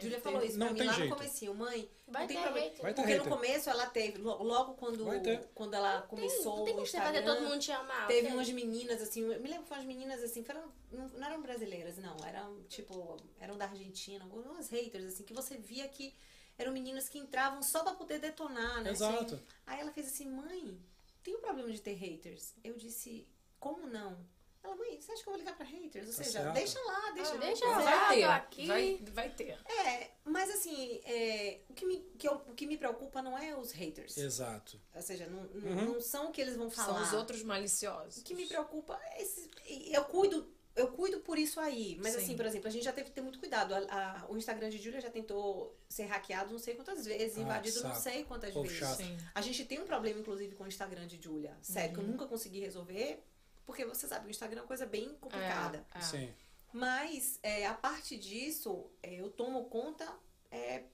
Speaker 4: Júlia falou isso
Speaker 1: Não
Speaker 4: pra mim
Speaker 1: tem
Speaker 4: lá
Speaker 1: jeito.
Speaker 4: no comecinho, mãe,
Speaker 3: Vai
Speaker 4: não tem
Speaker 3: ter
Speaker 4: problema.
Speaker 3: hater.
Speaker 1: Vai ter
Speaker 4: Porque
Speaker 1: hater.
Speaker 4: no começo ela teve, lo- logo quando,
Speaker 1: Vai ter.
Speaker 4: quando ela
Speaker 3: Não
Speaker 4: começou
Speaker 3: tem
Speaker 4: o
Speaker 3: como você
Speaker 4: Instagram,
Speaker 3: fazer todo mundo te amar.
Speaker 4: teve
Speaker 3: tem.
Speaker 4: umas meninas assim, eu me lembro que foi umas meninas assim, que eram, não, não eram brasileiras, não, eram tipo, eram da Argentina, umas haters assim, que você via que eram meninas que entravam só pra poder detonar, né?
Speaker 1: exato.
Speaker 4: Aí ela fez assim, mãe, tem um problema de ter haters. Eu disse, como não? Ela, mãe, você acha que eu vou ligar pra haters? Ou
Speaker 1: Tá
Speaker 4: seja,
Speaker 1: certo.
Speaker 4: deixa lá, deixa lá.
Speaker 3: deixa
Speaker 4: Não,
Speaker 3: lá.
Speaker 2: vai
Speaker 3: tô
Speaker 2: ter.
Speaker 3: aqui.
Speaker 2: Vai, vai ter.
Speaker 4: É, mas assim, é, o, que me, que eu- o que me preocupa não é os haters.
Speaker 1: Exato.
Speaker 4: Ou seja, não, não-
Speaker 1: Uhum.
Speaker 4: não são o que eles vão falar.
Speaker 2: São os outros
Speaker 4: O
Speaker 2: maliciosos.
Speaker 4: que me preocupa é esse, e eu cuido, eu cuido por isso aí. Mas
Speaker 2: Sim.
Speaker 4: assim, por exemplo, a gente já teve que ter muito cuidado. A- a- o Instagram de Júlia já tentou ser hackeado não sei quantas vezes,
Speaker 1: Ah,
Speaker 4: invadido não
Speaker 1: saco.
Speaker 4: sei quantas
Speaker 1: Povo
Speaker 4: vezes.
Speaker 1: chato.
Speaker 2: Sim. É,
Speaker 4: A gente tem um problema, inclusive, com o Instagram de Júlia. Sério,
Speaker 1: Uhum.
Speaker 4: que eu nunca consegui resolver. Porque você sabe, o Instagram é uma coisa bem complicada.
Speaker 2: É, é.
Speaker 1: Sim.
Speaker 4: Mas, é, a parte disso, é, eu tomo conta, é,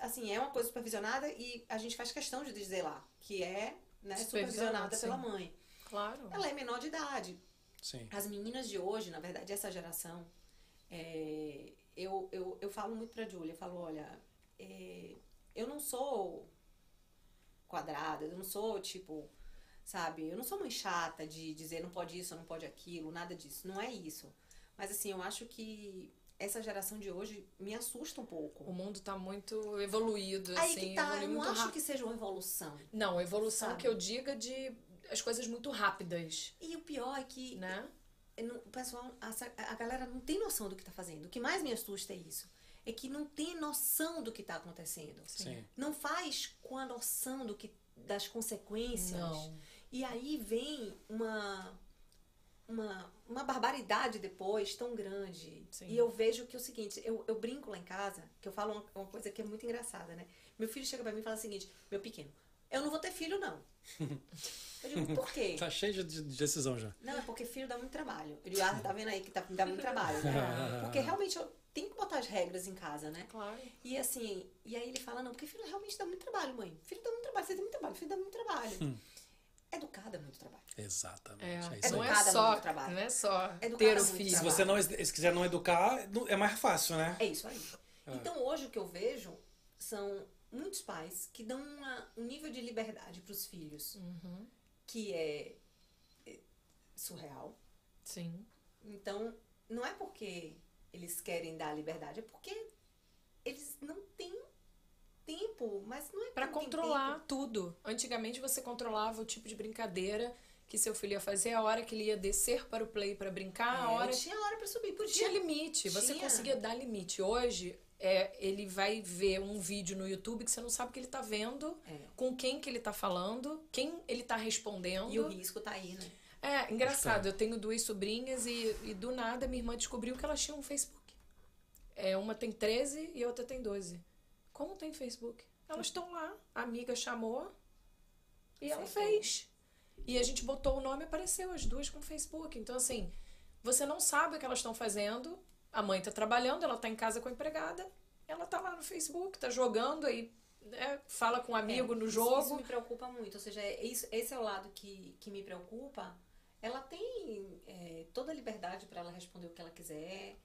Speaker 4: assim, é uma coisa supervisionada e a gente faz questão de dizer lá, que é né,
Speaker 2: Supervisionado,
Speaker 4: supervisionada pela
Speaker 2: sim.
Speaker 4: mãe.
Speaker 2: Claro.
Speaker 4: Ela é menor de idade.
Speaker 1: Sim.
Speaker 4: As meninas de hoje, na verdade, essa geração, é, eu, eu, eu falo muito pra Júlia, eu falo, olha, é, eu não sou quadrada, eu não sou, tipo, sabe, eu não sou mãe chata de dizer não pode isso, não pode aquilo, nada disso, não é isso. Mas assim, eu acho que essa geração de hoje me assusta um
Speaker 2: O
Speaker 4: pouco.
Speaker 2: mundo tá muito evoluído,
Speaker 4: Aí
Speaker 2: assim.
Speaker 4: que tá,
Speaker 2: evolui
Speaker 4: eu não
Speaker 2: muito
Speaker 4: acho
Speaker 2: rápido.
Speaker 4: que seja uma evolução.
Speaker 2: Não, evolução
Speaker 4: Sabe?
Speaker 2: que eu diga de as coisas muito rápidas,
Speaker 4: E o pior é que
Speaker 2: né?
Speaker 4: Eu não- O pessoal, a, sa- a galera não tem noção do que tá fazendo. O que mais me assusta é isso. É que não tem noção do que tá acontecendo.
Speaker 1: Sim.
Speaker 4: Não faz com a noção do que, das consequências.
Speaker 2: Não.
Speaker 4: E aí vem uma, uma, uma barbaridade depois tão grande.
Speaker 2: Sim.
Speaker 4: E eu vejo que é o seguinte, eu, eu brinco lá em casa, que eu falo uma, uma coisa que é muito engraçada, né? Meu filho chega pra mim e fala o seguinte, meu pequeno, eu não vou ter filho, não. Eu digo, por quê?
Speaker 1: Tá cheio de, de- de decisão já.
Speaker 4: Não, é porque filho dá muito trabalho. Ele ah, tá vendo aí que tá, dá muito trabalho. né? Porque realmente eu tenho que botar as regras em casa, né?
Speaker 2: Claro.
Speaker 4: E assim, e aí ele fala, não, porque filho realmente dá muito trabalho, mãe. Filho dá muito trabalho, você tem muito trabalho, filho dá muito trabalho. Educada é muito trabalho.
Speaker 1: Exatamente.
Speaker 2: É,
Speaker 1: É isso
Speaker 2: não,
Speaker 1: aí.
Speaker 2: é
Speaker 4: Educada
Speaker 2: só,
Speaker 4: muito um trabalho.
Speaker 2: não é só
Speaker 4: Educada
Speaker 2: ter o
Speaker 4: muito
Speaker 2: filho.
Speaker 1: Se
Speaker 4: trabalho.
Speaker 1: você não, se quiser não educar, não- é mais fácil, né?
Speaker 4: É isso aí.
Speaker 1: É.
Speaker 4: Então hoje o que eu vejo são muitos pais que dão uma- um nível de liberdade pros filhos
Speaker 2: Uhum,
Speaker 4: que é é surreal.
Speaker 2: Sim.
Speaker 4: Então, não é porque eles querem dar liberdade, é porque eles não têm tempo, mas não é
Speaker 2: Pra
Speaker 4: que não tem
Speaker 2: controlar
Speaker 4: tempo.
Speaker 2: tudo. Antigamente você controlava o tipo de brincadeira que seu filho ia fazer, a hora que ele ia descer para o play para brincar, a
Speaker 4: É,
Speaker 2: hora
Speaker 4: tinha hora pra subir,
Speaker 2: Tinha
Speaker 4: podia.
Speaker 2: limite, você
Speaker 4: Tinha.
Speaker 2: conseguia dar limite. Hoje, é, ele vai ver um vídeo no YouTube que você não sabe o que ele tá vendo,
Speaker 4: É.
Speaker 2: com quem que ele tá falando, quem ele tá respondendo.
Speaker 4: E o risco tá aí, né?
Speaker 2: É, engraçado, eu tenho duas sobrinhas e, e do nada minha irmã descobriu que elas tinham um Facebook. É, uma tem 13 e a outra tem 12. Como tem Facebook? Elas estão lá, a amiga chamou e ela
Speaker 4: Acertou.
Speaker 2: fez. E a gente botou o nome e apareceu as duas com Facebook. Então, assim, você não sabe o que elas estão fazendo, a mãe tá trabalhando, ela tá em casa com a empregada, ela tá lá no Facebook, tá jogando aí, né, fala com um amigo
Speaker 4: É,
Speaker 2: no
Speaker 4: isso-
Speaker 2: jogo.
Speaker 4: Isso me preocupa muito, ou seja, é isso- esse é o lado que, que me preocupa. Ela tem é, toda a liberdade pra ela responder o que ela quiser.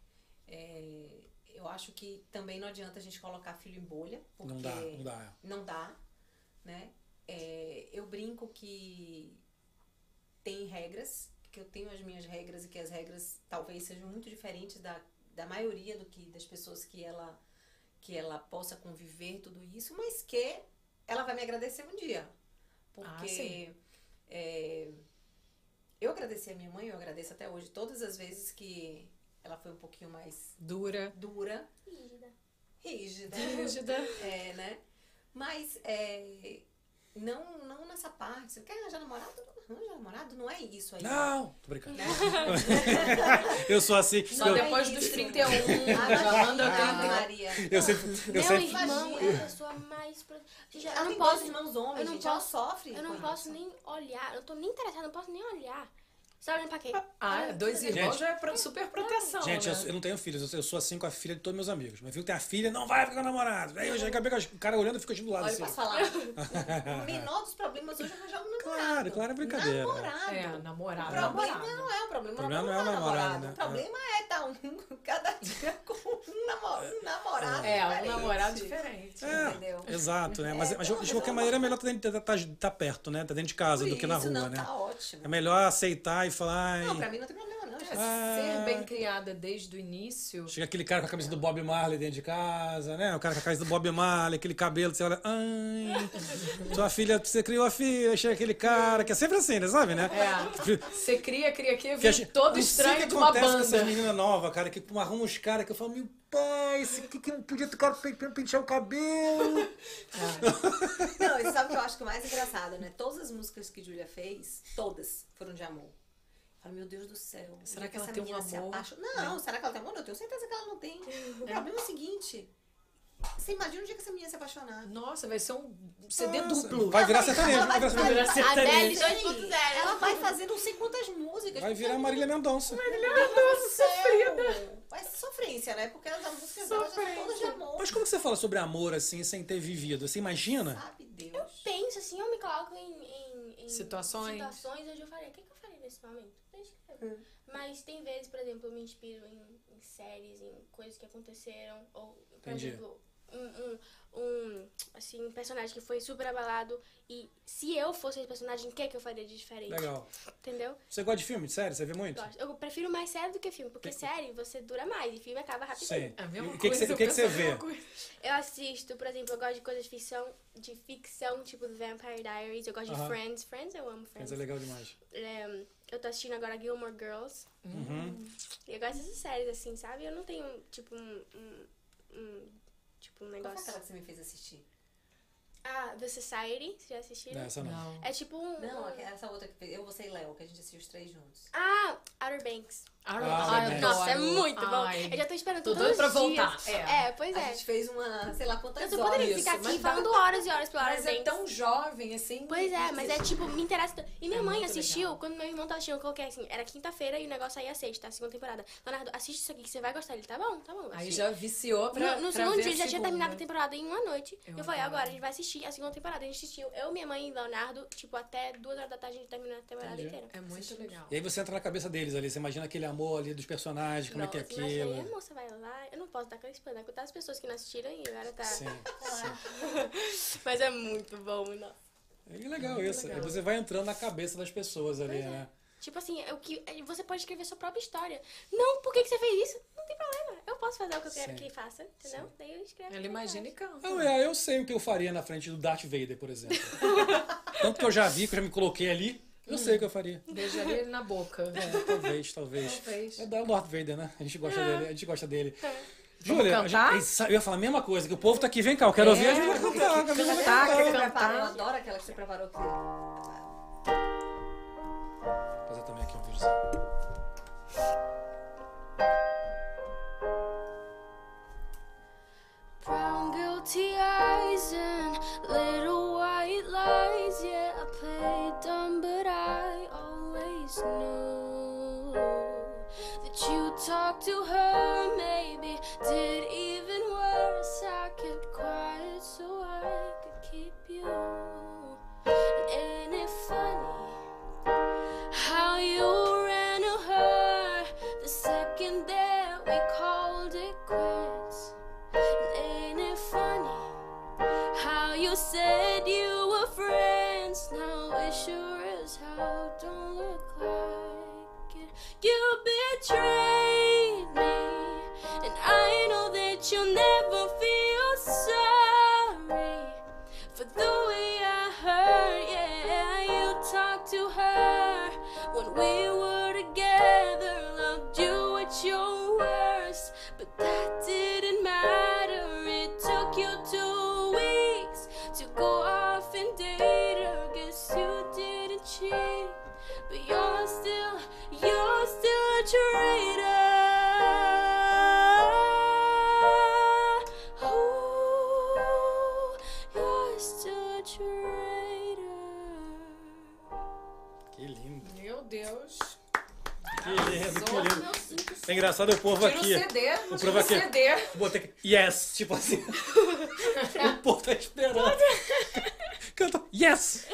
Speaker 4: É, eu acho que também não adianta a gente colocar filho em bolha, porque
Speaker 1: Não dá, não dá.
Speaker 4: não dá, né? É, eu brinco que tem regras, que eu tenho as minhas regras e que as regras talvez sejam muito diferentes da, da maioria do que das pessoas que ela que ela possa conviver tudo isso, mas que ela vai me agradecer um dia,
Speaker 2: Ah,
Speaker 4: porque
Speaker 2: sim.
Speaker 4: é, eu agradeci a minha mãe, eu agradeço até hoje todas as vezes que ela foi um pouquinho mais
Speaker 2: Dura,
Speaker 4: dura,
Speaker 3: Rígida.
Speaker 4: rígida,
Speaker 2: rígida.
Speaker 4: é, né? Mas é, não, não nessa parte. Você quer arranjar namorado? Não arranja namorado, não é isso aí.
Speaker 1: Não! Tô brincando.
Speaker 4: Né?
Speaker 1: Eu sou assim.
Speaker 2: Só
Speaker 1: eu,
Speaker 2: depois
Speaker 4: é
Speaker 2: dos
Speaker 4: isso.
Speaker 2: 31,
Speaker 1: Ah,
Speaker 4: A
Speaker 2: falando
Speaker 4: Maria, a
Speaker 2: até
Speaker 4: é Maria.
Speaker 1: eu sempre. Eu
Speaker 3: Meu
Speaker 1: sempre
Speaker 4: imagina.
Speaker 3: irmão é a pessoa mais. pro- Gente,
Speaker 4: Ela
Speaker 3: eu não
Speaker 4: tem
Speaker 3: posso.
Speaker 4: dois irmãos homens,
Speaker 3: eu não
Speaker 4: gente. Ela
Speaker 3: posso-
Speaker 4: sofre.
Speaker 3: Eu não
Speaker 4: com
Speaker 3: posso
Speaker 4: isso.
Speaker 3: nem olhar. Eu tô nem interessada, eu não posso nem olhar. Você tá olhando pra quê?
Speaker 2: Ah, dois
Speaker 3: tudo bem.
Speaker 2: irmãos
Speaker 1: Gente.
Speaker 2: já é pro- super proteção.
Speaker 1: Gente, eu,
Speaker 2: né?
Speaker 1: eu não tenho filhos, eu, sou- eu sou assim com a filha de todos meus amigos. Meu filho tem a filha, não vai ficar com o namorado. Aí eu já acabei com as- o cara olhando e fica do lado
Speaker 4: Olha,
Speaker 1: assim.
Speaker 4: posso falar? O menor dos problemas hoje é arranjar um namorado.
Speaker 1: Claro, claro, é brincadeira.
Speaker 4: Namorado.
Speaker 2: É,
Speaker 4: O
Speaker 2: namorado.
Speaker 4: problema
Speaker 2: namorado.
Speaker 4: não é o problema. O
Speaker 1: problema
Speaker 4: problema
Speaker 1: não é o namorado, né?
Speaker 4: O problema é estar um, cada dia com um, namo- um namorado.
Speaker 2: É, um
Speaker 4: diferente.
Speaker 2: namorado diferente.
Speaker 1: É,
Speaker 4: Entendeu?
Speaker 1: exato, né? Mas,
Speaker 4: É,
Speaker 1: mas
Speaker 4: então,
Speaker 1: de qualquer maneira é melhor estar tá, tá, tá perto, né? Tá dentro de casa
Speaker 4: Por
Speaker 1: do que na
Speaker 4: isso,
Speaker 1: rua,
Speaker 4: não,
Speaker 1: né?
Speaker 4: Tá ótimo.
Speaker 1: É melhor aceitar e falar.
Speaker 4: Não,
Speaker 1: "Ai,
Speaker 4: pra mim não tem problema, não. gente.
Speaker 1: Ah.
Speaker 2: ser bem criada desde o início.
Speaker 1: Chega aquele cara com a camisa do Bob Marley dentro de casa, né? O cara com a camisa do Bob Marley, aquele cabelo, você olha, ai, sua filha, você criou a filha, chega aquele cara, que é sempre assim, né? Sabe, né?
Speaker 2: É. Você cria, cria, cria,
Speaker 1: Que a
Speaker 2: vem
Speaker 1: gente-
Speaker 2: todo
Speaker 1: não sei o
Speaker 2: estranho
Speaker 1: que
Speaker 2: de uma
Speaker 1: acontece Com essas
Speaker 2: banda.
Speaker 1: meninas novas, cara, que arrumam uns caras que eu falo, meu pai, esse que, que não podia ter cara pe- pe- pentear o cabelo.
Speaker 4: Não, e sabe o que eu acho que é mais engraçado, né? Todas as músicas que Julia fez, todas foram de amor. Eu falo, meu Deus do céu. onde
Speaker 2: Será
Speaker 4: é
Speaker 2: que ela
Speaker 4: essa
Speaker 2: tem um
Speaker 4: menina se
Speaker 2: amor?
Speaker 4: apaixona? Não, será que ela tem um amor? Eu tenho certeza que ela não tem. O problema é o seguinte: você imagina o dia que essa menina se apaixonar.
Speaker 2: Nossa, vai ser um CD
Speaker 1: Nossa,
Speaker 2: duplo.
Speaker 1: Vai virar
Speaker 4: Ela
Speaker 1: sertanejo,
Speaker 4: ela
Speaker 1: vai virar
Speaker 2: vai-
Speaker 1: sertanejo.
Speaker 2: sertanejo.
Speaker 4: vai-
Speaker 3: Adele 2.0.
Speaker 4: Ela é vai fazer não sei quantas músicas.
Speaker 1: Vai virar Marília Mendonça.
Speaker 4: Mendonça sofrida. Vai ser sofrência, né? Porque as músicas dela já são todas de amor.
Speaker 1: Mas como que você fala sobre amor assim, sem ter vivido? Você imagina?
Speaker 4: Sabe Deus.
Speaker 3: Penso assim, eu me coloco em, em- em
Speaker 2: Situações.
Speaker 3: situações onde eu falei, o que, que eu faria nesse momento? Deixa eu ver. Mas tem vezes, por exemplo, eu me inspiro em, em séries, em coisas que aconteceram, ou, por
Speaker 1: Entendi.
Speaker 3: exemplo, um, um, um, assim, um personagem que foi super abalado e se eu fosse esse personagem, o que, que eu faria de diferente?
Speaker 1: Legal.
Speaker 3: Entendeu?
Speaker 1: Você gosta de filme, de série? Você vê muito?
Speaker 3: Gosto. Eu prefiro mais série do que filme, porque série você dura mais e filme acaba rapidinho.
Speaker 1: Sim.
Speaker 2: É a mesma
Speaker 1: E o que, que
Speaker 2: coisa,
Speaker 1: você, o
Speaker 2: eu
Speaker 1: que que você
Speaker 2: penso a
Speaker 1: vê?
Speaker 2: mesma coisa.
Speaker 3: Eu assisto, por exemplo, eu gosto de coisas de ficção, de ficção, tipo The Vampire Diaries, eu gosto
Speaker 1: Aham.
Speaker 3: de Friends. Friends, eu amo
Speaker 1: Mas
Speaker 3: Friends.
Speaker 1: é legal demais.
Speaker 3: É, eu tô assistindo agora Gilmore Girls.
Speaker 1: Uhum.
Speaker 3: E Eu gosto dessas séries, assim, sabe? Eu não tenho, tipo, um. um- um- tipo,
Speaker 2: é
Speaker 3: um
Speaker 4: Qual foi
Speaker 3: negócio.
Speaker 4: aquela que você me fez assistir?
Speaker 3: Ah, The Society, vocês já assistiram?
Speaker 1: Não, Ah, essa não.
Speaker 2: Não.
Speaker 3: É tipo um.
Speaker 4: Não,
Speaker 3: um-
Speaker 4: essa outra que fez. Eu, você e Léo, que a gente assistiu os três juntos.
Speaker 3: Ah, Outer Banks.
Speaker 1: Ah,
Speaker 2: eu
Speaker 1: é.
Speaker 3: Nossa, é
Speaker 2: adoro.
Speaker 3: muito bom.
Speaker 2: Ai.
Speaker 3: Eu já tô esperando
Speaker 2: Tô
Speaker 3: todos
Speaker 2: doida
Speaker 3: os
Speaker 2: pra
Speaker 3: dias.
Speaker 2: voltar, é.
Speaker 3: É, pois
Speaker 4: A
Speaker 3: é.
Speaker 4: gente fez uma, sei lá quantas
Speaker 3: Eu só
Speaker 4: horas.
Speaker 3: poderia
Speaker 2: isso,
Speaker 3: ficar
Speaker 2: mas
Speaker 3: aqui
Speaker 2: dá- um
Speaker 3: falando horas e horas pro Outer
Speaker 2: Mas
Speaker 3: Banks.
Speaker 2: é tão jovem, assim.
Speaker 3: Pois é, mas é tipo, me interessa. tanto. E minha
Speaker 2: É
Speaker 3: mãe
Speaker 2: muito
Speaker 3: assistiu
Speaker 2: legal.
Speaker 3: quando meu irmão tava assistindo, eu coloquei assim, era quinta-feira e o negócio saía sexta, a segunda temporada. Leonardo, assiste isso aqui que você vai gostar. Ele, tá bom, tá bom. eu
Speaker 2: Aí
Speaker 3: assisti.
Speaker 2: já viciou pra.
Speaker 3: no no
Speaker 2: pra
Speaker 3: segundo
Speaker 2: ver
Speaker 3: um dia ele já tinha
Speaker 2: segunda. né?
Speaker 3: terminado a temporada em uma noite.
Speaker 2: Eu
Speaker 3: Eu, falei,
Speaker 2: adoro.
Speaker 3: agora a gente vai assistir a segunda temporada. A gente assistiu, eu, minha mãe e Leonardo, tipo, até duas horas da tarde a gente terminou a temporada
Speaker 1: Entendi.
Speaker 3: inteira.
Speaker 2: É muito legal.
Speaker 1: E aí você entra na cabeça deles ali, você imagina aquele amor ali dos personagens, como é que é
Speaker 3: Nossa, imagina, e a
Speaker 1: aquilo.
Speaker 3: moça vai lá, eu não posso dar aquela espanha, contar as pessoas que não assistiram e agora tá.
Speaker 1: Sim, sim.
Speaker 3: Mas é muito bom, nossa.
Speaker 1: É legal isso.
Speaker 2: legal.
Speaker 1: Você vai entrando na cabeça das pessoas ali,
Speaker 3: Pois é.
Speaker 1: né?
Speaker 3: Tipo assim, é o que é, você pode escrever sua própria história. Não, por que, que você fez isso? Não tem problema. Eu posso fazer o que eu quero
Speaker 1: Sim.
Speaker 3: que ele faça, entendeu? Daí eu escrevo.
Speaker 2: Ela imagina e canta.
Speaker 1: Não, é, eu sei o que eu faria na frente do Darth Vader, por exemplo. Tanto que eu já vi, que eu já me coloquei ali, eu sei o que eu faria.
Speaker 2: Beijaria ele na boca.
Speaker 1: É, talvez, talvez.
Speaker 2: Talvez.
Speaker 1: É da Darth Vader, né? A gente gosta dele, a gente gosta dele.
Speaker 2: Vamos
Speaker 1: Júlia, a
Speaker 2: cantar?
Speaker 1: gente- eu ia falar a mesma coisa, que o povo tá aqui, vem cá, eu quero ouvir a gente vai cantar. a menina vai
Speaker 2: cantar,
Speaker 1: Tá, cantar.
Speaker 2: quer
Speaker 4: Você preparou, eu
Speaker 2: cantar.
Speaker 4: adoro aquela que você preparou que
Speaker 1: Fazer também aqui um videozinho.
Speaker 3: Brown guilty eyes and little white lies. Yeah, I played dumb, but I always knew that you talked to her. Maybe did even worse. I kept quiet so I could keep you. And ain't it funny? How you ran to her the second that we called it quits. And ain't it funny how you said you were friends? Now it sure as hell don't look like it. You betrayed me, and I know that you'll never feel sorry for the way I hurt. Yeah, you talked to her when we were together, loved you at your worst, but that didn't matter. It took you two weeks to go off and date her. Guess you didn't cheat, but you're still, you're still a traitor. Oh, you're still a traitor.
Speaker 1: Que lindo,
Speaker 2: Meu Deus.
Speaker 1: que lindo, que lindo.
Speaker 2: Meu cinto.
Speaker 1: É engraçado o povo
Speaker 2: Tira o
Speaker 1: aqui.
Speaker 2: CD. Tira
Speaker 1: provar
Speaker 2: o
Speaker 1: aqui.
Speaker 2: CD.
Speaker 1: Botei aqui, yes, tipo assim. o povo tá esperando. Canta, yes!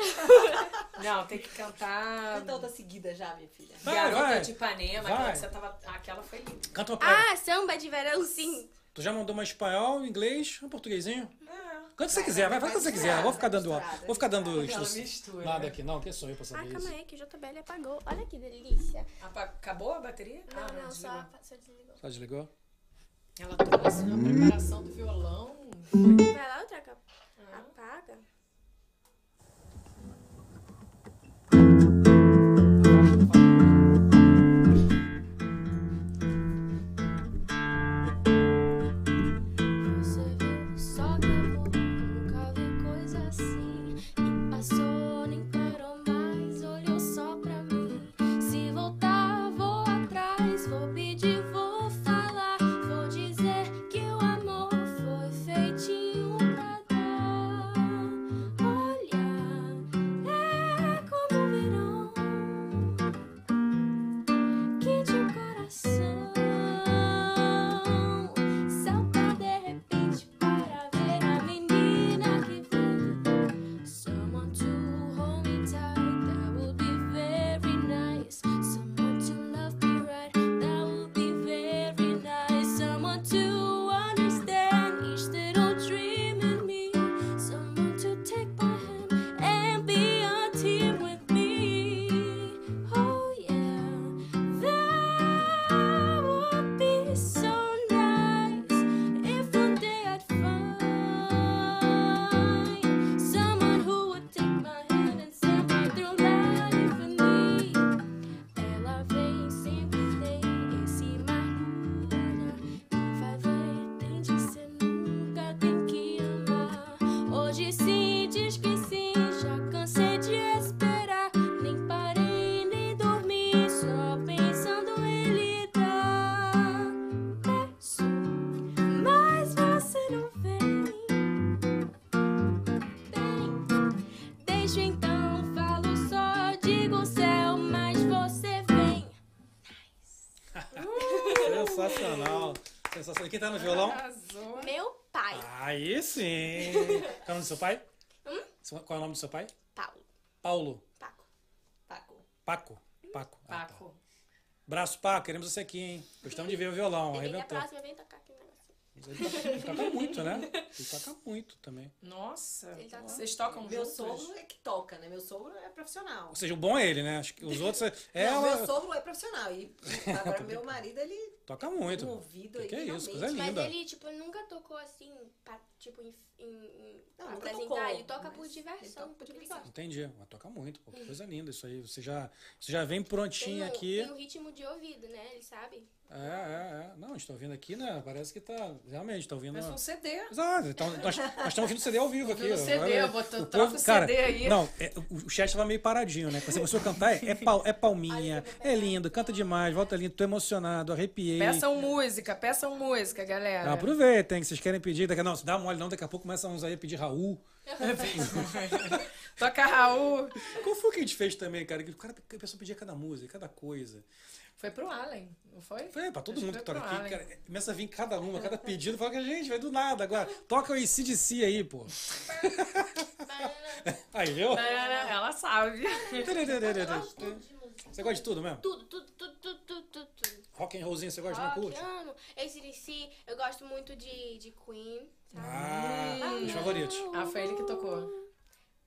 Speaker 2: Não, tem que cantar.
Speaker 4: Canta outra seguida já, minha filha.
Speaker 1: Vai,
Speaker 2: Garota
Speaker 1: vai.
Speaker 2: de Ipanema,
Speaker 1: Vai.
Speaker 2: aquela que você tava. Aquela foi linda.
Speaker 1: É.
Speaker 5: Ah,
Speaker 1: Canta uma parada.
Speaker 3: Ah, samba de verão, sim.
Speaker 1: Tu já mandou uma espanhol, inglês, um portuguesinho?
Speaker 2: É.
Speaker 1: Canta se você quiser, vai, vai quando você quiser. Vou ficar dando,
Speaker 4: misturada,
Speaker 1: vou ficar dando
Speaker 4: misturada.
Speaker 1: instru-
Speaker 2: mistura.
Speaker 1: nada aqui. Não, que sou eu pra
Speaker 5: Ah,
Speaker 1: saber
Speaker 5: calma
Speaker 1: isso.
Speaker 5: aí, que o JBL apagou. Olha que delícia.
Speaker 2: Ah, Acabou a bateria?
Speaker 5: Não, não, só,
Speaker 2: desligou.
Speaker 5: só desligou.
Speaker 1: Só desligou?
Speaker 2: Ela trouxe na
Speaker 1: Hum.
Speaker 2: preparação do violão.
Speaker 5: Vai lá, outra capa. Apaga. Você viu só que amor, nunca vi coisa assim. E passou, nem parou mais, olhou só pra mim. Se voltar, vou atrás, vou pedir, vou falar. Vou dizer que o amor foi feitinho pra dar. Olha, é como o verão que de um coração salta de repente para ver a menina que vem. Someone to hold me tight, that would be very nice. Someone to love me right, that would be very nice. Someone to understand each little dream in me. Someone to take my hand and be a team with me. Oh yeah. That would be so nice if one day I'd find someone who would take my hand and step me through life for me. Ela vem sempre tem em cima vai ver tem de ser nunca tem que amar. Hoje sim diz que sim, já cansei de esperar. Nem parei nem dormi, só pensando em lidar. Peço, mas você não vem. Tem Deixo então, falo só, digo céu, mas você vem.
Speaker 1: Sensacional. Sensacional. E Quem tá no violão?
Speaker 2: Arrasou.
Speaker 5: Meu pai,
Speaker 1: Aí sim. Qual é o nome do seu pai? Qual é o nome do seu pai?
Speaker 5: Paulo,
Speaker 1: Paulo.
Speaker 5: Paco.
Speaker 4: Paco.
Speaker 1: Paco. Paco. Ah, tá.
Speaker 2: Paco.
Speaker 1: Braço, Paco. Queremos você aqui, hein? Gostamos de ver o
Speaker 3: é
Speaker 1: violão.
Speaker 5: Vem, a
Speaker 1: Arrebentou.
Speaker 5: próxima vem tocar aqui um negocinho.
Speaker 1: Ele toca muito, né? Ele toca muito também.
Speaker 2: Nossa.
Speaker 5: Ele tá com-
Speaker 2: Vocês tocam
Speaker 4: Meu
Speaker 2: juntos?
Speaker 4: sogro é que toca, né? Meu sogro é profissional.
Speaker 1: Ou seja, o bom é ele, né? Acho que os outros. É,
Speaker 4: Não,
Speaker 1: ela
Speaker 4: meu sogro é profissional. E agora meu marido, ele
Speaker 1: toca muito.
Speaker 4: um ouvido
Speaker 1: que,
Speaker 4: aí,
Speaker 1: que é isso?
Speaker 4: realmente.
Speaker 1: Coisa
Speaker 5: Mas
Speaker 1: linda.
Speaker 5: ele, tipo, nunca tocou assim, pra, tipo, em, em, em
Speaker 4: Não,
Speaker 5: pra
Speaker 4: nunca
Speaker 5: apresentar.
Speaker 4: tocou,
Speaker 5: ele toca
Speaker 4: mas
Speaker 5: por
Speaker 4: ele
Speaker 5: diversão, um,
Speaker 4: toca por
Speaker 5: porque ele
Speaker 4: diversão.
Speaker 5: gosta.
Speaker 1: Entendi. Mas toca muito, pô. Que coisa linda isso aí. Você já, você já vem prontinho
Speaker 3: um-
Speaker 5: Tem o-
Speaker 1: aqui.
Speaker 5: Tem o ritmo de ouvido, né? Ele sabe.
Speaker 1: É, é, é. Não, estou ouvindo aqui, né? Parece que tá. Realmente, tô ouvindo.
Speaker 2: Mas um CD.
Speaker 1: Exato, então nós, nós estamos ouvindo CD ao vivo aqui.
Speaker 2: Ouvindo CD,
Speaker 1: Agora,
Speaker 2: eu vou- troca o CD aí.
Speaker 1: Não, é, o, o chat tava meio paradinho, né? Você começou a cantar, é, é, pal- é palminha, é lindo, canta demais, volta lindo, tô emocionado, arrepiei.
Speaker 2: Peçam música, peçam música,
Speaker 1: Ah,
Speaker 2: galera.
Speaker 1: Aproveitem, que vocês querem pedir. Daqui, não, se dá mole não, daqui a pouco começa uns aí a pedir Raul.
Speaker 2: Toca Raul.
Speaker 1: Qual foi o que a gente fez também, cara? Que o cara a pessoa pedia cada música, cada coisa.
Speaker 2: Foi pro Allen, não foi?
Speaker 1: Foi é, pra todo
Speaker 2: Acho
Speaker 1: mundo que
Speaker 2: foi
Speaker 1: toca
Speaker 2: pro
Speaker 1: aqui,
Speaker 2: Allen.
Speaker 1: cara, começa a vir cada uma, cada pedido. Fala que a gente vai do nada agora. Toca o ACDC aí, pô. Aí, viu?
Speaker 2: É, Ela sabe.
Speaker 5: Eu gosto tudo de música.
Speaker 1: Você gosta de tudo mesmo?
Speaker 5: Tudo, tudo, tudo, tudo, tudo, tudo, tudo.
Speaker 1: Rock and rollzinho, você gosta? Não
Speaker 5: Rock,
Speaker 1: curte?
Speaker 5: amo. AC/DC, eu gosto muito de, de Queen. Sabe?
Speaker 1: Ah, meus favoritos.
Speaker 2: Ah, foi ele que tocou.
Speaker 5: Amo,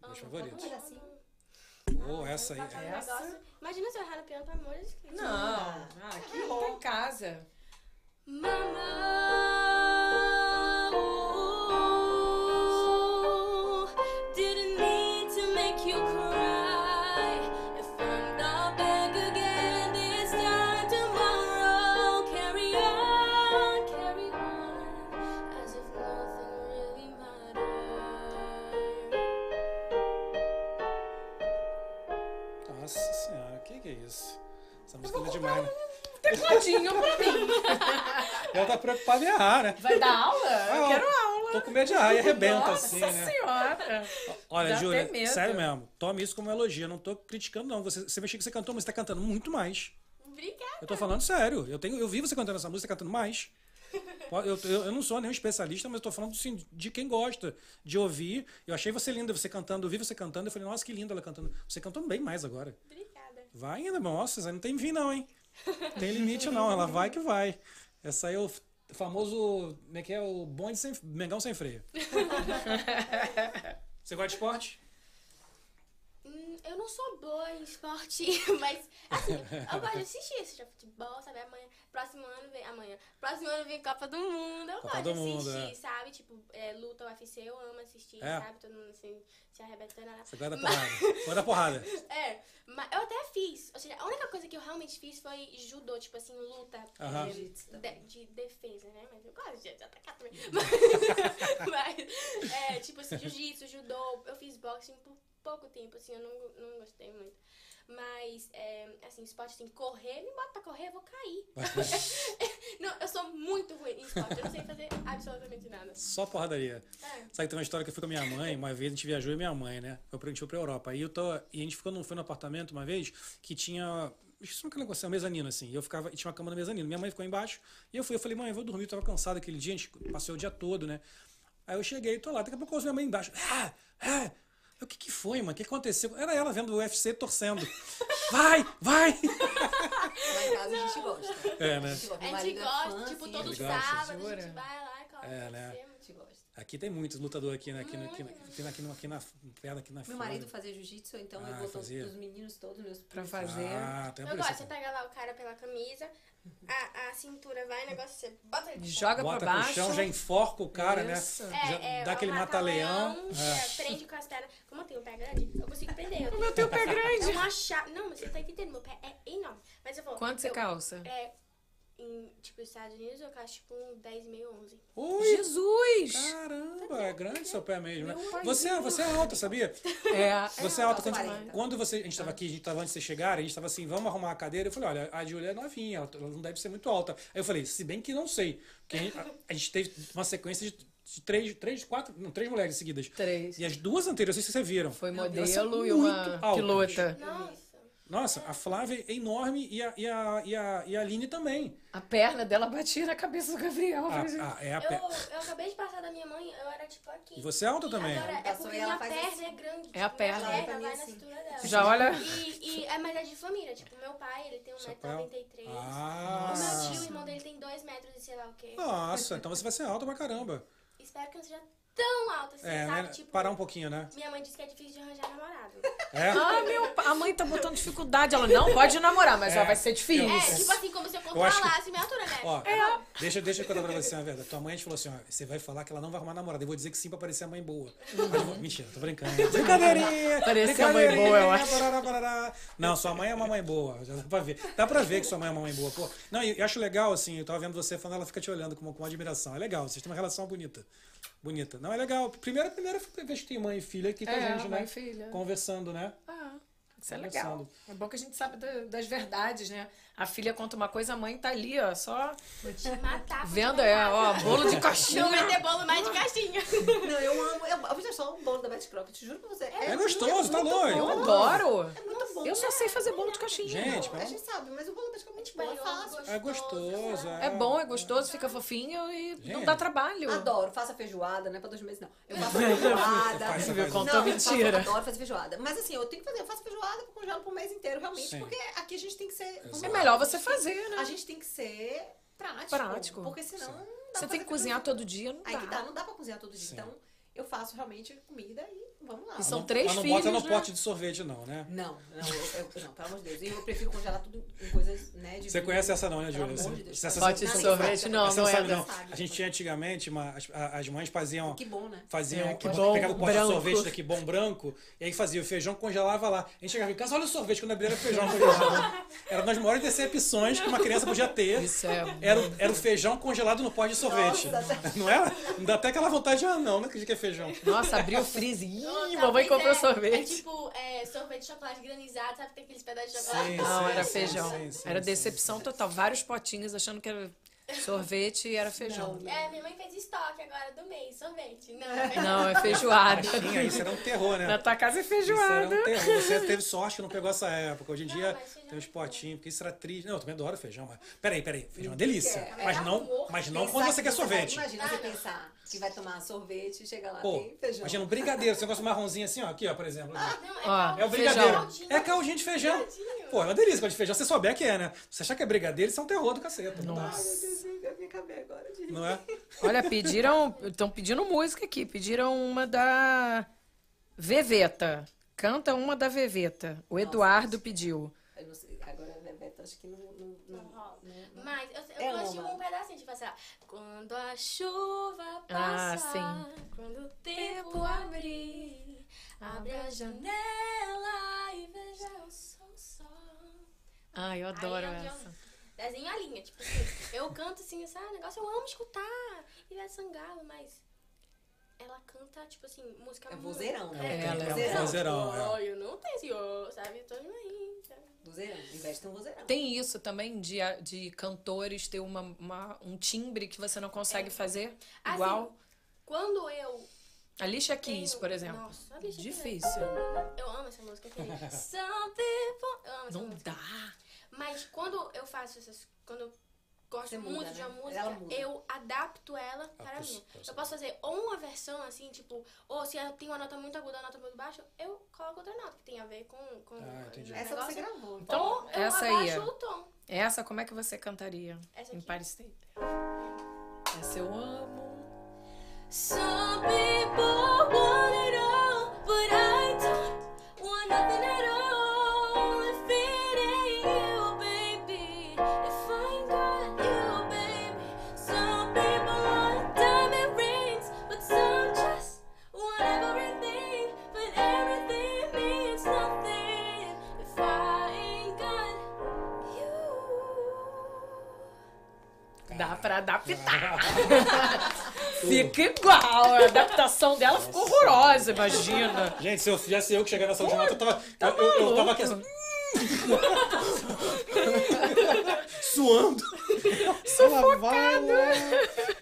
Speaker 1: meus favoritos.
Speaker 5: amo, amo, amo.
Speaker 1: Pô, essa aí.
Speaker 5: Passar um
Speaker 1: é-
Speaker 2: Essa?
Speaker 5: negócio. Imagina se eu errar no piano, pelo amor de Deus.
Speaker 2: Não, ah, que louco. Tá em casa.
Speaker 5: Mama oh, didn't need to make you cry. If I'm not back again this time tomorrow, carry on, carry on, as if nothing really mattered.
Speaker 1: Nossa senhora, o que, que é isso? Essa música é demais. né?
Speaker 2: Tecladinho pra mim.
Speaker 1: Ela tá preocupada em errar, né?
Speaker 2: Vai dar aula? Eu
Speaker 1: Ah,
Speaker 2: quero aula.
Speaker 1: Tô com medo de errar e arrebenta
Speaker 2: Nossa
Speaker 1: assim, né?
Speaker 2: senhora.
Speaker 1: Olha,
Speaker 2: Dá
Speaker 1: Júlia,
Speaker 2: até medo.
Speaker 1: sério mesmo. Tome isso como um elogio. Eu não tô criticando, não. Você, você mexeu que você cantou, mas você tá cantando muito mais.
Speaker 5: Obrigada.
Speaker 1: Eu tô falando sério. Eu, tenho, eu vi você cantando essa música, você tá cantando mais. Eu, eu- eu não sou nenhum especialista, mas eu tô falando assim, de quem gosta de ouvir. Eu achei você linda, você cantando, eu vi você cantando, eu falei, nossa, que linda ela cantando. Você cantou bem mais agora.
Speaker 5: Obrigada.
Speaker 1: Vai ainda, meu. Nossa, essa aí não tem fim, não, hein? Não Tem limite, não. Ela vai que vai. Essa aí eu O famoso, como é que é? O bonde sem, mengão sem freio. Você gosta de esporte?
Speaker 3: Hum, eu não sou boa em esporte, mas assim, eu gosto de assistir, seja futebol, sabe? Amanhã, próximo ano vem. Amanhã. Próximo ano vem Copa do Mundo. Eu
Speaker 1: Copa
Speaker 3: gosto
Speaker 1: do
Speaker 3: de
Speaker 1: Mundo,
Speaker 3: assistir,
Speaker 1: é.
Speaker 3: sabe? Tipo, é, luta UFC, eu amo assistir,
Speaker 1: É?
Speaker 3: sabe? Todo mundo assim, se arrebentando. lá.
Speaker 1: Você gosta da porrada? Gosta da porrada.
Speaker 3: É, mas eu até fiz. Ou seja, a única coisa que eu realmente fiz foi judô, tipo assim, luta.
Speaker 1: Aham.
Speaker 3: é,
Speaker 4: Jiu-jitsu
Speaker 3: de,
Speaker 4: também.
Speaker 3: de defesa, né? Mas eu gosto de, de atacar também.
Speaker 1: Uhum.
Speaker 3: Mas, mas, é, tipo assim, jiu-jitsu, judô. Eu fiz boxing por pouco tempo, assim, eu não, não gostei muito. Mas, é, assim, esporte, assim, correr, me bota pra correr, eu vou cair. Não, eu sou muito ruim em esporte, eu não sei fazer absolutamente nada.
Speaker 1: Só porradaria.
Speaker 3: É.
Speaker 1: Sabe que tem uma história que eu fui com a minha mãe, uma vez a gente viajou e minha mãe, né? Eu, a gente foi pra Europa. E, eu tô, e a gente ficou num, foi num apartamento uma vez que tinha. Isso não que negócio, é um mezanino assim. E eu ficava, e tinha uma cama no mezanino. Minha mãe ficou embaixo. E eu fui, eu falei, mãe, eu vou dormir, eu tava cansado aquele dia, a gente passei o dia todo, né? Aí eu cheguei, tô lá, daqui a pouco eu ouço minha mãe embaixo. Ah, ah. Eu, O que, que foi, mãe? O que aconteceu? Era ela vendo o UFC torcendo. Vai, vai!
Speaker 5: Lá em casa a gente gosta.
Speaker 1: É, né?
Speaker 5: A gente gosta, meu
Speaker 3: A gente
Speaker 5: marido é
Speaker 3: gosta,
Speaker 5: fã,
Speaker 3: tipo,
Speaker 5: assim,
Speaker 3: todo
Speaker 1: Ele gosta.
Speaker 3: sábado a
Speaker 2: Jura?
Speaker 3: gente vai lá e coloca
Speaker 1: É,
Speaker 3: é,
Speaker 1: né?
Speaker 5: A gente gosta.
Speaker 1: Aqui tem muitos lutador aqui, né? Aqui, no- aqui, na-
Speaker 3: Muito.
Speaker 1: aqui, na- aqui, na- aqui na perna, aqui na
Speaker 5: Meu
Speaker 1: Flórida.
Speaker 5: marido fazia jiu-jitsu, então
Speaker 1: Ah,
Speaker 5: eu botou
Speaker 1: fazia.
Speaker 5: os meninos todos, meus
Speaker 2: Pra
Speaker 5: primos.
Speaker 2: fazer.
Speaker 1: Ah, tem uma
Speaker 3: Eu
Speaker 1: polícia
Speaker 3: gosto, você tá
Speaker 1: aqui.
Speaker 3: pega lá o cara pela camisa, a, a cintura vai, o negócio você bota ele de
Speaker 2: Joga
Speaker 1: Bota
Speaker 2: pra
Speaker 1: pro
Speaker 2: baixo.
Speaker 1: chão, já enforca o cara,
Speaker 2: Isso.
Speaker 1: né?
Speaker 3: fora.
Speaker 1: Já dá aquele mata-leão. É.
Speaker 3: é, prende com as pernas. Como eu tenho o pé grande, eu consigo prender. Eu
Speaker 2: Meu teu pé
Speaker 3: É
Speaker 2: grande.
Speaker 3: uma chave. Não, mas você tá entendendo, meu pé é enorme. Mas eu vou.
Speaker 2: Quanto você
Speaker 3: eu-
Speaker 2: calça?
Speaker 3: É, em, tipo, nos Estados Unidos eu caço tipo um 10, meio 11.
Speaker 1: Ui,
Speaker 2: Jesus!
Speaker 1: caramba, é grande seu pé mesmo, né?
Speaker 2: Meu
Speaker 1: Você,
Speaker 2: paizinho.
Speaker 1: você é alta, sabia?
Speaker 2: É.
Speaker 1: Você é alta.
Speaker 5: alta,
Speaker 1: Quando,
Speaker 5: 40.
Speaker 1: quando você, a gente estava aqui, a gente estava antes de vocês chegarem, a gente estava assim, vamos arrumar a cadeira. Eu falei, olha, a Julia é novinha, ela ela não deve ser muito alta. Aí eu falei, se bem que não sei. Porque a gente, a- a gente teve uma sequência de, de três, três, quatro, não, três mulheres seguidas.
Speaker 2: Três.
Speaker 1: E as duas anteriores, não sei se vocês viram.
Speaker 2: Foi
Speaker 1: Elas são
Speaker 2: modelo e
Speaker 1: muito
Speaker 2: uma
Speaker 1: altas.
Speaker 2: pilota.
Speaker 3: Nossa.
Speaker 1: Nossa, a Flávia é enorme e a, e a, e a, e a Aline também.
Speaker 2: A perna dela batia na cabeça do Gabriel.
Speaker 1: A, a, é a
Speaker 3: Eu,
Speaker 1: pé.
Speaker 3: eu acabei de passar da minha mãe, eu era tipo aqui.
Speaker 1: E você é alta também.
Speaker 3: Agora, é
Speaker 5: Passou
Speaker 3: porque
Speaker 5: e ela
Speaker 3: minha
Speaker 5: faz
Speaker 3: perna
Speaker 5: assim.
Speaker 3: é grande.
Speaker 2: É a
Speaker 3: tipo,
Speaker 2: perna.
Speaker 3: Minha
Speaker 5: Pra
Speaker 3: perna
Speaker 5: mim,
Speaker 3: vai na
Speaker 5: assim.
Speaker 3: cintura dela.
Speaker 2: Já olha.
Speaker 3: E, e é, mas é de família. Tipo, meu pai, ele tem
Speaker 1: Seu pai é alto.
Speaker 3: 1,93m.
Speaker 1: Ah.
Speaker 3: O meu tio, o irmão dele, tem 2 metros e sei lá o quê.
Speaker 1: Nossa, então você vai ser alta pra caramba.
Speaker 3: Espero que eu não seja tão alta assim,
Speaker 1: É,
Speaker 3: sabe?
Speaker 1: né?
Speaker 3: Tipo,
Speaker 1: Parar um pouquinho, né?
Speaker 3: minha mãe disse que é difícil de arranjar namorado.
Speaker 1: É.
Speaker 2: Ah, meu, pa- a mãe tá botando dificuldade. Ela não pode namorar, mas
Speaker 1: É.
Speaker 2: ó, vai ser difícil.
Speaker 1: Isso.
Speaker 3: é, tipo assim, como se eu
Speaker 1: Eu acho que-
Speaker 3: controlasse minha altura, né?
Speaker 1: Ó, deixa, deixa É, eu contar pra você uma verdade. Tua mãe a gente falou assim: ó, você vai falar que ela não vai arrumar namorada. Eu vou dizer que sim pra parecer a mãe boa. Mas eu vou- mentira, tô brincando. Brincadeirinha!
Speaker 2: Parecer a mãe
Speaker 1: brincadeirinha,
Speaker 2: boa, eu acho.
Speaker 1: barará, barará. Não, sua mãe é uma mãe boa. Já dá pra ver. Dá pra ver que sua mãe é uma mãe boa. Pô. Não, e eu acho legal, assim, eu tava vendo você falando, ela fica te olhando com, com admiração. É legal, vocês têm uma relação bonita. Bonita. Não, é legal. Primeira, primeira vez que tem mãe e filha aqui com a
Speaker 2: É,
Speaker 1: gente,
Speaker 2: mãe
Speaker 1: né?
Speaker 2: e filha.
Speaker 1: Conversando, né?
Speaker 2: Ah, isso é
Speaker 1: Engraçado.
Speaker 2: legal. É bom que a gente sabe da- das verdades, né? A filha conta uma coisa, a mãe tá ali, ó, só
Speaker 3: Te matar. vou te
Speaker 2: vendo,
Speaker 3: matar.
Speaker 2: é, ó, bolo de
Speaker 3: Não vai
Speaker 5: é
Speaker 2: coxinha.
Speaker 3: ter bolo mais de caixinha.
Speaker 5: Não, eu amo. Eu, veja só
Speaker 4: um
Speaker 5: o bolo da Betty Croft, juro pra você.
Speaker 1: É
Speaker 5: muito-
Speaker 1: gostoso, tá
Speaker 5: muito
Speaker 1: doido.
Speaker 5: bom.
Speaker 2: Eu adoro.
Speaker 5: É muito bom.
Speaker 2: Eu só
Speaker 5: né?
Speaker 2: sei fazer bolo de coxinha.
Speaker 1: Gente,
Speaker 5: A gente sabe, mas o bolo da Betty Croft é muito
Speaker 2: Tipo,
Speaker 5: bom, é fácil.
Speaker 1: É gostoso.
Speaker 2: É bom, é gostoso, fica fofinho e não
Speaker 1: Gente.
Speaker 2: dá trabalho.
Speaker 5: Adoro, faça feijoada, não é pra dois meses, não. Eu faço feijoada.
Speaker 1: Faz, faz, faz.
Speaker 2: Contou
Speaker 5: eu faço-
Speaker 2: mentira.
Speaker 5: adoro fazer feijoada. Mas assim, eu tenho que fazer, eu faço feijoada, eu congelo pro mês inteiro, realmente,
Speaker 1: Sim.
Speaker 5: porque aqui a gente tem que ser. vamos
Speaker 2: É
Speaker 5: lá,
Speaker 2: melhor
Speaker 5: a gente
Speaker 2: você fazer,
Speaker 5: A
Speaker 2: né?
Speaker 5: gente tem que ser prático.
Speaker 2: Prático.
Speaker 5: Porque senão. não dá pra
Speaker 2: Você tem
Speaker 5: fazer
Speaker 2: que cozinhar
Speaker 5: tudo.
Speaker 2: todo dia, não
Speaker 5: Aí que dá,
Speaker 2: dá.
Speaker 5: não dá pra cozinhar todo dia.
Speaker 1: Sim.
Speaker 5: Então, eu faço realmente comida e vamos lá.
Speaker 2: E
Speaker 1: Ela
Speaker 2: são
Speaker 1: não-
Speaker 2: três
Speaker 1: ela não
Speaker 2: filhos,
Speaker 1: bota no
Speaker 2: né?
Speaker 1: pote de sorvete, não, né?
Speaker 5: Não, não, eu, eu- não, pelo amor de Deus. E eu prefiro congelar tudo em coisas, né? De
Speaker 1: Você conhece essa não, né,
Speaker 5: Pelo
Speaker 1: Júlia?
Speaker 5: amor de
Speaker 1: Você-
Speaker 5: Deus.
Speaker 1: você- essa-
Speaker 2: Pote de
Speaker 1: essa-
Speaker 2: sorvete, não,
Speaker 1: essa não
Speaker 2: não
Speaker 1: sabe,
Speaker 2: é.
Speaker 1: não.
Speaker 2: não.
Speaker 5: Sabe,
Speaker 1: A gente tinha antigamente, uma- as, a- as mães faziam.
Speaker 5: Que bom, né?
Speaker 1: Faziam,
Speaker 2: É, que bom,
Speaker 1: pegava o pote de
Speaker 2: branco.
Speaker 1: sorvete daqui, bom branco, e aí fazia o feijão, congelava lá. A gente chegava em casa, olha o sorvete, quando abria era feijão congelado. era uma das maiores decepções que uma criança podia ter.
Speaker 2: Isso é.
Speaker 1: Era, o- era o feijão congelado no pote de sorvete.
Speaker 5: Nossa.
Speaker 1: Não era? Não dá até aquela vontade, ah, não, não acredito que é feijão.
Speaker 2: Nossa, abriu o freezer. Ih,
Speaker 3: Nossa,
Speaker 2: mamãe
Speaker 3: mas
Speaker 2: comprou
Speaker 3: é- É
Speaker 2: sorvete.
Speaker 3: tipo é, sorvete de chocolate granizado, sabe? que Tem aqueles pedaços de
Speaker 1: Sim,
Speaker 3: chocolate.
Speaker 2: Não,
Speaker 1: sim,
Speaker 2: era
Speaker 1: sim,
Speaker 2: feijão.
Speaker 1: sim, sim,
Speaker 2: Era
Speaker 1: sim,
Speaker 2: decepção total. Vários potinhos achando que era sorvete e era feijão.
Speaker 3: É, minha mãe fez estoque agora do mês, sorvete. Não,
Speaker 2: Não, é feijoada.
Speaker 1: Tinha, isso era um terror, né?
Speaker 2: Na tua casa é
Speaker 1: Isso era um
Speaker 2: feijoada.
Speaker 1: terror. Você teve sorte que não pegou essa época. Hoje em
Speaker 3: Não,
Speaker 1: dia
Speaker 3: mas feijão
Speaker 1: tem uns
Speaker 3: é bom.
Speaker 1: potinhos, porque isso era triste. Não, eu também adoro feijão, mas. Peraí, peraí. Feijão é uma delícia.
Speaker 5: É,
Speaker 1: Mas
Speaker 3: dá
Speaker 1: não,
Speaker 3: amor.
Speaker 1: mas não
Speaker 5: Pensar
Speaker 1: quando você
Speaker 5: que
Speaker 1: quer
Speaker 5: vai-
Speaker 1: sorvete.
Speaker 5: Imagina
Speaker 3: Ah,
Speaker 5: você
Speaker 3: não.
Speaker 5: pensar que vai tomar sorvete e chega lá,
Speaker 1: Pô,
Speaker 5: tem feijão.
Speaker 1: imagina um brigadeiro, esse negócio marronzinho assim, ó, aqui, ó, por exemplo.
Speaker 3: não,
Speaker 2: Ó,
Speaker 3: caldo-
Speaker 1: É o
Speaker 2: Feijão.
Speaker 1: brigadeiro.
Speaker 3: Caldinho.
Speaker 1: É caldinho de feijão.
Speaker 3: Caldinho.
Speaker 1: Pô, é uma delícia quando de feijão. Se Você souber que é, né? Se você achar que é brigadeiro, isso é um terror do caceta. Não dá.
Speaker 2: Nossa.
Speaker 4: acabei agora de rir.
Speaker 1: Não é?
Speaker 2: Olha, pediram. Estão pedindo música aqui. Pediram uma da Veveta. Canta uma da Veveta. O Eduardo pediu.
Speaker 5: Eu não sei, agora a Bebeto acho que não. não, não,
Speaker 3: Não rola.
Speaker 5: não- não-
Speaker 3: Mas eu, eu
Speaker 5: É
Speaker 3: gosto de
Speaker 5: uma.
Speaker 3: um pedacinho, tipo assim, ó. Quando a chuva
Speaker 2: Ah,
Speaker 3: passar,
Speaker 2: sim.
Speaker 3: quando o tempo abrir, abre a janela e veja o sol, sol.
Speaker 2: Ai, Ah, eu adoro
Speaker 3: Aí é onde eu
Speaker 2: essa.
Speaker 3: Desenho a linha, tipo assim, eu canto assim, esse negócio, eu amo escutar Ivete Sangalo, mas ela canta, tipo assim, música
Speaker 5: É vozeirão,
Speaker 3: muito-
Speaker 5: né?
Speaker 2: É, ela é um
Speaker 3: tipo,
Speaker 1: vozeirão, é.
Speaker 3: ó, Eu não tenho esse, ó, sabe? Eu tô indo aí, sabe?
Speaker 5: Vozeirão. Investe um vozeirão.
Speaker 2: Tem isso também de, de cantores ter uma, uma- um timbre que você não consegue fazer
Speaker 3: Assim,
Speaker 2: igual.
Speaker 3: Quando eu
Speaker 2: A Alicia Keys,
Speaker 3: tenho-
Speaker 2: por exemplo.
Speaker 3: Nossa, a bicha que-
Speaker 2: Difícil.
Speaker 3: Eu amo essa música, querida. Some people... Eu amo essa
Speaker 2: Não
Speaker 3: música.
Speaker 2: dá.
Speaker 3: Mas quando eu faço essas... Quando eu gosto
Speaker 5: Você muda,
Speaker 3: muito de
Speaker 5: né?
Speaker 3: uma música,
Speaker 5: Ela muda.
Speaker 3: eu adapto ela para
Speaker 1: pers-
Speaker 3: mim. Eu
Speaker 1: personagem.
Speaker 3: posso fazer ou uma versão assim, tipo... Ou se ela tem uma nota muito aguda, uma nota muito baixa, eu coloco outra nota que tem a ver com... com
Speaker 1: Ah,
Speaker 3: com
Speaker 1: entendi.
Speaker 3: o
Speaker 5: Essa você
Speaker 3: negócio.
Speaker 5: gravou.
Speaker 2: Então,
Speaker 3: Ou eu
Speaker 2: Essa aí,
Speaker 3: abaixo
Speaker 2: ó.
Speaker 3: o tom.
Speaker 2: Essa, como é que você cantaria?
Speaker 3: Essa
Speaker 2: Em
Speaker 3: aqui.
Speaker 2: Paris State. Essa eu amo.
Speaker 3: Some people want it all, but I don't want nothing at all. If it ain't you, baby, if I ain't got you, baby. Some people want diamond rings, but some just want everything. But everything means nothing if I ain't got you. É.
Speaker 2: Dá pra adaptar. Fica igual. A adaptação dela ficou horrorosa, imagina.
Speaker 1: Gente, se eu fizesse eu que chegar nessa última nota, eu tava. eu, eu- eu tava aqui assim, suando. Sufocado.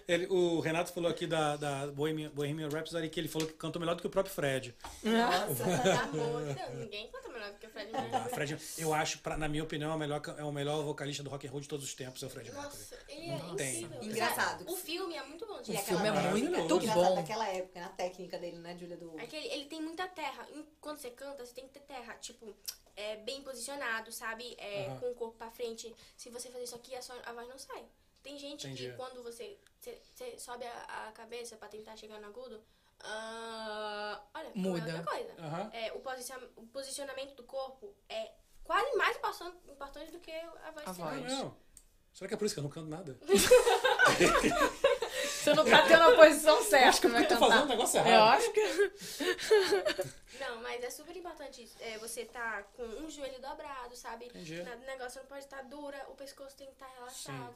Speaker 1: Ele, o Renato falou aqui da, da Bohemian, Bohemian Rhapsody que ele falou que cantou melhor do que o próprio Fred.
Speaker 3: Nossa, pelo amor de Deus, ninguém canta melhor do que o Fred
Speaker 1: Ah,
Speaker 3: Mercury.
Speaker 1: Fred, eu acho, pra- na minha opinião, é o melhor, é o melhor vocalista do rock and roll de todos os tempos, é o Fred Mercury.
Speaker 3: Nossa, ele é
Speaker 1: Não tem.
Speaker 3: incrível.
Speaker 5: Engraçado.
Speaker 3: Sabe, O filme é muito bom.
Speaker 5: E
Speaker 3: Gente.
Speaker 5: aquela
Speaker 2: filme é
Speaker 5: música
Speaker 1: muito
Speaker 5: engraçada
Speaker 2: bom.
Speaker 5: Daquela época, na técnica dele, né, Júlia? Do...
Speaker 3: É que ele, ele tem muita terra. Em- Quando você canta, você tem que ter terra. Tipo, é, bem posicionado, sabe? É,
Speaker 1: Aham.
Speaker 3: Com o corpo pra frente. Se você fazer isso aqui, a, sua- a voz não sai. Tem gente
Speaker 1: Entendi.
Speaker 3: que quando você, você, você sobe a, a cabeça pra tentar chegar no agudo, ah, olha, não
Speaker 2: Muda.
Speaker 3: é outra coisa.
Speaker 1: Aham.
Speaker 3: É, o, posicion- o posicionamento do corpo é quase mais importan- importante do que a voz.
Speaker 2: A
Speaker 3: ser.
Speaker 2: voz.
Speaker 1: Ah, não. Será que é por isso que eu não canto nada?
Speaker 2: Você não tá tendo a posição certa.
Speaker 1: Acho que eu
Speaker 2: vai
Speaker 1: tô
Speaker 2: cantar.
Speaker 1: fazendo um negócio
Speaker 2: Eu
Speaker 1: errado.
Speaker 2: acho que.
Speaker 3: Não, mas é super importante isso. É, você tá com um joelho dobrado, sabe?
Speaker 1: Entendi.
Speaker 3: Nada- O negócio não pode estar dura, o pescoço tem que estar relaxado.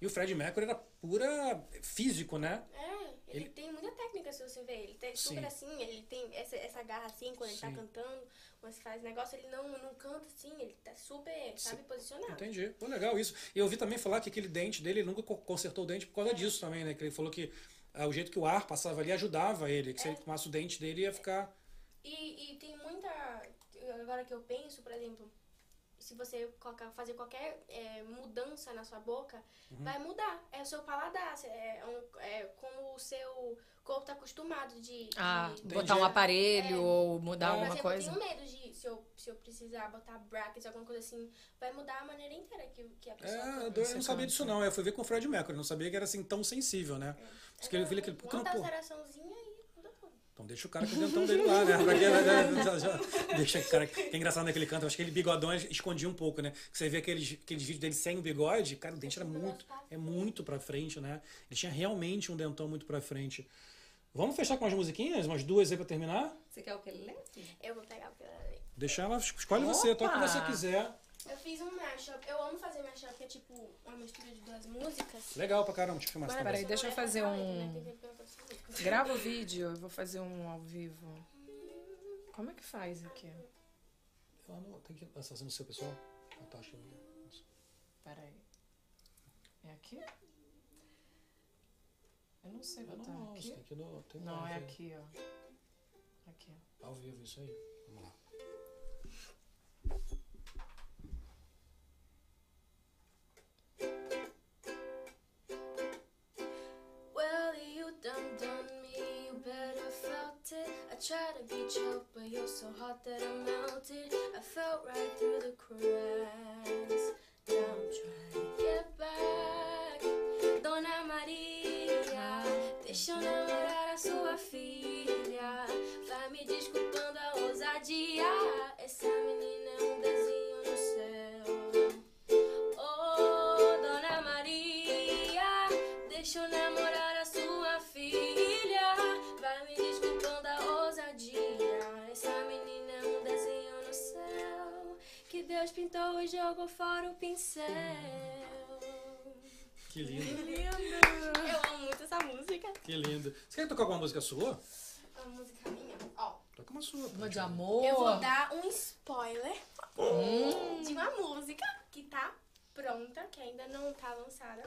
Speaker 1: E o Fred Mercury era pura físico, né?
Speaker 3: É, ele,
Speaker 1: Ele-
Speaker 3: tem muita técnica, se você ver. Ele tem
Speaker 1: Sim.
Speaker 3: super assim, ele tem essa, essa garra assim quando ele
Speaker 1: Sim.
Speaker 3: tá cantando, quando você faz negócio, ele não, não canta assim, ele tá super, sabe, posicionado.
Speaker 1: Entendi. Pô, legal isso. E eu ouvi também falar que aquele dente dele, ele nunca co- consertou o dente por causa disso também, né? Que ele falou que ah, o jeito que o ar passava ali ajudava ele, que se ele tomasse o dente dele ia ficar.
Speaker 3: E, e tem muita. Agora que eu penso, por exemplo, se você colocar, fazer qualquer é, mudança na sua boca,
Speaker 1: Uhum.
Speaker 3: vai mudar. É o seu paladar, cê- é, um- é como o seu corpo tá acostumado de.
Speaker 2: Ah,
Speaker 3: de-
Speaker 2: botar um aparelho
Speaker 3: É. um-
Speaker 2: ou mudar
Speaker 3: Por
Speaker 2: alguma
Speaker 3: exemplo,
Speaker 2: coisa.
Speaker 3: Eu tenho medo de, se eu, se eu precisar botar brackets, alguma coisa assim, vai mudar a maneira inteira que, que a pessoa.
Speaker 1: É, eu
Speaker 3: canta.
Speaker 1: do- eu não sabia disso não. Eu fui ver com o Fred Mercury, não sabia que era assim tão sensível, né? Diz que ele viu aquele. Porque não,
Speaker 3: Uma
Speaker 1: pô,
Speaker 3: alteraçãozinha e muda tudo.
Speaker 1: Então deixa o cara com o dentão dele lá, né? Pra que- né? Já- já- deixa o cara. Que é engraçado naquele canto, eu acho que aquele bigodão es- escondia um pouco, né? Que você vê aqueles, aqueles vídeos dele sem o bigode, cara, o dente era muito, é muito pra frente, né? Ele tinha realmente um dentão muito pra frente. Vamos fechar com umas musiquinhas, umas duas aí pra terminar?
Speaker 5: Você quer o que ele lê?
Speaker 3: Eu vou pegar o que ela veio.
Speaker 1: Deixa ela, es- escolhe você, toca o que
Speaker 2: Opa!
Speaker 1: você quiser.
Speaker 3: Eu fiz um mashup. Eu amo fazer mashup, que é tipo uma mistura de duas músicas.
Speaker 1: Legal pra caramba, deixa eu filmar
Speaker 3: Agora,
Speaker 1: essa também.
Speaker 2: Peraí, deixa eu
Speaker 3: não é
Speaker 2: fazer
Speaker 3: cantar, né?
Speaker 2: um-
Speaker 3: Tem que ver pela próxima música.
Speaker 2: Grava o vídeo, eu vou fazer um ao vivo. Como é que faz aqui?
Speaker 1: Ela não- Tem que essa no seu pessoal? Ah, tá, Natasha.
Speaker 2: Peraí. É aqui? Eu não sei
Speaker 1: Não,
Speaker 2: botar
Speaker 1: não, isso
Speaker 2: Tá
Speaker 1: tem
Speaker 2: aqui.
Speaker 1: que no- tem
Speaker 2: Não, é
Speaker 1: live,
Speaker 2: aqui, ó. Aqui.
Speaker 1: Ao vivo, isso aí. Vamos lá.
Speaker 3: Well, you done done me, you better felt it. I tried to beat you, but you're so hot that I melted. I felt right through the cracks. Now I'm trying to get back. Don't I
Speaker 5: filha. Vai me desculpando a ousadia. Essa menina é um desenho no céu. Ô, Oh, Dona Maria, deixa eu namorar a sua filha. Vai me desculpando a ousadia. Essa menina é um desenho no céu. Que Deus pintou e jogou fora o pincel.
Speaker 1: Que lindo,
Speaker 5: Eu amo muito essa música.
Speaker 1: que lindo. Você quer tocar alguma música sua?
Speaker 5: A música é minha, ó.
Speaker 1: Toca uma sua.
Speaker 2: Uma de
Speaker 1: pô.
Speaker 2: amor.
Speaker 5: Eu vou dar um spoiler de uma música que tá pronta, que ainda não tá lançada.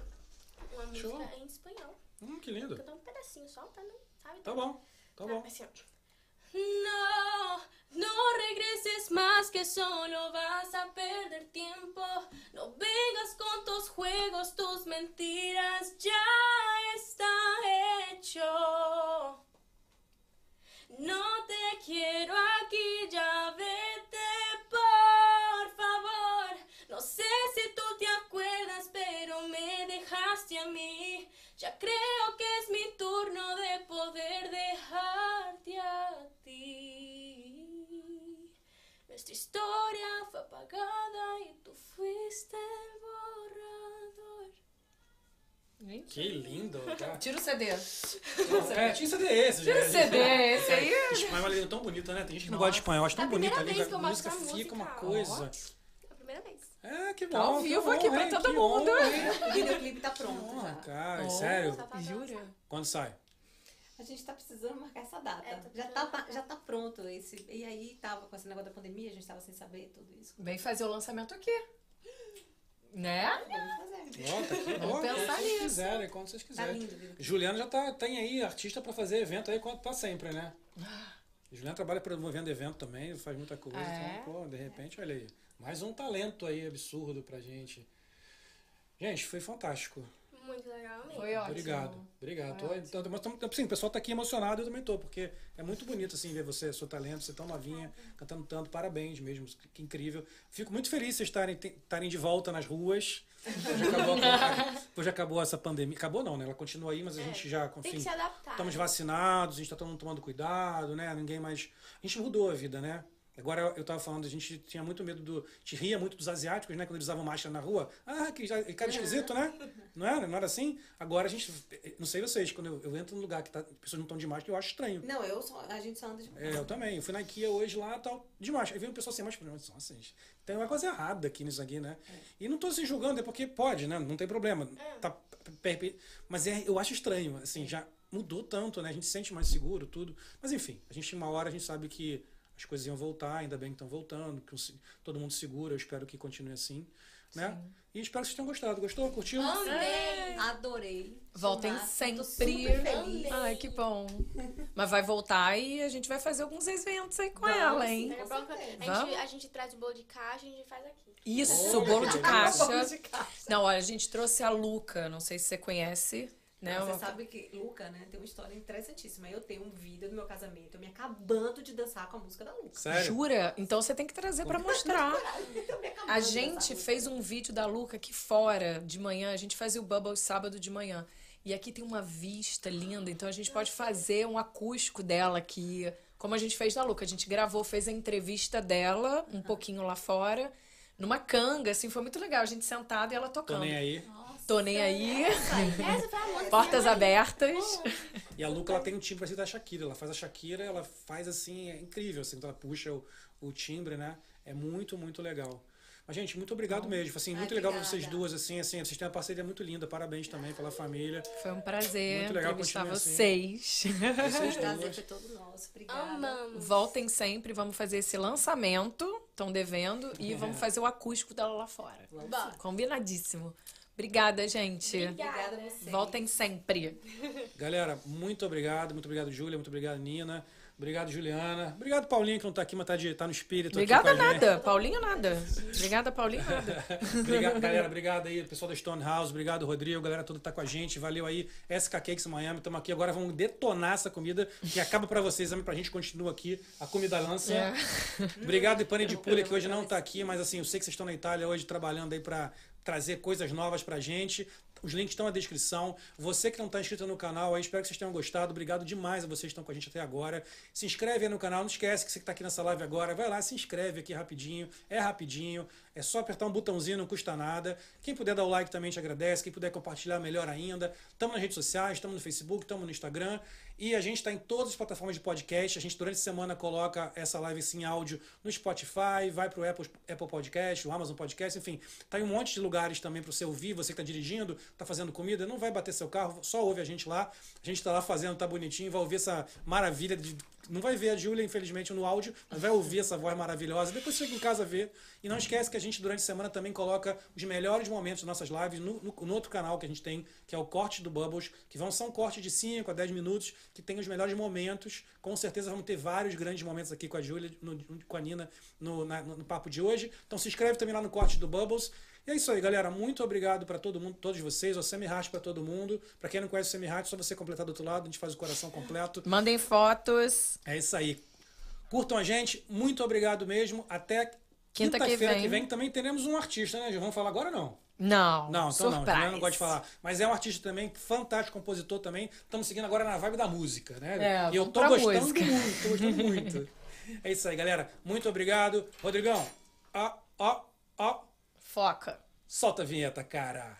Speaker 5: Uma música
Speaker 1: Show.
Speaker 5: em espanhol.
Speaker 1: Hum, que
Speaker 5: Que eu
Speaker 1: lindo.
Speaker 5: dou um pedacinho só pra não, sabe?
Speaker 1: Tá bom, tá bom.
Speaker 5: Assim, ó. No, no regreses más que solo vas a perder tiempo. No vengas con tus juegos, tus mentiras, ya está hecho. No te quiero aquí, ya vete, por favor. No sé si tú te acuerdas, pero me dejaste a mí. Ya creo que es mi turno de poder dejarte a ti. Nuestra historia fue apagada y tú fuiste el borrador.
Speaker 2: Gente,
Speaker 1: Que lindo, cara.
Speaker 2: Tira o CD.
Speaker 1: É, tinha CD esse, gente.
Speaker 2: Tira o CD. Esse aí é-
Speaker 1: Espanhol é tão bonito, né? Tem gente que não gosta de espanhol, acho tão
Speaker 5: É a primeira
Speaker 1: bonito ali.
Speaker 5: vez que
Speaker 1: a
Speaker 5: eu
Speaker 1: música
Speaker 5: mostro a
Speaker 1: fica uma
Speaker 5: música.
Speaker 1: coisa.
Speaker 5: La primera vez.
Speaker 1: É, que bom.
Speaker 2: Tá ao
Speaker 1: que
Speaker 2: vivo
Speaker 1: bom,
Speaker 2: aqui pra
Speaker 1: hein?
Speaker 2: todo
Speaker 1: Que
Speaker 2: mundo.
Speaker 1: honra, hein?
Speaker 4: O videoclipe tá pronto
Speaker 1: Honra,
Speaker 4: já.
Speaker 1: cara,
Speaker 2: Oh.
Speaker 1: sério.
Speaker 5: Só falta lançar.
Speaker 2: Jura?
Speaker 1: Quando sai?
Speaker 4: A gente tá precisando marcar essa data.
Speaker 5: É, tá
Speaker 4: já,
Speaker 5: precisando
Speaker 4: tá,
Speaker 5: marcar.
Speaker 4: já tá pronto. Esse, e aí tava com esse negócio da pandemia, a gente tava sem saber tudo isso.
Speaker 2: Vem fazer o lançamento aqui. Né?
Speaker 1: Ó,
Speaker 4: Vamos fazer.
Speaker 1: tá aqui, ó,
Speaker 2: Vamos pensar
Speaker 1: quando vocês
Speaker 2: nisso.
Speaker 1: quiserem, quando vocês
Speaker 4: Tá
Speaker 1: quiserem.
Speaker 4: lindo, viu?
Speaker 1: Juliana já tá, tem aí artista pra fazer evento aí quanto pra sempre, né? Juliana trabalha promovendo evento também, faz muita coisa.
Speaker 2: É?
Speaker 1: Então, pô, de repente, olha aí. Mais um talento aí absurdo pra gente. Gente, foi fantástico.
Speaker 5: Muy legal, amigo.
Speaker 2: Foi ótimo.
Speaker 1: Obrigado, obrigado.
Speaker 2: Foi
Speaker 1: Tô- então, mas tamo- assim, o pessoal tá aqui emocionado, eu também tô, porque é muito bonito assim ver você, seu talento, você tão novinha, cantando tanto, parabéns mesmo, que, que incrível. Fico muito feliz de vocês estarem te- estarem de volta nas ruas. Hoje acabou, a- hoje acabou essa pandemia. Acabou não, né? Ela continua aí, mas a
Speaker 5: É,
Speaker 1: gente já,
Speaker 5: Tem que
Speaker 1: enfim,
Speaker 5: se adaptar.
Speaker 1: estamos
Speaker 5: né?
Speaker 1: vacinados, a gente tá todo mundo tomando cuidado, né? Ninguém mais. A gente mudou a vida, né? Agora eu tava falando, a gente tinha muito medo do. A gente ria muito dos asiáticos, né? Quando eles usavam máscara na rua. Ah, que já- que cara esquisito, né? Não era? Não era assim? Agora a gente. Não sei vocês, quando eu, eu entro num lugar que tá, pessoas não estão de máscara, eu acho estranho.
Speaker 4: Não, eu só, a gente só anda de
Speaker 1: É, eu também. Eu fui na IKEA hoje lá tal, de máscara. Aí veio o pessoal sem máscara. Eu falei, Nossa, gente, tem uma coisa errada aqui nisso aqui, né? E não tô se julgando, é porque pode, né? Não tem problema. Tá, per- per- mas é, eu acho estranho, assim, já mudou tanto, né? A gente se sente mais seguro, tudo. Mas enfim, a gente, uma hora, a gente sabe que as coisas iam voltar, ainda bem que estão voltando, que o se- todo mundo segura, eu espero que continue assim, né? E espero que vocês tenham gostado. Gostou? Curtiu?
Speaker 4: Amei! Adorei.
Speaker 2: Voltem
Speaker 4: Sou massa,
Speaker 2: sempre.
Speaker 4: tô super feliz.
Speaker 2: Ai, que bom. Mas vai voltar e a gente vai fazer alguns eventos aí com ela, hein?
Speaker 5: Daqui a pouco a gente-
Speaker 2: Vamos?
Speaker 5: a gente traz o bolo de caixa e a gente faz aqui.
Speaker 2: Isso, bolo de caixa. Não, olha, a gente trouxe a Luca, não sei se você conhece, né?
Speaker 4: Você
Speaker 2: Uma-
Speaker 4: sabe que Luca, né, tem uma história interessantíssima. Eu tenho um vídeo do meu casamento, eu me acabando de dançar com a música da Luca.
Speaker 1: Sério?
Speaker 2: Jura? Então você tem que trazer pra mostrar.
Speaker 4: Eu me acabando
Speaker 2: A
Speaker 4: de dançar
Speaker 2: gente
Speaker 4: com a
Speaker 2: fez um vídeo da Luca aqui fora de manhã. A gente fazia o Bubble sábado de manhã. E aqui tem uma vista linda, então a gente pode fazer um acústico dela aqui, como a gente fez da Luca. A gente gravou, fez a entrevista dela um pouquinho lá fora, numa canga, assim, foi muito legal. A gente sentada e ela
Speaker 1: Tô
Speaker 2: tocando.
Speaker 1: nem aí.
Speaker 2: Tô nem aí,
Speaker 5: Essa foi a música.
Speaker 2: portas
Speaker 5: Minha mãe.
Speaker 2: abertas.
Speaker 1: E a Luca, ela tem um timbre parecido da Shakira. Ela faz a Shakira, ela faz assim, é incrível. Assim, então ela puxa o, o timbre, né? É muito, muito legal. Mas, gente, muito obrigado mesmo. Assim,
Speaker 4: Ai,
Speaker 1: muito legal pra
Speaker 4: obrigada.
Speaker 1: vocês duas, assim, assim. Vocês têm uma parceria muito linda. Parabéns também pela família.
Speaker 2: Foi um prazer
Speaker 1: Muito legal,
Speaker 2: entrevistar
Speaker 1: continua assim.
Speaker 2: vocês.
Speaker 1: Vocês
Speaker 4: Luca. O prazer
Speaker 1: duas.
Speaker 4: foi todo nosso. Obrigada.
Speaker 5: Amamos.
Speaker 2: Voltem sempre, vamos fazer esse lançamento, estão devendo, e
Speaker 1: É.
Speaker 2: vamos fazer o acústico dela lá fora.
Speaker 4: Vamos
Speaker 5: Bora.
Speaker 4: sim.
Speaker 2: Combinadíssimo. Obrigada, gente.
Speaker 4: Ah. Obrigada a você.
Speaker 2: Voltem sempre.
Speaker 1: Galera, muito obrigado. Muito obrigado, Júlia. Muito obrigado, Nina. Obrigado, Juliana. Obrigado, Paulinho, que não tá aqui, mas tá, de, tá no espírito
Speaker 2: Obrigada
Speaker 1: aqui com a gente.
Speaker 2: nada. Paulinho nada. Obrigada, Paulinho nada.
Speaker 1: Obrigado, galera. Obrigado aí, pessoal da Stone House. Obrigado, Rodrigo. Galera toda tá com a gente. Valeu aí. SK Cakes Miami. Estamos aqui agora. Vamos detonar essa comida que acaba pra vocês. Pra gente continua aqui. A comida lança.
Speaker 2: É.
Speaker 1: Obrigado, e Pane de Pulha, que hoje não tá aqui, mas assim, eu sei que vocês estão na Itália hoje trabalhando aí pra trazer coisas novas pra gente. Os links estão na descrição. Você que não está inscrito no canal, aí espero que vocês tenham gostado. Obrigado demais a vocês que estão com a gente até agora. Se inscreve aí no canal. Não esquece que você que está aqui nessa live agora, vai lá, se inscreve aqui rapidinho. É rapidinho. É só apertar um botãozinho, não custa nada. Quem puder dar o like também te agradece. Quem puder compartilhar, melhor ainda. Estamos nas redes sociais, estamos no Facebook, estamos no Instagram. E a gente está em todas as plataformas de podcast. A gente, durante a semana, coloca essa live assim, em áudio no Spotify, vai para o Apple, Apple Podcast, o Amazon Podcast, enfim. Tá em um monte de lugares também para você ouvir. Você que está dirigindo, está fazendo comida, não vai bater seu carro, só ouve a gente lá. A gente está lá fazendo, tá bonitinho, vai ouvir essa maravilha de. Não vai ver a Júlia, infelizmente, no áudio, mas vai ouvir essa voz maravilhosa. Depois chega em casa ver. E não esquece que a gente, durante a semana, também coloca os melhores momentos das nossas lives no, no- no outro canal que a gente tem, que é o Corte do Bubbles, que vão são cortes de 5 a 10 minutos, que tem os melhores momentos. Com certeza vamos ter vários grandes momentos aqui com a Júlia, no- com a Nina, no, na- no- no papo de hoje. Então se inscreve também lá no Corte do Bubbles. E é isso aí, galera. Muito obrigado para todo mundo, todos vocês. O Semirhat para todo mundo. Para quem não conhece o Semirhat, é só você completar do outro lado, a gente faz o coração completo.
Speaker 2: Mandem fotos.
Speaker 1: É isso aí. Curtam a gente, muito obrigado mesmo. Até
Speaker 2: Quinta que
Speaker 1: quinta-feira que,
Speaker 2: vem.
Speaker 1: vem também teremos um artista, né? Gil? Vamos falar agora ou não?
Speaker 2: Não.
Speaker 1: Não, então não,
Speaker 2: surprise.
Speaker 1: Juliana não gosta de falar. Mas é um artista também, fantástico compositor também. Estamos seguindo agora na vibe da música, né?
Speaker 2: É,
Speaker 1: e eu
Speaker 2: vamos
Speaker 1: tô
Speaker 2: pra
Speaker 1: gostando
Speaker 2: música.
Speaker 1: muito, tô gostando muito. É isso aí, galera. Muito obrigado. Rodrigão, ó, ó, ó,
Speaker 2: Foca.
Speaker 1: solta a vinheta, cara.